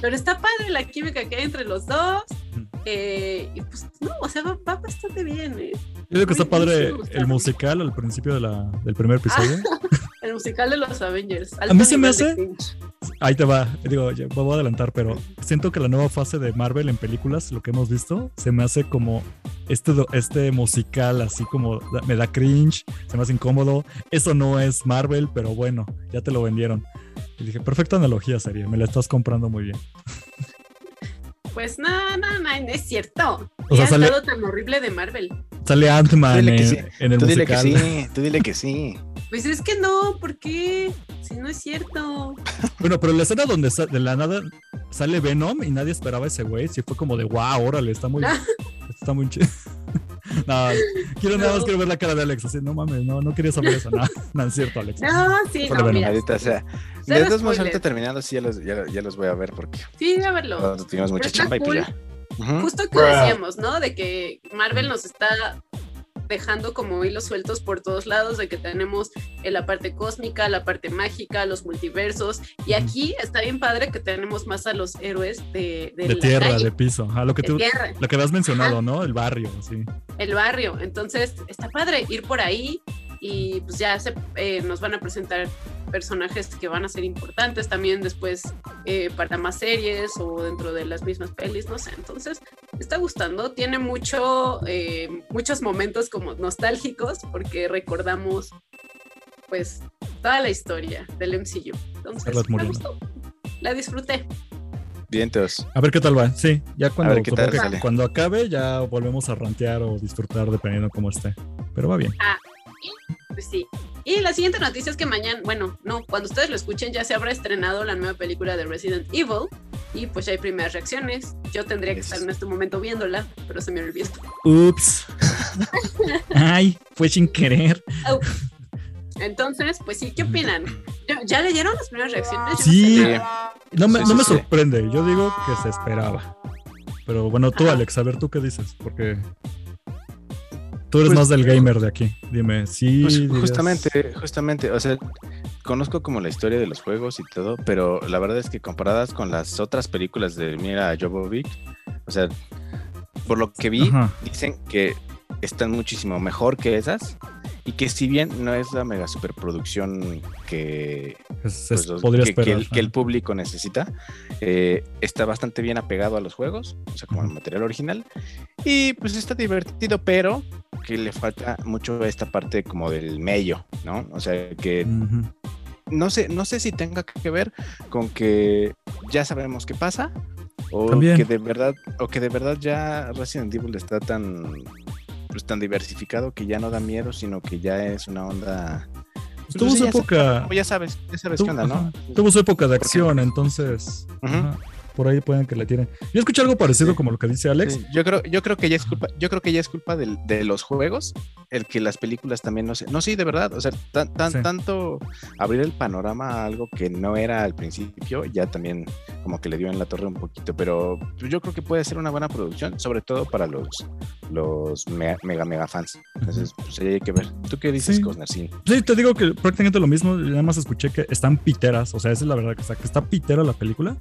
[SPEAKER 2] pero está padre la química que hay entre los dos.
[SPEAKER 3] Mm.
[SPEAKER 2] eh, y pues no, o sea, va, va bastante bien. eh.
[SPEAKER 3] Yo digo que
[SPEAKER 2] a mí sí me
[SPEAKER 3] está padre el
[SPEAKER 2] gustaron.
[SPEAKER 3] musical al principio de la- del primer episodio.
[SPEAKER 2] El musical de los Avengers.
[SPEAKER 3] A mí se me
[SPEAKER 2] alto
[SPEAKER 3] hace-
[SPEAKER 2] nivel de cringe.
[SPEAKER 3] Ahí te va, digo, ya me voy a adelantar, pero siento que la nueva fase de Marvel en películas, lo que hemos visto, se me hace como este, do- este musical, así como da- me da cringe, se me hace incómodo. Eso no es Marvel, pero bueno, ya te lo vendieron. Y dije, perfecta analogía sería, me la estás comprando muy bien.
[SPEAKER 2] Pues no, no, no, no es cierto.
[SPEAKER 3] O sea,
[SPEAKER 2] ha
[SPEAKER 3] sale-
[SPEAKER 2] estado tan horrible de Marvel.
[SPEAKER 3] Sale Ant-Man
[SPEAKER 4] Dile
[SPEAKER 3] en,
[SPEAKER 4] que sí,
[SPEAKER 3] en el
[SPEAKER 4] Tú dile que
[SPEAKER 3] musical.
[SPEAKER 4] sí, tú dile que sí.
[SPEAKER 2] Pues es que no, ¿por qué? Si no es cierto.
[SPEAKER 3] Bueno, pero la escena donde sa- de la nada sale Venom y nadie esperaba a ese güey, sí fue como de, wow, órale, está muy, está muy chido. no, quiero nada más
[SPEAKER 2] No.
[SPEAKER 3] quiero ver la cara de Alex, así, no mames, no, no quería saber eso, no, no es cierto, Alex.
[SPEAKER 2] No, sí,
[SPEAKER 3] Por
[SPEAKER 2] no,
[SPEAKER 3] lo menos.
[SPEAKER 2] mira.
[SPEAKER 4] Ahorita, o sea,
[SPEAKER 2] Cero
[SPEAKER 4] de todos modos,
[SPEAKER 2] spoiler.
[SPEAKER 4] ahorita terminando, sí, ya los, ya, ya los voy a ver porque
[SPEAKER 2] Sí, a verlo.
[SPEAKER 4] cuando tuvimos mucha
[SPEAKER 2] está
[SPEAKER 4] chamba y pues
[SPEAKER 2] cool.
[SPEAKER 4] ya. Ujú.
[SPEAKER 2] Justo que decíamos, ¿no? De que
[SPEAKER 3] Mm.
[SPEAKER 2] Marvel nos está dejando como hilos sueltos por todos lados, de que tenemos eh, la parte cósmica, la parte mágica, los multiversos, y
[SPEAKER 3] Ujú.
[SPEAKER 2] aquí está bien padre que tenemos más a los héroes de, de
[SPEAKER 3] de
[SPEAKER 2] la
[SPEAKER 3] tierra,
[SPEAKER 2] calle,
[SPEAKER 3] de piso, a lo que
[SPEAKER 2] de
[SPEAKER 3] tú,
[SPEAKER 2] tierra.
[SPEAKER 3] lo que habías mencionado, ¿no? El barrio, sí.
[SPEAKER 2] el barrio. Entonces, está padre ir por ahí y pues ya se, eh, nos van a presentar personajes que van a ser importantes también después eh, para más series o dentro de las mismas pelis, no sé. Entonces, me está gustando. Tiene mucho, eh, muchos momentos como nostálgicos porque recordamos pues toda la historia del MCU. Entonces,
[SPEAKER 3] Carlos
[SPEAKER 2] me
[SPEAKER 3] Muriel.
[SPEAKER 2] gustó. La disfruté.
[SPEAKER 4] Vientos.
[SPEAKER 3] A ver qué tal va, sí. Ya cuando,
[SPEAKER 4] A ver qué tal
[SPEAKER 3] supongo que
[SPEAKER 4] sale.
[SPEAKER 3] cuando acabe, ya volvemos a rantear o disfrutar dependiendo cómo esté. Pero va bien.
[SPEAKER 2] Pues sí. Y Y la siguiente noticia es que mañana, bueno, no, cuando ustedes lo escuchen ya se habrá estrenado la nueva película de Resident Evil y pues ya hay primeras reacciones. Yo tendría que
[SPEAKER 4] Yes.
[SPEAKER 2] estar en este momento viéndola, pero se me olvidó.
[SPEAKER 3] Ups. Ay, fue sin querer.
[SPEAKER 2] Entonces, pues sí, ¿qué opinan? ¿Ya- ¿Ya leyeron las primeras reacciones? Yo no
[SPEAKER 3] Sí.
[SPEAKER 2] sé
[SPEAKER 4] Sí.
[SPEAKER 2] nada.
[SPEAKER 3] No me,
[SPEAKER 4] Sí,
[SPEAKER 3] no
[SPEAKER 4] sí,
[SPEAKER 3] me
[SPEAKER 4] sí.
[SPEAKER 3] sorprende, yo digo que se esperaba. Pero bueno, tú,
[SPEAKER 2] Ajá.
[SPEAKER 3] Alex, a ver tú qué dices, porque tú eres
[SPEAKER 4] Pues-
[SPEAKER 3] más del gamer de aquí. Dime, sí.
[SPEAKER 4] Pues
[SPEAKER 3] dirías-
[SPEAKER 4] justamente, justamente, o sea, conozco como la historia de los juegos y todo, pero la verdad es que comparadas con las otras películas de Mira Jovovic, o sea, por lo que vi,
[SPEAKER 3] Ajá.
[SPEAKER 4] dicen que están muchísimo mejor que esas y que si bien no es la mega superproducción que,
[SPEAKER 3] Es- es-
[SPEAKER 4] pues, los-
[SPEAKER 3] podría
[SPEAKER 4] que- que
[SPEAKER 3] esperar.
[SPEAKER 4] el, que el público necesita, eh, está bastante bien apegado a los juegos, o sea, como el
[SPEAKER 3] Ujú.
[SPEAKER 4] material original, y pues está divertido, pero que le falta mucho esta parte como del medio, ¿no? O sea, que
[SPEAKER 3] Ujú. Pues
[SPEAKER 4] no sé, no sé si tenga que ver con que ya sabemos qué pasa o
[SPEAKER 3] También.
[SPEAKER 4] que de verdad o que de verdad ya Resident Evil está tan pues, tan diversificado que ya no da miedo, sino que ya es una onda pues,
[SPEAKER 3] Tuvo
[SPEAKER 4] sí,
[SPEAKER 3] su
[SPEAKER 4] ya sa-
[SPEAKER 3] época.
[SPEAKER 4] ya sabes, ya sabes
[SPEAKER 3] tu-
[SPEAKER 4] qué onda, ¿no?
[SPEAKER 3] ajá, Tuvo su época de
[SPEAKER 4] Porque-
[SPEAKER 3] acción, entonces.
[SPEAKER 4] Ujú.
[SPEAKER 3] ajá, Por ahí pueden que la tiren. Yo escuché algo parecido
[SPEAKER 4] Sí.
[SPEAKER 3] como lo que dice Alex.
[SPEAKER 4] Sí, yo creo, yo creo que ya es culpa, yo creo que ya es culpa del- de los juegos, el que las películas también no sé. No, sí, de verdad. O sea, tan, tan-
[SPEAKER 3] Sí.
[SPEAKER 4] tanto abrir el panorama a algo que no era al principio, ya también como que le dio en la torre un poquito. Pero yo creo que puede ser una buena producción, sobre todo para los los mega mega, mega fans. Entonces, pues ahí hay que ver. ¿Tú qué dices,
[SPEAKER 3] Sí.
[SPEAKER 4] Cosner? Sí.
[SPEAKER 3] Sí, te digo que prácticamente lo mismo. yo Nada más escuché que están piteras. O sea, esa es la verdad. Que está, que está pitera la película,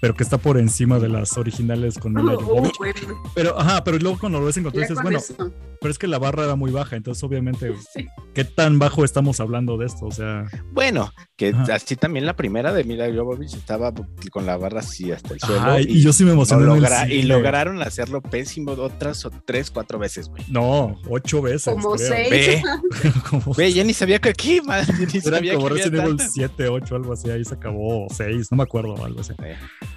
[SPEAKER 3] pero que está por encima de las originales con Mila
[SPEAKER 2] Oh,
[SPEAKER 3] Jovovich.
[SPEAKER 2] bueno,
[SPEAKER 3] Pero, ajá, pero luego cuando lo ves
[SPEAKER 2] ya
[SPEAKER 3] encontrar dices,
[SPEAKER 2] con
[SPEAKER 3] bueno,
[SPEAKER 2] eso.
[SPEAKER 3] pero es que la barra era muy baja. Entonces, obviamente,
[SPEAKER 2] Sí.
[SPEAKER 3] ¿qué tan bajo estamos hablando de esto? O sea,
[SPEAKER 4] Bueno, que
[SPEAKER 3] Ajá.
[SPEAKER 4] así también la primera de Mila Jovovich estaba con la barra así hasta el suelo.
[SPEAKER 3] ajá, y, yo sí me
[SPEAKER 4] No
[SPEAKER 3] emocioné. en el
[SPEAKER 4] logra- y
[SPEAKER 3] cine.
[SPEAKER 4] lograron hacerlo pésimo otras o tres, cuatro veces, güey.
[SPEAKER 3] No, ocho veces.
[SPEAKER 2] Como
[SPEAKER 3] creo.
[SPEAKER 2] seis.
[SPEAKER 4] Ve,
[SPEAKER 3] Como-
[SPEAKER 4] ve, ya ni sabía que aquí, man, ya ni
[SPEAKER 3] Eran
[SPEAKER 4] sabía que
[SPEAKER 3] como
[SPEAKER 4] había
[SPEAKER 3] Resident Evil
[SPEAKER 4] tantas.
[SPEAKER 3] 7, 8, algo así, ahí se acabó, o 6, no me acuerdo, algo así.
[SPEAKER 4] Eh.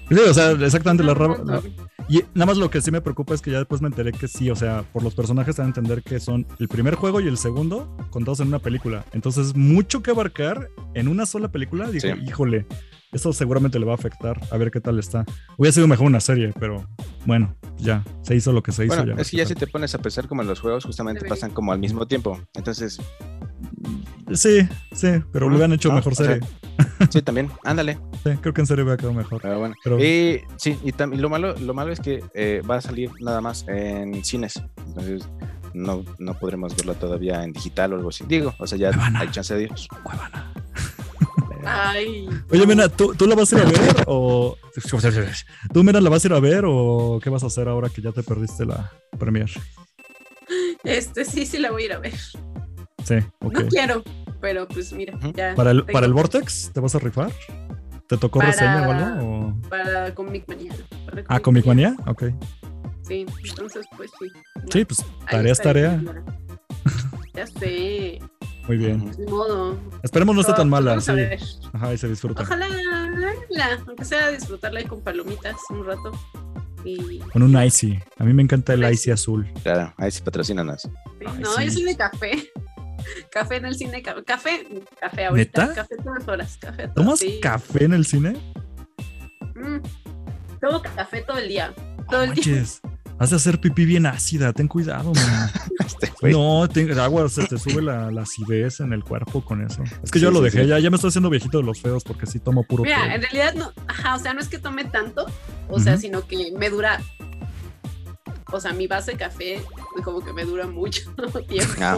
[SPEAKER 3] Sí, o sea, exactamente la,
[SPEAKER 2] No,
[SPEAKER 3] raba-
[SPEAKER 2] no,
[SPEAKER 3] la- Y nada más lo que sí me preocupa es que ya después me enteré que sí, o sea, por los personajes te van a entender que son el primer juego y el segundo contados en una película. Entonces, mucho que abarcar en una sola película. Dije,
[SPEAKER 4] Sí.
[SPEAKER 3] híjole, eso seguramente le va a afectar. A ver qué tal está. Hubiera sido mejor una serie, pero bueno, ya, se hizo lo que se hizo.
[SPEAKER 4] Bueno,
[SPEAKER 3] ya
[SPEAKER 4] es que ya si te pones a pensar como en los juegos, justamente
[SPEAKER 2] Debería.
[SPEAKER 4] pasan como al mismo tiempo. Entonces,
[SPEAKER 3] Sí, sí, pero lo hubieran hecho
[SPEAKER 4] ¿No?
[SPEAKER 3] mejor
[SPEAKER 4] O sea,
[SPEAKER 3] serie.
[SPEAKER 4] sí, también, ándale.
[SPEAKER 3] Sí, creo que en serie hubiera quedado mejor.
[SPEAKER 4] Pero bueno.
[SPEAKER 3] Pero-
[SPEAKER 4] Y sí, y tam- y lo malo, lo malo es que eh, va a salir nada más en cines. Entonces, no, no podremos verla todavía en digital o algo así. Digo, o sea, ya
[SPEAKER 3] Cuevana.
[SPEAKER 4] hay chance de Dios.
[SPEAKER 3] Cuevana.
[SPEAKER 2] Ay.
[SPEAKER 3] Oye, Mena, ¿tú, ¿tú la vas a ir a ver o...? ¿Tú, Mena, la vas a ir a ver o qué vas a hacer ahora que ya te perdiste la premier?
[SPEAKER 2] Este sí, sí la voy a ir a ver.
[SPEAKER 3] Sí, ok.
[SPEAKER 2] No quiero, pero pues mira,
[SPEAKER 4] Ujú.
[SPEAKER 2] ya.
[SPEAKER 3] ¿Para el,
[SPEAKER 2] tengo
[SPEAKER 3] ¿Para el Vortex te vas a rifar? ¿Te tocó
[SPEAKER 2] Para-
[SPEAKER 3] reseña o algo? o-
[SPEAKER 2] Para Comic Manía. para
[SPEAKER 3] Ah, Comic Manía, ok.
[SPEAKER 2] Sí, entonces pues sí.
[SPEAKER 3] Sí, pues
[SPEAKER 2] Ahí
[SPEAKER 3] tarea es
[SPEAKER 2] estaré
[SPEAKER 3] tarea.
[SPEAKER 2] viéndola. Ya sé,
[SPEAKER 3] Muy bien.
[SPEAKER 2] ni modo.
[SPEAKER 3] Esperemos no esté tan mala,
[SPEAKER 2] Vamos a
[SPEAKER 3] sí.
[SPEAKER 2] ver.
[SPEAKER 3] Ajá, y se disfruta.
[SPEAKER 2] Ojalá, verla, aunque sea disfrutarla ahí con palomitas un rato. Y,
[SPEAKER 3] Con un Icy. A mí me encanta el Icy azul.
[SPEAKER 4] Claro, ahí sí patrocínanos.
[SPEAKER 2] sí,
[SPEAKER 3] Ay,
[SPEAKER 2] no,
[SPEAKER 3] sí.
[SPEAKER 2] yo soy de café. Café en el cine, ca- café, café ahorita,
[SPEAKER 3] ¿Neta?
[SPEAKER 2] café todas horas, café. todas-
[SPEAKER 3] ¿Tomas
[SPEAKER 2] sí.
[SPEAKER 3] café en el cine?
[SPEAKER 2] Mm. Tomo café todo el día. Todo el
[SPEAKER 3] No
[SPEAKER 2] día.
[SPEAKER 3] manches. Has de hacer pipí bien ácida, ten cuidado, man.
[SPEAKER 4] Este güey.
[SPEAKER 3] No, te- el agua se te sube la, la acidez en el cuerpo con eso. Es que yo
[SPEAKER 4] Sí,
[SPEAKER 3] lo
[SPEAKER 4] sí,
[SPEAKER 3] dejé,
[SPEAKER 4] sí.
[SPEAKER 3] ya, ya me estoy haciendo viejito de los feos porque sí tomo puro
[SPEAKER 2] Mira,
[SPEAKER 3] té.
[SPEAKER 2] en realidad no, ajá, o sea, no es que tome tanto, o sea,
[SPEAKER 3] Ujú.
[SPEAKER 2] sino que me dura, o sea, mi base de café como que me dura mucho tiempo.
[SPEAKER 4] Ah.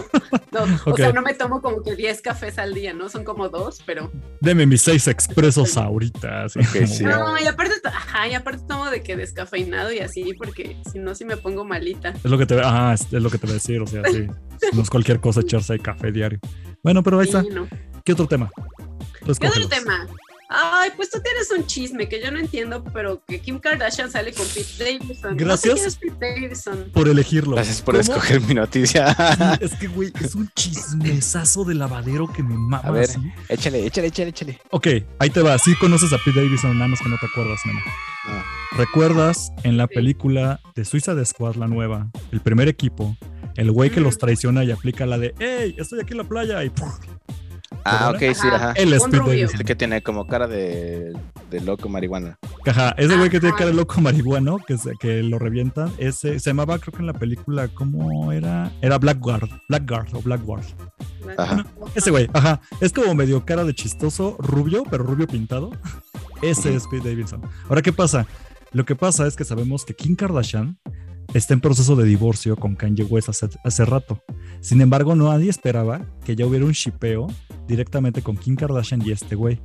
[SPEAKER 2] No, O
[SPEAKER 3] Ok.
[SPEAKER 2] sea, no me tomo como que 10 cafés al día, ¿no? Son como dos, pero...
[SPEAKER 3] Deme mis seis expresos ahorita. así
[SPEAKER 4] Ok,
[SPEAKER 3] como-
[SPEAKER 4] sí.
[SPEAKER 2] No, y aparte, to- ajá, y aparte tomo de que descafeinado y así, porque si no, sí me pongo malita.
[SPEAKER 3] Es lo que te ah, es, es lo que te voy a decir, o sea, sí. No es cualquier cosa echarse ahí café diario. Bueno, pero ahí está.
[SPEAKER 2] Sí, no.
[SPEAKER 3] ¿Qué otro tema? Tú
[SPEAKER 2] ¿Qué otro
[SPEAKER 3] escógelos.
[SPEAKER 2] tema? Ay, pues tú tienes un chisme que yo no entiendo, pero que Kim Kardashian sale con Pete Davidson. No sé
[SPEAKER 3] Gracias.
[SPEAKER 2] quién es Pete Davidson.
[SPEAKER 3] Por elegirlo.
[SPEAKER 4] Gracias por
[SPEAKER 3] ¿Cómo?
[SPEAKER 4] escoger mi noticia.
[SPEAKER 3] Sí, Es que, güey, es un chismesazo de lavadero que me mama
[SPEAKER 4] A ver.
[SPEAKER 3] así.
[SPEAKER 4] échale, échale, échale, échale.
[SPEAKER 3] Ok, ahí te va. Sí conoces a Pete Davidson, nada más que no te acuerdas, nena.
[SPEAKER 4] Ah.
[SPEAKER 3] ¿Recuerdas en la
[SPEAKER 2] Sí.
[SPEAKER 3] película de Suiza de Squad, la nueva, el primer equipo, el güey que los
[SPEAKER 2] Ujú.
[SPEAKER 3] traiciona y aplica la de, hey, estoy aquí en la playa y ¡puf!
[SPEAKER 4] Ah,
[SPEAKER 3] ¿verdad?
[SPEAKER 4] ok, sí, ajá.
[SPEAKER 3] El
[SPEAKER 2] un
[SPEAKER 3] Speed
[SPEAKER 2] rubio.
[SPEAKER 4] El Este que tiene como cara de, de loco marihuana.
[SPEAKER 3] Ajá, ese güey que tiene
[SPEAKER 2] Ajá.
[SPEAKER 3] cara de loco marihuano, que, se- que lo revientan, ese se llamaba, creo que en la película, ¿cómo era? Era Blackguard, Blackguard o Blackguard.
[SPEAKER 4] Ajá.
[SPEAKER 3] Ese güey, ajá, es como medio cara de chistoso, rubio, pero rubio pintado. Ese es Pete Davidson. Ahora, ¿qué pasa? Lo que pasa es que sabemos que Kim Kardashian está en proceso de divorcio con Kanye West hace, hace rato. Sin embargo, nadie esperaba que ya hubiera un shipeo directamente con Kim Kardashian y este güey.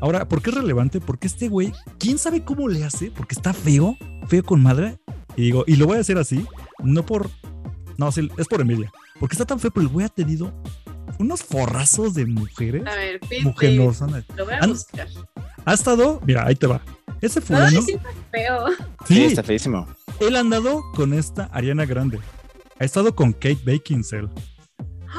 [SPEAKER 3] Ahora, ¿por qué es relevante? Porque este güey, ¿quién sabe cómo le hace? Porque está feo, feo con madre. Y digo, y lo voy a decir así, no por... No, sí, es por envidia. Porque está tan feo, pero el güey ha tenido unos forrazos de mujeres.
[SPEAKER 2] A ver, Pete
[SPEAKER 3] Mujer
[SPEAKER 2] Davidson,
[SPEAKER 3] Northern.
[SPEAKER 2] Lo voy a
[SPEAKER 3] Ah, no.
[SPEAKER 2] buscar.
[SPEAKER 3] Ha estado, mira, ahí te va. Ese
[SPEAKER 2] Ay,
[SPEAKER 3] fulano,
[SPEAKER 2] sí, está feo.
[SPEAKER 4] Sí,
[SPEAKER 3] sí,
[SPEAKER 4] está feísimo.
[SPEAKER 3] él ha andado con esta Ariana Grande. Ha estado con Kate Beckinsale.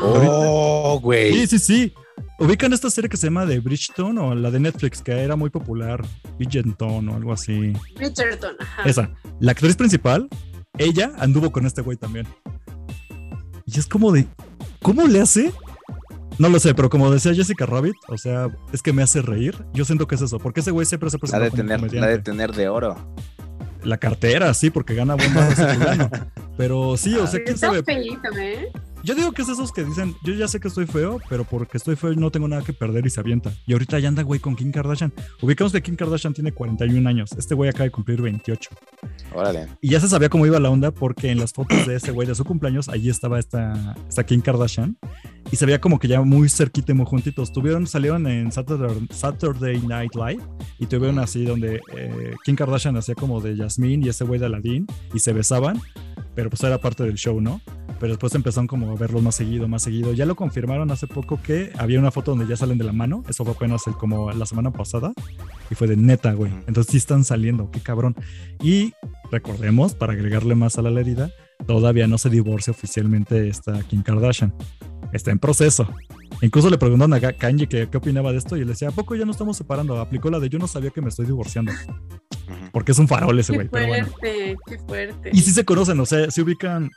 [SPEAKER 4] Oh, güey.
[SPEAKER 3] Sí, sí, sí. Ubican esta serie que se llama The Bridgeton o la de Netflix, que era muy popular, Bridgeton o algo así.
[SPEAKER 2] Richardson, ajá.
[SPEAKER 3] Esa, la actriz principal, ella anduvo con este güey también. Y es como de, ¿cómo le hace? No lo sé, pero como decía Jessica Rabbit, o sea, es que me hace reír. Yo siento que es eso, porque ese güey siempre se
[SPEAKER 4] La
[SPEAKER 3] presenta
[SPEAKER 4] de
[SPEAKER 3] como
[SPEAKER 4] tener, la
[SPEAKER 3] comediante.
[SPEAKER 4] de tener de oro.
[SPEAKER 3] La cartera, sí, porque gana buen barro ese fulano. Pero sí, o sea, quién
[SPEAKER 2] Ah, Está
[SPEAKER 3] sabe.
[SPEAKER 2] feíto, ¿eh?
[SPEAKER 3] Yo digo que es esos que dicen, yo ya sé que estoy feo, pero porque estoy feo no tengo nada que perder y se avienta. Y ahorita ya anda, güey, con Kim Kardashian. Ubicamos que Kim Kardashian tiene 41 años. Este güey acaba de cumplir 28.
[SPEAKER 4] Órale.
[SPEAKER 3] Y ya se sabía cómo iba la onda porque en las fotos de ese güey de su cumpleaños, allí estaba esta, esta Kim Kardashian. Y se veía como que ya muy cerquita y muy juntitos. Tuvieron, salieron en Saturday, Saturday Night Live y tuvieron así donde eh, Kim Kardashian hacía como de Yasmín y ese güey de Aladdin y se besaban, pero pues era parte del show, ¿no? Pero después empezaron como a verlos más seguido, más seguido. Ya lo confirmaron hace poco que había una foto donde ya salen de la mano. Eso fue apenas el- como la semana pasada. Y fue de neta, güey.
[SPEAKER 4] Ujú.
[SPEAKER 3] Entonces sí están saliendo, qué cabrón. Y recordemos, para agregarle más a la herida, todavía no se divorcia oficialmente esta Kim Kardashian. Está en proceso. Incluso le preguntaron a Ga- Kanye que qué opinaba de esto y él decía, ¿a poco ya no estamos separando? Aplicó la de yo no sabía que me estoy divorciando.
[SPEAKER 4] Ujú.
[SPEAKER 3] Porque es un farol ese
[SPEAKER 2] Qué
[SPEAKER 3] güey, pero bueno.
[SPEAKER 2] fuerte, qué fuerte.
[SPEAKER 3] Y sí se conocen, o sea, se ubican.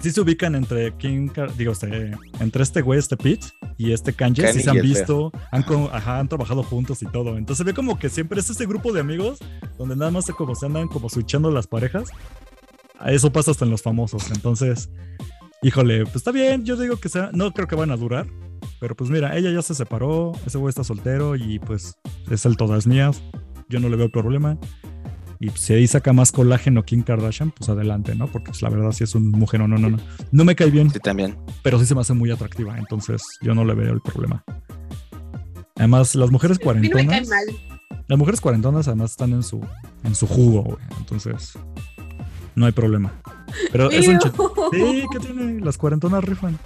[SPEAKER 3] Sí se ubican entre Kim, Kar- digo, este, entre este güey, este Pete y este Kanye,
[SPEAKER 4] Kanye
[SPEAKER 3] sí se
[SPEAKER 4] y
[SPEAKER 3] han
[SPEAKER 4] el feo.
[SPEAKER 3] visto, han, co- ajá, han trabajado juntos y todo. Entonces se ve como que siempre es este grupo de amigos donde nada más se, como se andan como switchando las parejas. A Eso pasa hasta en los famosos. Entonces, híjole, pues está bien, yo digo que sea, no creo que van a durar, pero pues mira, ella ya se separó, ese güey está soltero y pues es el todas mías, yo no le veo problema. Y pues, si ahí saca más colágeno Kim Kardashian, pues adelante, ¿no? Porque pues, la verdad sí es un mujer, no, no, no, no. No me cae bien,
[SPEAKER 4] Sí, también.
[SPEAKER 3] pero sí se me hace muy atractiva, entonces yo no le veo el problema. Además, las mujeres
[SPEAKER 2] A mí no me cae
[SPEAKER 3] cuarentonas,
[SPEAKER 2] mal.
[SPEAKER 3] las mujeres cuarentonas además están en su, en su jugo, güey. Entonces, no hay problema. Pero es un,
[SPEAKER 2] Ew.
[SPEAKER 3] ch- Sí, ¿qué tiene? Las cuarentonas rifan.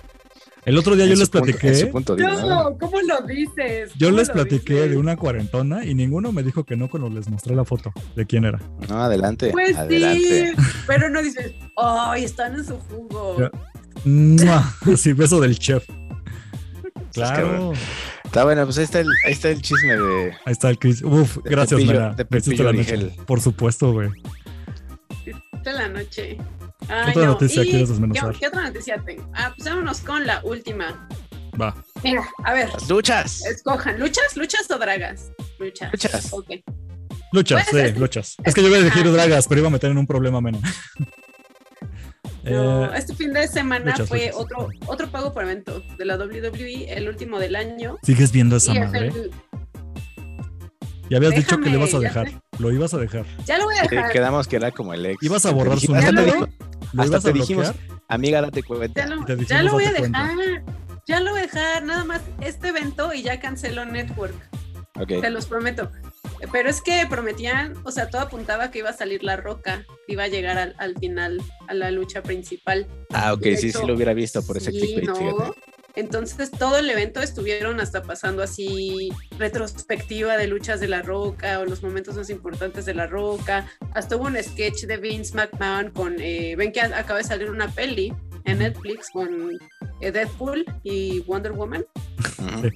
[SPEAKER 3] El otro día
[SPEAKER 4] En
[SPEAKER 3] yo
[SPEAKER 4] su
[SPEAKER 3] les
[SPEAKER 4] punto- en su
[SPEAKER 3] platiqué.
[SPEAKER 4] punto de vista.
[SPEAKER 2] No, ¿cómo lo dices?
[SPEAKER 3] Yo
[SPEAKER 2] ¿Cómo
[SPEAKER 3] les
[SPEAKER 2] lo
[SPEAKER 3] platiqué
[SPEAKER 2] dices?
[SPEAKER 3] de una cuarentona y ninguno me dijo que no cuando les mostré la foto de quién era.
[SPEAKER 4] No, adelante.
[SPEAKER 2] Pues
[SPEAKER 4] adelante.
[SPEAKER 2] sí, pero no dices, ay, están en su jugo.
[SPEAKER 3] Ya. ¡Mua! Sí, beso del chef. Claro.
[SPEAKER 4] cabrón. Está bueno, pues ahí está el, ahí está el chisme de.
[SPEAKER 3] Ahí está el Chris. Uf,
[SPEAKER 4] De
[SPEAKER 3] gracias,
[SPEAKER 4] Pepillo-
[SPEAKER 3] Mera.
[SPEAKER 4] de
[SPEAKER 3] Me hiciste la
[SPEAKER 4] Pepillo
[SPEAKER 3] noche.
[SPEAKER 4] Origel.
[SPEAKER 3] Por supuesto, güey.
[SPEAKER 2] de la noche. Ay,
[SPEAKER 3] otra
[SPEAKER 2] no.
[SPEAKER 3] noticia
[SPEAKER 2] ¿Y
[SPEAKER 3] quieres desmenuzar?
[SPEAKER 2] ¿qué, qué otra noticia tengo? Ah, pues vámonos con la última.
[SPEAKER 3] Va.
[SPEAKER 2] Venga, a ver,
[SPEAKER 4] Las luchas.
[SPEAKER 2] escojan. ¿Luchas? ¿Luchas o dragas? Luchas.
[SPEAKER 4] Luchas.
[SPEAKER 2] Ok.
[SPEAKER 3] Luchas,
[SPEAKER 2] Puedes
[SPEAKER 3] sí,
[SPEAKER 2] hacer-
[SPEAKER 3] luchas. Es que yo iba
[SPEAKER 4] Ah,
[SPEAKER 3] a elegir
[SPEAKER 2] Ajá.
[SPEAKER 3] dragas, pero iba a meter en un problema Eh, menos.
[SPEAKER 2] No, este fin de semana
[SPEAKER 3] luchas,
[SPEAKER 2] fue
[SPEAKER 3] luchas.
[SPEAKER 2] otro otro pago por evento de la WWE, el último del año.
[SPEAKER 3] Sigues viendo esa
[SPEAKER 2] Y es
[SPEAKER 3] madre.
[SPEAKER 2] el-
[SPEAKER 3] Y habías dicho que
[SPEAKER 2] Déjame,
[SPEAKER 3] le ibas a
[SPEAKER 2] ya
[SPEAKER 3] dejar. Lo ibas a dejar.
[SPEAKER 2] ya lo voy a
[SPEAKER 4] Sí,
[SPEAKER 2] dejar.
[SPEAKER 4] quedamos que era como el ex.
[SPEAKER 3] Ibas a
[SPEAKER 4] Te
[SPEAKER 3] borrar
[SPEAKER 4] dije-
[SPEAKER 3] su
[SPEAKER 4] hasta te
[SPEAKER 2] número.
[SPEAKER 4] dijo,
[SPEAKER 3] Lo
[SPEAKER 4] Hasta
[SPEAKER 3] ibas a
[SPEAKER 4] te dijimos,
[SPEAKER 3] bloquear.
[SPEAKER 4] Amiga, date
[SPEAKER 2] Ya
[SPEAKER 4] cuenta.
[SPEAKER 2] lo,
[SPEAKER 3] te dijimos,
[SPEAKER 2] ya lo voy a
[SPEAKER 3] date cuenta.
[SPEAKER 2] dejar. Ya lo voy a dejar. Nada más este evento y ya canceló Network.
[SPEAKER 4] Ok.
[SPEAKER 2] Te los prometo. Pero es que prometían, o sea, todo apuntaba que iba a salir la roca, que iba a llegar al, al final, a la lucha principal.
[SPEAKER 4] Ah, ok,
[SPEAKER 2] De
[SPEAKER 4] sí,
[SPEAKER 2] hecho,
[SPEAKER 4] sí lo hubiera visto por ese
[SPEAKER 2] Sí,
[SPEAKER 4] clickbait,
[SPEAKER 2] ¿no?
[SPEAKER 4] fíjate.
[SPEAKER 2] Entonces todo el evento estuvieron hasta pasando así retrospectiva de luchas de la roca o los momentos más importantes de la roca. Hasta hubo un sketch de Vince McMahon con, eh, ven que a- acaba de salir una peli en Netflix con eh, Deadpool y Wonder Woman.
[SPEAKER 4] Ujú.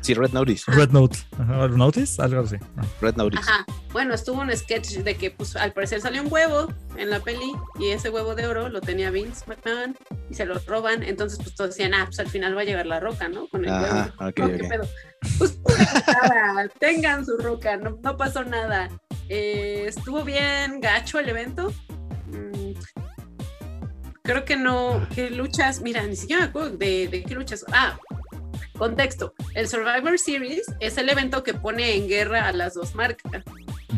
[SPEAKER 4] Sí, Red Notice.
[SPEAKER 3] Red Note. Ajá, Red Notice, algo así. Ah.
[SPEAKER 4] Red Notice.
[SPEAKER 2] Ajá. Bueno, estuvo un sketch de que pues, al parecer salió un huevo en la peli y ese huevo de oro lo tenía Vince McMahon y se lo roban. Entonces, pues todos decían, ah, pues al final va a llegar la roca, ¿no? Con el
[SPEAKER 4] Ajá,
[SPEAKER 2] huevo.
[SPEAKER 4] ok,
[SPEAKER 2] No, ¿qué
[SPEAKER 4] ok.
[SPEAKER 2] pedo? Pues pura mamada, tengan su roca, no, no pasó nada. Eh, estuvo bien gacho el evento. Mm, creo que no, que luchas, mira, ni siquiera me acuerdo de, de qué luchas. Ah, contexto, el Survivor Series es el evento que pone en guerra a las dos marcas,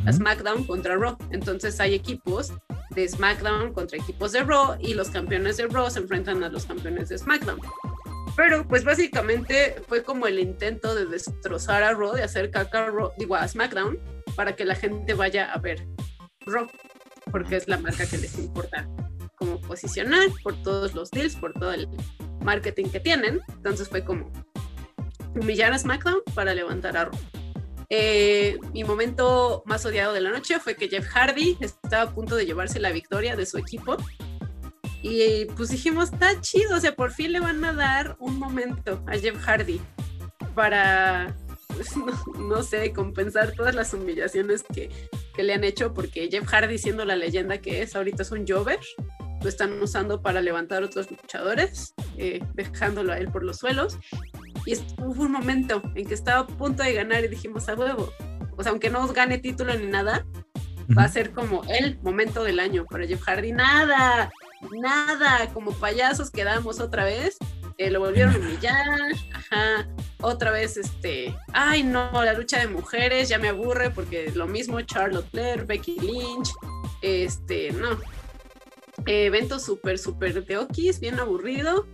[SPEAKER 2] a SmackDown contra Raw. Entonces hay equipos de SmackDown contra equipos de Raw y los campeones de Raw se enfrentan a los campeones de SmackDown. Pero pues básicamente fue como el intento de destrozar a Raw, de hacer caca a Raw, digo a SmackDown, para que la gente vaya a ver Raw, porque es la marca que les importa como posicionar por todos los deals, por todo el marketing que tienen. Entonces fue como humillar a SmackDown para levantar a Raw. Eh, mi momento más odiado de la noche fue que Jeff Hardy estaba a punto de llevarse la victoria de su equipo. Y pues dijimos, está chido, o sea, por fin le van a dar un momento a Jeff Hardy para, pues, no, no sé, compensar todas las humillaciones que, que le han hecho, porque Jeff Hardy, siendo la leyenda que es, ahorita es un Jover, lo están usando para levantar otros luchadores, eh, dejándolo a él por los suelos. Y es- hubo un momento en que estaba a punto de ganar y dijimos, a huevo, o sea, aunque no gane título ni nada, va a ser como el momento del año para Jeff Hardy. Nada, nada, como payasos quedamos otra vez. eh, lo volvieron a humillar, ajá, otra vez este, ay no, la lucha de mujeres ya me aburre porque lo mismo Charlotte Flair, Becky Lynch, este, no, Eh, evento súper, súper de okis, bien aburrido,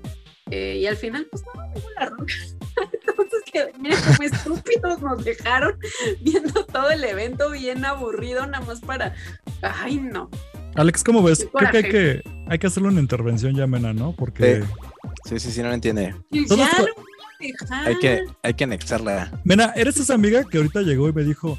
[SPEAKER 2] eh, y al final pues no, llegó la roca. Entonces, que, mira cómo estúpidos nos dejaron viendo todo el evento bien aburrido, nada más para. Ay, no.
[SPEAKER 3] Alex, ¿cómo ves?
[SPEAKER 2] Qué
[SPEAKER 3] Creo que hay,
[SPEAKER 2] coraje.
[SPEAKER 3] que hay que hacerle una intervención ya, Mena, ¿no? Porque.
[SPEAKER 4] Sí. Sí, sí, sí, no lo entiende.
[SPEAKER 2] Y
[SPEAKER 3] Todo
[SPEAKER 2] ya
[SPEAKER 3] esto-
[SPEAKER 2] lo voy a dejar.
[SPEAKER 4] Hay que,
[SPEAKER 3] Ah.
[SPEAKER 4] hay que anexarla.
[SPEAKER 3] Mena, eres esa amiga que ahorita llegó y me dijo.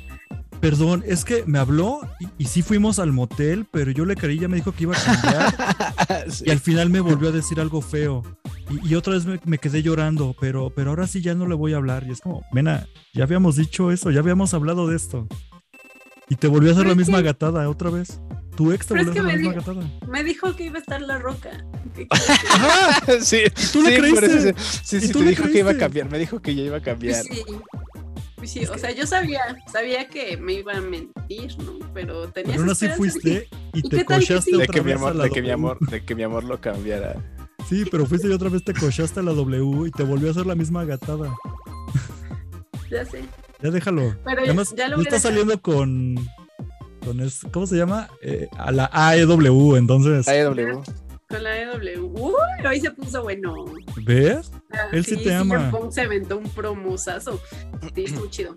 [SPEAKER 3] Perdón, es que me habló y, y sí fuimos al motel, pero yo le creí, ya me dijo que iba a cambiar
[SPEAKER 4] Sí.
[SPEAKER 3] y al final me volvió a decir algo feo. Y, y otra vez me, me quedé llorando, pero, pero ahora sí ya no le voy a hablar. Y es como, Mena, ya habíamos dicho eso, ya habíamos hablado de esto. Y te volvió a hacer
[SPEAKER 2] Pero
[SPEAKER 3] la
[SPEAKER 2] es
[SPEAKER 3] misma
[SPEAKER 2] que-
[SPEAKER 3] gatada otra vez. Tu ex te
[SPEAKER 2] Pero es
[SPEAKER 3] volvió a
[SPEAKER 2] que
[SPEAKER 3] hacer la
[SPEAKER 2] me
[SPEAKER 3] misma
[SPEAKER 2] dijo-
[SPEAKER 3] gatada.
[SPEAKER 2] Me dijo que iba a estar la roca. Que-
[SPEAKER 4] Ah, sí,
[SPEAKER 3] tú le
[SPEAKER 4] sí, por eso
[SPEAKER 3] creíste.
[SPEAKER 4] sí. sí,
[SPEAKER 3] ¿Y
[SPEAKER 4] sí,
[SPEAKER 3] tú
[SPEAKER 4] te
[SPEAKER 3] le
[SPEAKER 4] dijo que iba a
[SPEAKER 3] creíste?
[SPEAKER 4] cambiar. Me dijo que ya iba a
[SPEAKER 2] Pues
[SPEAKER 4] cambiar.
[SPEAKER 2] sí. Pues sí, o sea, yo sabía, sabía que me iba a mentir, ¿no? Pero tenía
[SPEAKER 3] Pero aún
[SPEAKER 2] esa esperanza
[SPEAKER 3] así
[SPEAKER 2] de
[SPEAKER 3] fuiste y
[SPEAKER 2] ¿Y
[SPEAKER 3] te
[SPEAKER 2] qué tal que
[SPEAKER 3] cochaste
[SPEAKER 2] sí?
[SPEAKER 3] otra
[SPEAKER 4] De que, mi
[SPEAKER 3] vez a
[SPEAKER 4] amor,
[SPEAKER 3] la
[SPEAKER 4] de, que mi
[SPEAKER 3] W.
[SPEAKER 4] amor, de que mi amor lo cambiara.
[SPEAKER 3] Sí, pero fuiste y otra vez te cochaste a la W y te volvió a hacer la misma gatada.
[SPEAKER 2] que- Ya sé.
[SPEAKER 3] Ya déjalo.
[SPEAKER 2] Pero ya,
[SPEAKER 3] Además,
[SPEAKER 2] ya lo
[SPEAKER 3] ya
[SPEAKER 2] voy a
[SPEAKER 3] está
[SPEAKER 2] dejar.
[SPEAKER 3] saliendo con. con es- ¿Cómo se llama? Eh, a la AEW, entonces.
[SPEAKER 4] AEW.
[SPEAKER 2] Con la EW. Uy, hoy se puso bueno.
[SPEAKER 3] ¿Ves?
[SPEAKER 2] Ah,
[SPEAKER 3] Él sí te
[SPEAKER 2] CM
[SPEAKER 3] ama.
[SPEAKER 2] Punk se aventó un promosazo. Sí, estuvo chido.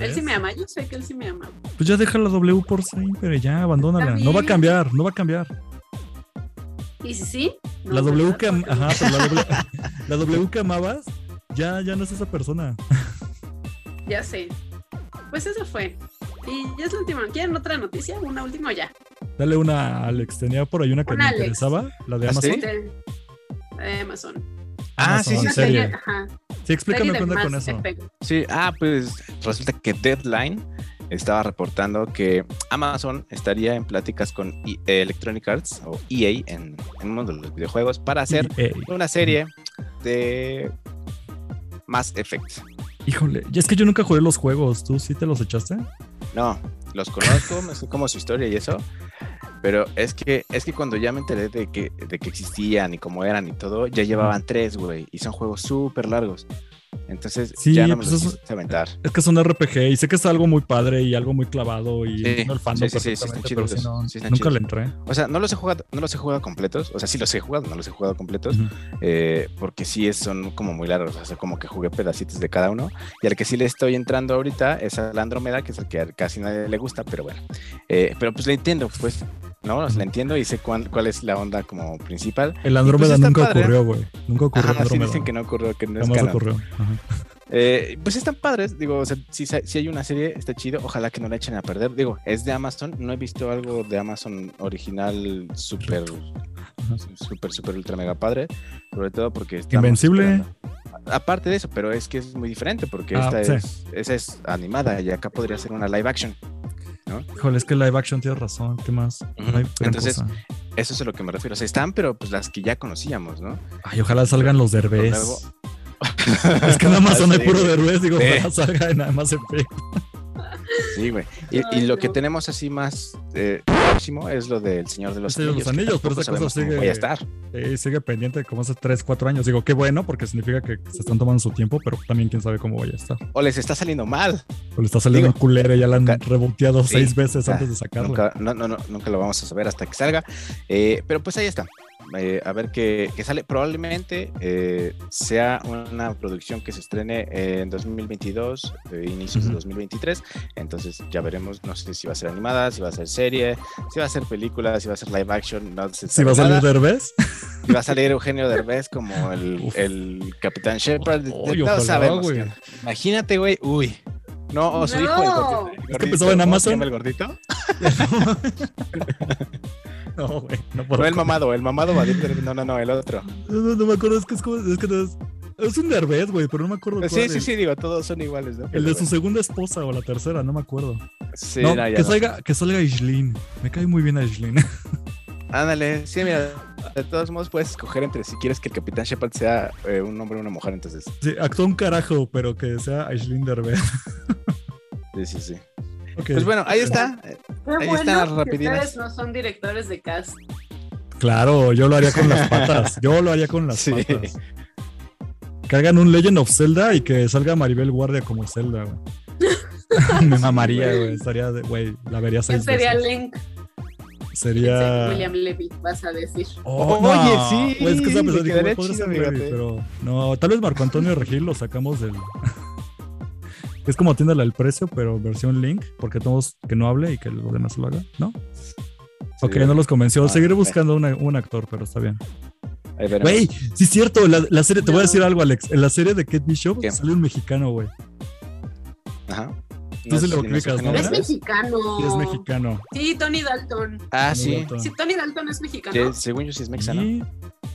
[SPEAKER 2] Él sí
[SPEAKER 3] ¿Ves?
[SPEAKER 2] me ama, yo sé que él sí me ama.
[SPEAKER 3] Pues ya deja la W por siempre, ya, abandónala.
[SPEAKER 2] Está
[SPEAKER 3] No va a
[SPEAKER 2] bien.
[SPEAKER 3] cambiar, no va a cambiar.
[SPEAKER 2] ¿Y si sí? No,
[SPEAKER 3] la W
[SPEAKER 2] ¿verdad?
[SPEAKER 3] que am-
[SPEAKER 2] Porque-
[SPEAKER 3] ajá, pero la W, la W que amabas, ya, ya no es esa persona.
[SPEAKER 2] Ya sé. Pues eso fue. Y ya es la última. ¿Quieren otra noticia? Una última o ya.
[SPEAKER 3] Dale una a Alex. Tenía por ahí una que
[SPEAKER 2] Una
[SPEAKER 3] me
[SPEAKER 2] Alex.
[SPEAKER 3] interesaba, la de
[SPEAKER 4] ¿Ah,
[SPEAKER 3] Amazon.
[SPEAKER 4] sí?
[SPEAKER 2] De de Este, eh, Amazon.
[SPEAKER 4] Ah, sí,
[SPEAKER 3] Amazon,
[SPEAKER 4] sí,
[SPEAKER 2] Una
[SPEAKER 4] sí.
[SPEAKER 3] serie.
[SPEAKER 2] serie, ajá,
[SPEAKER 3] Sí, explícame
[SPEAKER 2] serie de
[SPEAKER 3] qué onda con
[SPEAKER 2] Mass
[SPEAKER 3] eso.
[SPEAKER 2] Effect.
[SPEAKER 4] Sí, ah, pues resulta que Deadline estaba reportando que Amazon estaría en pláticas con E- eh, Electronic Arts o EA en en el mundo de los videojuegos para hacer
[SPEAKER 3] Ey,
[SPEAKER 4] una serie de Mass Effect.
[SPEAKER 3] híjole, ya es que yo nunca jugué los juegos. ¿Tú sí te los echaste?
[SPEAKER 4] No, los conozco, me sé como su historia y eso, pero es que es que cuando ya me enteré de que, de que existían y cómo eran y todo, ya llevaban tres, güey, y son juegos súper largos. Entonces
[SPEAKER 3] Sí,
[SPEAKER 4] ya no me
[SPEAKER 3] pues
[SPEAKER 4] los
[SPEAKER 3] eso-
[SPEAKER 4] quise aventar.
[SPEAKER 3] Es que son RPG y sé que es algo muy padre y algo muy clavado y
[SPEAKER 4] Sí,
[SPEAKER 3] entiendo el fandom
[SPEAKER 4] sí, sí, sí, sí, están
[SPEAKER 3] perfectamente, pero
[SPEAKER 4] chidos,
[SPEAKER 3] sí, no,
[SPEAKER 4] sí, están
[SPEAKER 3] nunca
[SPEAKER 4] chidos.
[SPEAKER 3] le entré.
[SPEAKER 4] O sea, no los he jugado, no los he jugado completos. O sea, sí los he jugado, no los he jugado completos.
[SPEAKER 3] Ujú.
[SPEAKER 4] eh, porque sí es- son como muy largos. O sea, como que jugué pedacitos de cada uno. Y al que sí le estoy entrando ahorita es al Andrómeda, que es el que a casi nadie le gusta, pero bueno. Eh, pero pues le entiendo, pues, ¿no? O sea, le entiendo y sé cuál, cuál es la onda como principal.
[SPEAKER 3] El Andrómeda
[SPEAKER 4] pues está
[SPEAKER 3] nunca
[SPEAKER 4] padre.
[SPEAKER 3] ocurrió, güey. Nunca ocurrió
[SPEAKER 4] Ajá, sí
[SPEAKER 3] Andrómeda.
[SPEAKER 4] dicen que no ocurrió, que no es
[SPEAKER 3] Jamás
[SPEAKER 4] canon.
[SPEAKER 3] ocurrió. Ajá.
[SPEAKER 4] Eh, pues están padres, digo, o sea, si, sa- si hay una serie, está chido, ojalá que no la echen a perder. Digo, es de Amazon, no he visto algo de Amazon original súper, su- súper, súper, ultra mega padre, sobre todo porque está...
[SPEAKER 3] Invencible.
[SPEAKER 4] Aparte de eso, pero es que es muy diferente porque
[SPEAKER 3] Ah,
[SPEAKER 4] esta
[SPEAKER 3] sí.
[SPEAKER 4] es, esa es animada y acá podría ser una live action. ¿no?
[SPEAKER 3] Híjole, es que live action tienes razón. ¿Qué más? No hay gran
[SPEAKER 4] Entonces-
[SPEAKER 3] cosa.
[SPEAKER 4] Eso es a lo que me refiero. O sea, están, pero pues las que ya conocíamos, ¿no?
[SPEAKER 3] Ay, ojalá salgan los derbés.
[SPEAKER 4] Luego-
[SPEAKER 3] Es que en Amazon hay
[SPEAKER 4] Sí,
[SPEAKER 3] puro
[SPEAKER 4] güey.
[SPEAKER 3] derbez, digo,
[SPEAKER 4] Sí.
[SPEAKER 3] ojalá salgan nada más en fe.
[SPEAKER 4] Sí, güey. Y,
[SPEAKER 2] Ay,
[SPEAKER 4] y lo
[SPEAKER 2] no.
[SPEAKER 4] que tenemos así más eh, próximo es lo del Señor de los
[SPEAKER 3] El Señor de los
[SPEAKER 4] Anillos. que
[SPEAKER 3] Anillos, pero
[SPEAKER 4] tampoco
[SPEAKER 3] esa cosa
[SPEAKER 4] sabemos cómo
[SPEAKER 3] sigue-
[SPEAKER 4] vaya a estar.
[SPEAKER 3] Eh, sigue pendiente como hace 3, 4 años. Digo, qué bueno, porque significa que se están tomando su tiempo, pero también quién sabe cómo vaya a estar.
[SPEAKER 4] O les está saliendo mal.
[SPEAKER 3] O le está saliendo
[SPEAKER 4] Digo,
[SPEAKER 3] el culero y ya la han
[SPEAKER 4] ca-
[SPEAKER 3] reboteado
[SPEAKER 4] sí,
[SPEAKER 3] seis veces
[SPEAKER 4] ah,
[SPEAKER 3] antes de sacarla.
[SPEAKER 4] Nunca, no, no, no, nunca lo vamos a saber hasta que salga. Eh, pero pues ahí está. Eh, a ver qué, qué sale. Probablemente eh, sea una producción que se estrene en 2022, eh, inicios de
[SPEAKER 3] Ujú.
[SPEAKER 4] 2023. Entonces ya veremos. No sé si va a ser animada, si va a ser serie, si va a ser película, si va a ser live action. No sé
[SPEAKER 3] Si va a salir Derbez,
[SPEAKER 4] Y va a salir Eugenio Derbez como el,
[SPEAKER 3] Uf.
[SPEAKER 4] el Capitán Shepard.
[SPEAKER 3] Uy,
[SPEAKER 4] no
[SPEAKER 3] ojalá,
[SPEAKER 4] sabemos.
[SPEAKER 3] güey.
[SPEAKER 4] cara. Imagínate, güey. Uy. No, o su
[SPEAKER 2] No.
[SPEAKER 4] hijo,
[SPEAKER 2] Es
[SPEAKER 4] el gordito. el
[SPEAKER 3] que
[SPEAKER 4] gordito,
[SPEAKER 3] empezaba en
[SPEAKER 4] ¿cómo se
[SPEAKER 3] Amazon.
[SPEAKER 4] llama El gordito.
[SPEAKER 3] no, güey, no puedo.
[SPEAKER 4] No, el mamado. El mamado va a decir, no, no, no, el otro.
[SPEAKER 3] No, no, no me acuerdo, es que es como. Es, que no es, es un Derbez, güey, pero no me acuerdo.
[SPEAKER 4] Pero sí,
[SPEAKER 3] cuál,
[SPEAKER 4] sí,
[SPEAKER 3] el-
[SPEAKER 4] sí, digo, todos son iguales, ¿no?
[SPEAKER 3] El de su segunda esposa o la tercera, no me acuerdo.
[SPEAKER 4] Sí,
[SPEAKER 3] no,
[SPEAKER 4] no, ya
[SPEAKER 3] que,
[SPEAKER 4] no.
[SPEAKER 3] Salga, que salga Aislinn. Me cae muy bien Aislinn.
[SPEAKER 4] Ándale, sí, mira. De todos modos, puedes escoger entre si quieres que el Capitán Shepard sea eh, un hombre o una mujer, entonces.
[SPEAKER 3] Sí, actúa un carajo, pero que sea Aislinn Derbez.
[SPEAKER 4] Sí, sí, sí.
[SPEAKER 3] Ok,
[SPEAKER 4] Pues bueno, ahí está.
[SPEAKER 2] Qué
[SPEAKER 4] Ahí
[SPEAKER 2] bueno
[SPEAKER 4] están las
[SPEAKER 2] que
[SPEAKER 4] rapidinas.
[SPEAKER 2] ustedes no son directores de cast.
[SPEAKER 3] Claro, yo lo haría con las patas. Yo lo haría con las
[SPEAKER 4] Sí.
[SPEAKER 3] patas. Que hagan un Legend of Zelda y que salga Maribel Guardia como Zelda, güey. Me mamaría, güey. Estaría, de- güey, la vería
[SPEAKER 2] ¿Quién
[SPEAKER 3] seis
[SPEAKER 2] sería
[SPEAKER 3] veces.
[SPEAKER 2] Link? Pensé que
[SPEAKER 3] Sería...
[SPEAKER 2] William Levy, vas a decir.
[SPEAKER 3] Oh,
[SPEAKER 4] Oye,
[SPEAKER 3] no,
[SPEAKER 4] sí,
[SPEAKER 3] güey, es que estaba
[SPEAKER 4] le
[SPEAKER 3] pensando, digo,
[SPEAKER 4] quedaría
[SPEAKER 3] güey, podría
[SPEAKER 4] chido,
[SPEAKER 3] ser Levi,
[SPEAKER 4] fíjate.
[SPEAKER 3] pero no, tal vez Marco Antonio Regil lo sacamos del... es como tiéndole el precio, pero versión link, porque todos que no hable y que los demás lo haga, ¿no? ok,
[SPEAKER 4] Sí,
[SPEAKER 3] no los convenció.
[SPEAKER 4] Ah,
[SPEAKER 3] Seguiré
[SPEAKER 4] ok.
[SPEAKER 3] buscando una- un actor, pero está bien.
[SPEAKER 4] ahí veremos.
[SPEAKER 3] Güey, sí es cierto, la, la serie, te voy a
[SPEAKER 2] No.
[SPEAKER 3] decir algo, Alex. En la serie de Kate Bishop
[SPEAKER 4] ¿Qué?
[SPEAKER 3] sale un mexicano, güey.
[SPEAKER 4] Ajá. No
[SPEAKER 3] Tú sí
[SPEAKER 4] sé
[SPEAKER 3] lo
[SPEAKER 4] si nos
[SPEAKER 3] ubicas,
[SPEAKER 4] ofenden,
[SPEAKER 3] ¿no?
[SPEAKER 2] Es
[SPEAKER 4] ¿verdad?
[SPEAKER 2] mexicano.
[SPEAKER 3] Sí, es mexicano.
[SPEAKER 2] Sí, Tony Dalton.
[SPEAKER 4] Ah,
[SPEAKER 3] Muy
[SPEAKER 4] sí.
[SPEAKER 3] guapo.
[SPEAKER 2] Oh. Sí, Tony Dalton es mexicano.
[SPEAKER 4] Sí, según yo sí es mexa, ¿no?
[SPEAKER 3] Sí.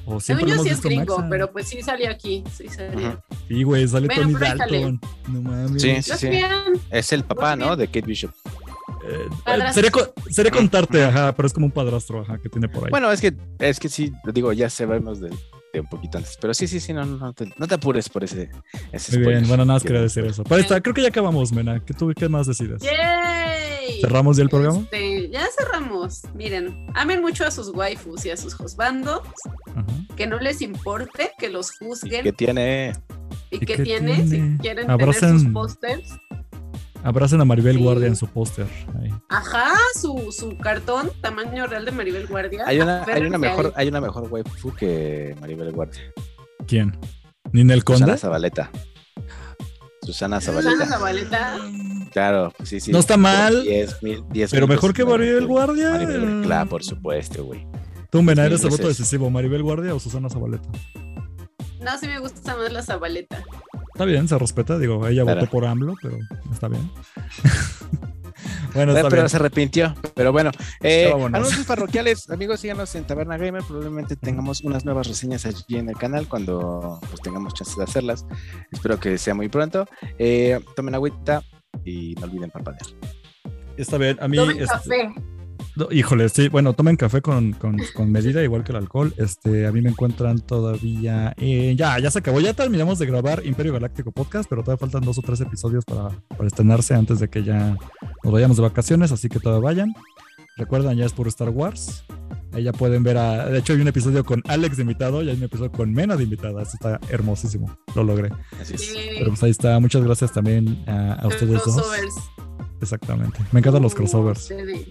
[SPEAKER 3] O siempre
[SPEAKER 2] Según yo
[SPEAKER 3] hemos
[SPEAKER 2] sí es
[SPEAKER 3] visto ¿eh?
[SPEAKER 2] gringo,
[SPEAKER 3] mexa.
[SPEAKER 2] pero pues sí salió aquí. Sí, salió.
[SPEAKER 4] Ajá.
[SPEAKER 3] Sí, güey, sale
[SPEAKER 2] Bueno,
[SPEAKER 3] Tony
[SPEAKER 2] pero ahí sale.
[SPEAKER 3] Dalton. No mames.
[SPEAKER 4] Sí,
[SPEAKER 2] Los
[SPEAKER 4] sí.
[SPEAKER 2] vean.
[SPEAKER 4] Es el papá, ¿no? De Kate Bishop.
[SPEAKER 3] Eh, eh,
[SPEAKER 2] Padrastro.
[SPEAKER 3] sería, co- sería contarte, ajá, pero es como un padrastro, ajá, que tiene por ahí.
[SPEAKER 4] Mm. Bueno, es que, es que sí, digo, ya sabemos de, de un poquito antes. Pero sí, sí, sí, no, no, no te, no te apures por ese, ese
[SPEAKER 3] Muy bien,
[SPEAKER 4] spoiler.
[SPEAKER 3] bueno, nada más quería decir eso. Pero ahí está, creo que ya acabamos, Mena. ¿Qué, tú, qué más decides?
[SPEAKER 2] ¡Yay!
[SPEAKER 3] ¿Cerramos ya el programa?
[SPEAKER 2] Este, ya cerramos. Miren, amen mucho a sus waifus y a sus josbandos.
[SPEAKER 3] Ajá.
[SPEAKER 2] Que no les importe que los juzguen.
[SPEAKER 4] Que tiene.
[SPEAKER 2] ¿Y
[SPEAKER 3] ¿Y
[SPEAKER 2] qué
[SPEAKER 3] qué
[SPEAKER 2] tiene?
[SPEAKER 3] tiene?
[SPEAKER 2] Si quieren
[SPEAKER 3] Abracen-
[SPEAKER 2] tener sus pósters.
[SPEAKER 3] Abracen a Maribel
[SPEAKER 2] Sí.
[SPEAKER 3] Guardia en su póster. ahí.
[SPEAKER 2] Ajá, su, su cartón, tamaño real de Maribel Guardia.
[SPEAKER 4] Hay una, hay
[SPEAKER 2] Aférrense
[SPEAKER 4] una
[SPEAKER 2] a
[SPEAKER 4] mejor,
[SPEAKER 2] él.
[SPEAKER 4] hay una mejor waifu que Maribel Guardia.
[SPEAKER 3] ¿Quién? ¿Ninel Conde?
[SPEAKER 4] Susana Zabaleta. Susana
[SPEAKER 2] Susana
[SPEAKER 4] Zabaleta.
[SPEAKER 2] Zabaleta.
[SPEAKER 4] Claro, pues sí, sí.
[SPEAKER 3] No está mal,
[SPEAKER 4] 10 mil- 10
[SPEAKER 3] pero
[SPEAKER 4] mil
[SPEAKER 3] mejor
[SPEAKER 4] pesos
[SPEAKER 3] que Maribel Guardia.
[SPEAKER 4] Pues, Maribel Guardia, claro, por supuesto, güey.
[SPEAKER 3] Tú, Mena,
[SPEAKER 4] Sí,
[SPEAKER 3] eres el
[SPEAKER 4] pues
[SPEAKER 3] voto
[SPEAKER 4] es.
[SPEAKER 3] decisivo, Maribel Guardia o Susana Zabaleta.
[SPEAKER 2] No, sí me gusta más la Zabaleta.
[SPEAKER 3] Está bien, se respeta, digo, ella
[SPEAKER 4] Claro.
[SPEAKER 3] votó por AMLO, pero está bien. bueno,
[SPEAKER 4] Eh,
[SPEAKER 3] está
[SPEAKER 4] pero
[SPEAKER 3] bien. Pues
[SPEAKER 4] se arrepintió. Pero bueno, eh,
[SPEAKER 3] vámonos.
[SPEAKER 4] anuncios parroquiales, amigos, síganos en Taberna Gamer. Probablemente tengamos unas nuevas reseñas allí en el canal cuando pues, tengamos chance de hacerlas. Espero que sea muy pronto. Eh, tomen agüita y no olviden parpadear.
[SPEAKER 3] Está bien, a mí...
[SPEAKER 2] Tomen
[SPEAKER 3] este,
[SPEAKER 2] café.
[SPEAKER 3] no, híjole, sí, bueno, tomen café con, con- con medida, igual que el alcohol. Este, a mí me encuentran todavía... eh, ya, ya se acabó, ya terminamos de grabar Imperio Galáctico Podcast, pero todavía faltan dos o tres episodios para, para estrenarse antes de que ya nos vayamos de vacaciones, así que todavía vayan. Recuerdan, ya es puro Star Wars. Ahí ya pueden ver a. De hecho, hay un episodio con Alex de invitado y hay un episodio con Mena de invitada. Esto está hermosísimo. Lo logré.
[SPEAKER 4] Así es.
[SPEAKER 3] Pero pues ahí está. Muchas gracias también a, a ustedes dos.
[SPEAKER 2] Crossovers.
[SPEAKER 3] Exactamente. Me encantan
[SPEAKER 2] Uh.
[SPEAKER 3] los crossovers.
[SPEAKER 2] Ustedes.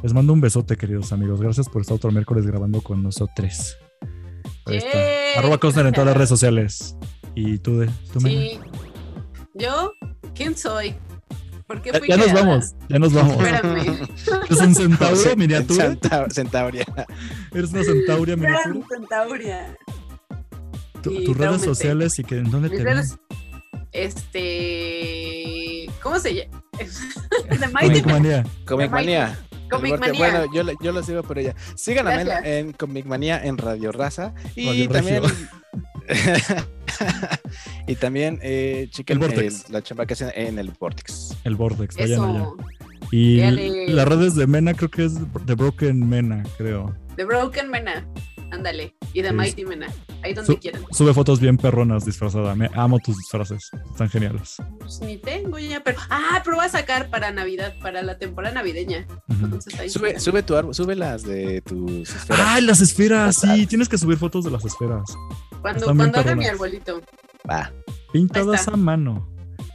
[SPEAKER 3] Les mando un besote, queridos amigos. Gracias por estar otro miércoles grabando con nosotros. Ahí está.
[SPEAKER 2] Yay.
[SPEAKER 3] Arroba Costner en todas las redes sociales. Y tú, de, tú Mena.
[SPEAKER 2] Sí. ¿Yo? ¿Quién soy? ¿Por qué
[SPEAKER 3] Ya,
[SPEAKER 2] fui
[SPEAKER 3] ya nos
[SPEAKER 2] creada?
[SPEAKER 3] vamos. Ya nos vamos.
[SPEAKER 2] Espérame.
[SPEAKER 3] Es un centauro miniatura.
[SPEAKER 4] Centa- centauria.
[SPEAKER 3] eh, Eres una centauria miniatura.
[SPEAKER 2] Gran Centauria.
[SPEAKER 3] Tu-
[SPEAKER 2] Y
[SPEAKER 3] tus redes
[SPEAKER 2] tómate.
[SPEAKER 3] sociales y que en dónde
[SPEAKER 2] Mis
[SPEAKER 3] te ven.
[SPEAKER 2] redes- Este. ¿Cómo se llama? The Mighty
[SPEAKER 3] Comic
[SPEAKER 2] Man.
[SPEAKER 3] Manía.
[SPEAKER 4] Comic Manía.
[SPEAKER 2] Comic
[SPEAKER 4] Porque,
[SPEAKER 2] Manía.
[SPEAKER 4] Bueno, yo, la- yo lo sigo por ella. Sigan a Mela
[SPEAKER 2] Gracias.
[SPEAKER 4] en Comic Manía en Radio Raza. Y
[SPEAKER 3] Radio
[SPEAKER 4] también.
[SPEAKER 3] Regio.
[SPEAKER 4] y también, eh, chequen
[SPEAKER 3] El Vortex.
[SPEAKER 4] el- la chamba que hacen en el Vortex.
[SPEAKER 3] El Vortex, vayan allá.
[SPEAKER 2] Eso.
[SPEAKER 3] Y
[SPEAKER 2] Dale.
[SPEAKER 3] las redes de Mena creo que es The Broken Mena, creo.
[SPEAKER 2] The Broken Mena. Ándale. Y The
[SPEAKER 3] Es-
[SPEAKER 2] Mighty Mena. Ahí donde
[SPEAKER 3] Su-
[SPEAKER 2] quieran.
[SPEAKER 3] Sube fotos bien perronas disfrazada. Me amo tus disfraces. Están geniales.
[SPEAKER 2] Pues ni tengo ya, pero. Ah, pero voy a sacar para Navidad, para la temporada navideña.
[SPEAKER 3] Ujú.
[SPEAKER 2] Entonces ahí.
[SPEAKER 4] Sube, sube tu árbol, sube las de tus esferas.
[SPEAKER 3] ¡Ay, las esferas! Sí, tienes que subir fotos de las esferas.
[SPEAKER 2] cuando
[SPEAKER 3] están bien
[SPEAKER 2] cuando haga mi
[SPEAKER 3] perronas.
[SPEAKER 2] arbolito.
[SPEAKER 4] Va.
[SPEAKER 3] Pintadas
[SPEAKER 2] está.
[SPEAKER 3] a mano.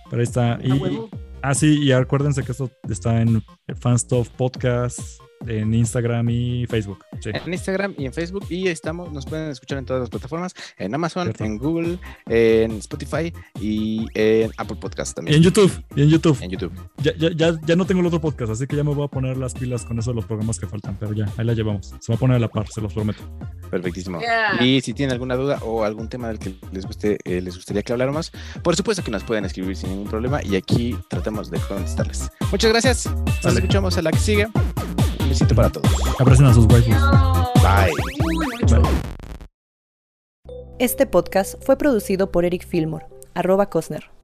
[SPEAKER 3] Pero ahí está.
[SPEAKER 2] A
[SPEAKER 3] Y,
[SPEAKER 2] huevo.
[SPEAKER 3] ah, sí, y acuérdense que esto está en Fanstuff Podcast, en Instagram y Facebook. Sí.
[SPEAKER 4] En Instagram y en Facebook. Y estamos, nos pueden escuchar en todas las plataformas: en Amazon,
[SPEAKER 3] Cierto.
[SPEAKER 4] en Google, en Spotify y en Apple Podcast
[SPEAKER 3] Y en
[SPEAKER 4] también.
[SPEAKER 3] YouTube, y en YouTube.
[SPEAKER 4] En YouTube.
[SPEAKER 3] Ya, ya, ya, ya no tengo el otro podcast, así que ya me voy a poner las pilas con eso de los programas que faltan, pero ya, ahí la llevamos. Se va a poner a la par, se los prometo.
[SPEAKER 4] Perfectísimo.
[SPEAKER 2] Ya.
[SPEAKER 4] Y si tienen alguna duda o algún tema del que les guste, eh, les gustaría que habláramos, por supuesto que nos pueden escribir sin ningún problema y aquí tratamos de contestarles. Muchas gracias. Nos
[SPEAKER 3] Sale.
[SPEAKER 4] escuchamos a la que sigue. Un besito para todos.
[SPEAKER 3] Abracen a sus waifus.
[SPEAKER 2] Adiós.
[SPEAKER 4] Bye.
[SPEAKER 2] Uy, mucho.
[SPEAKER 1] Este podcast fue producido por Eric Fillmore, arroba Cosner,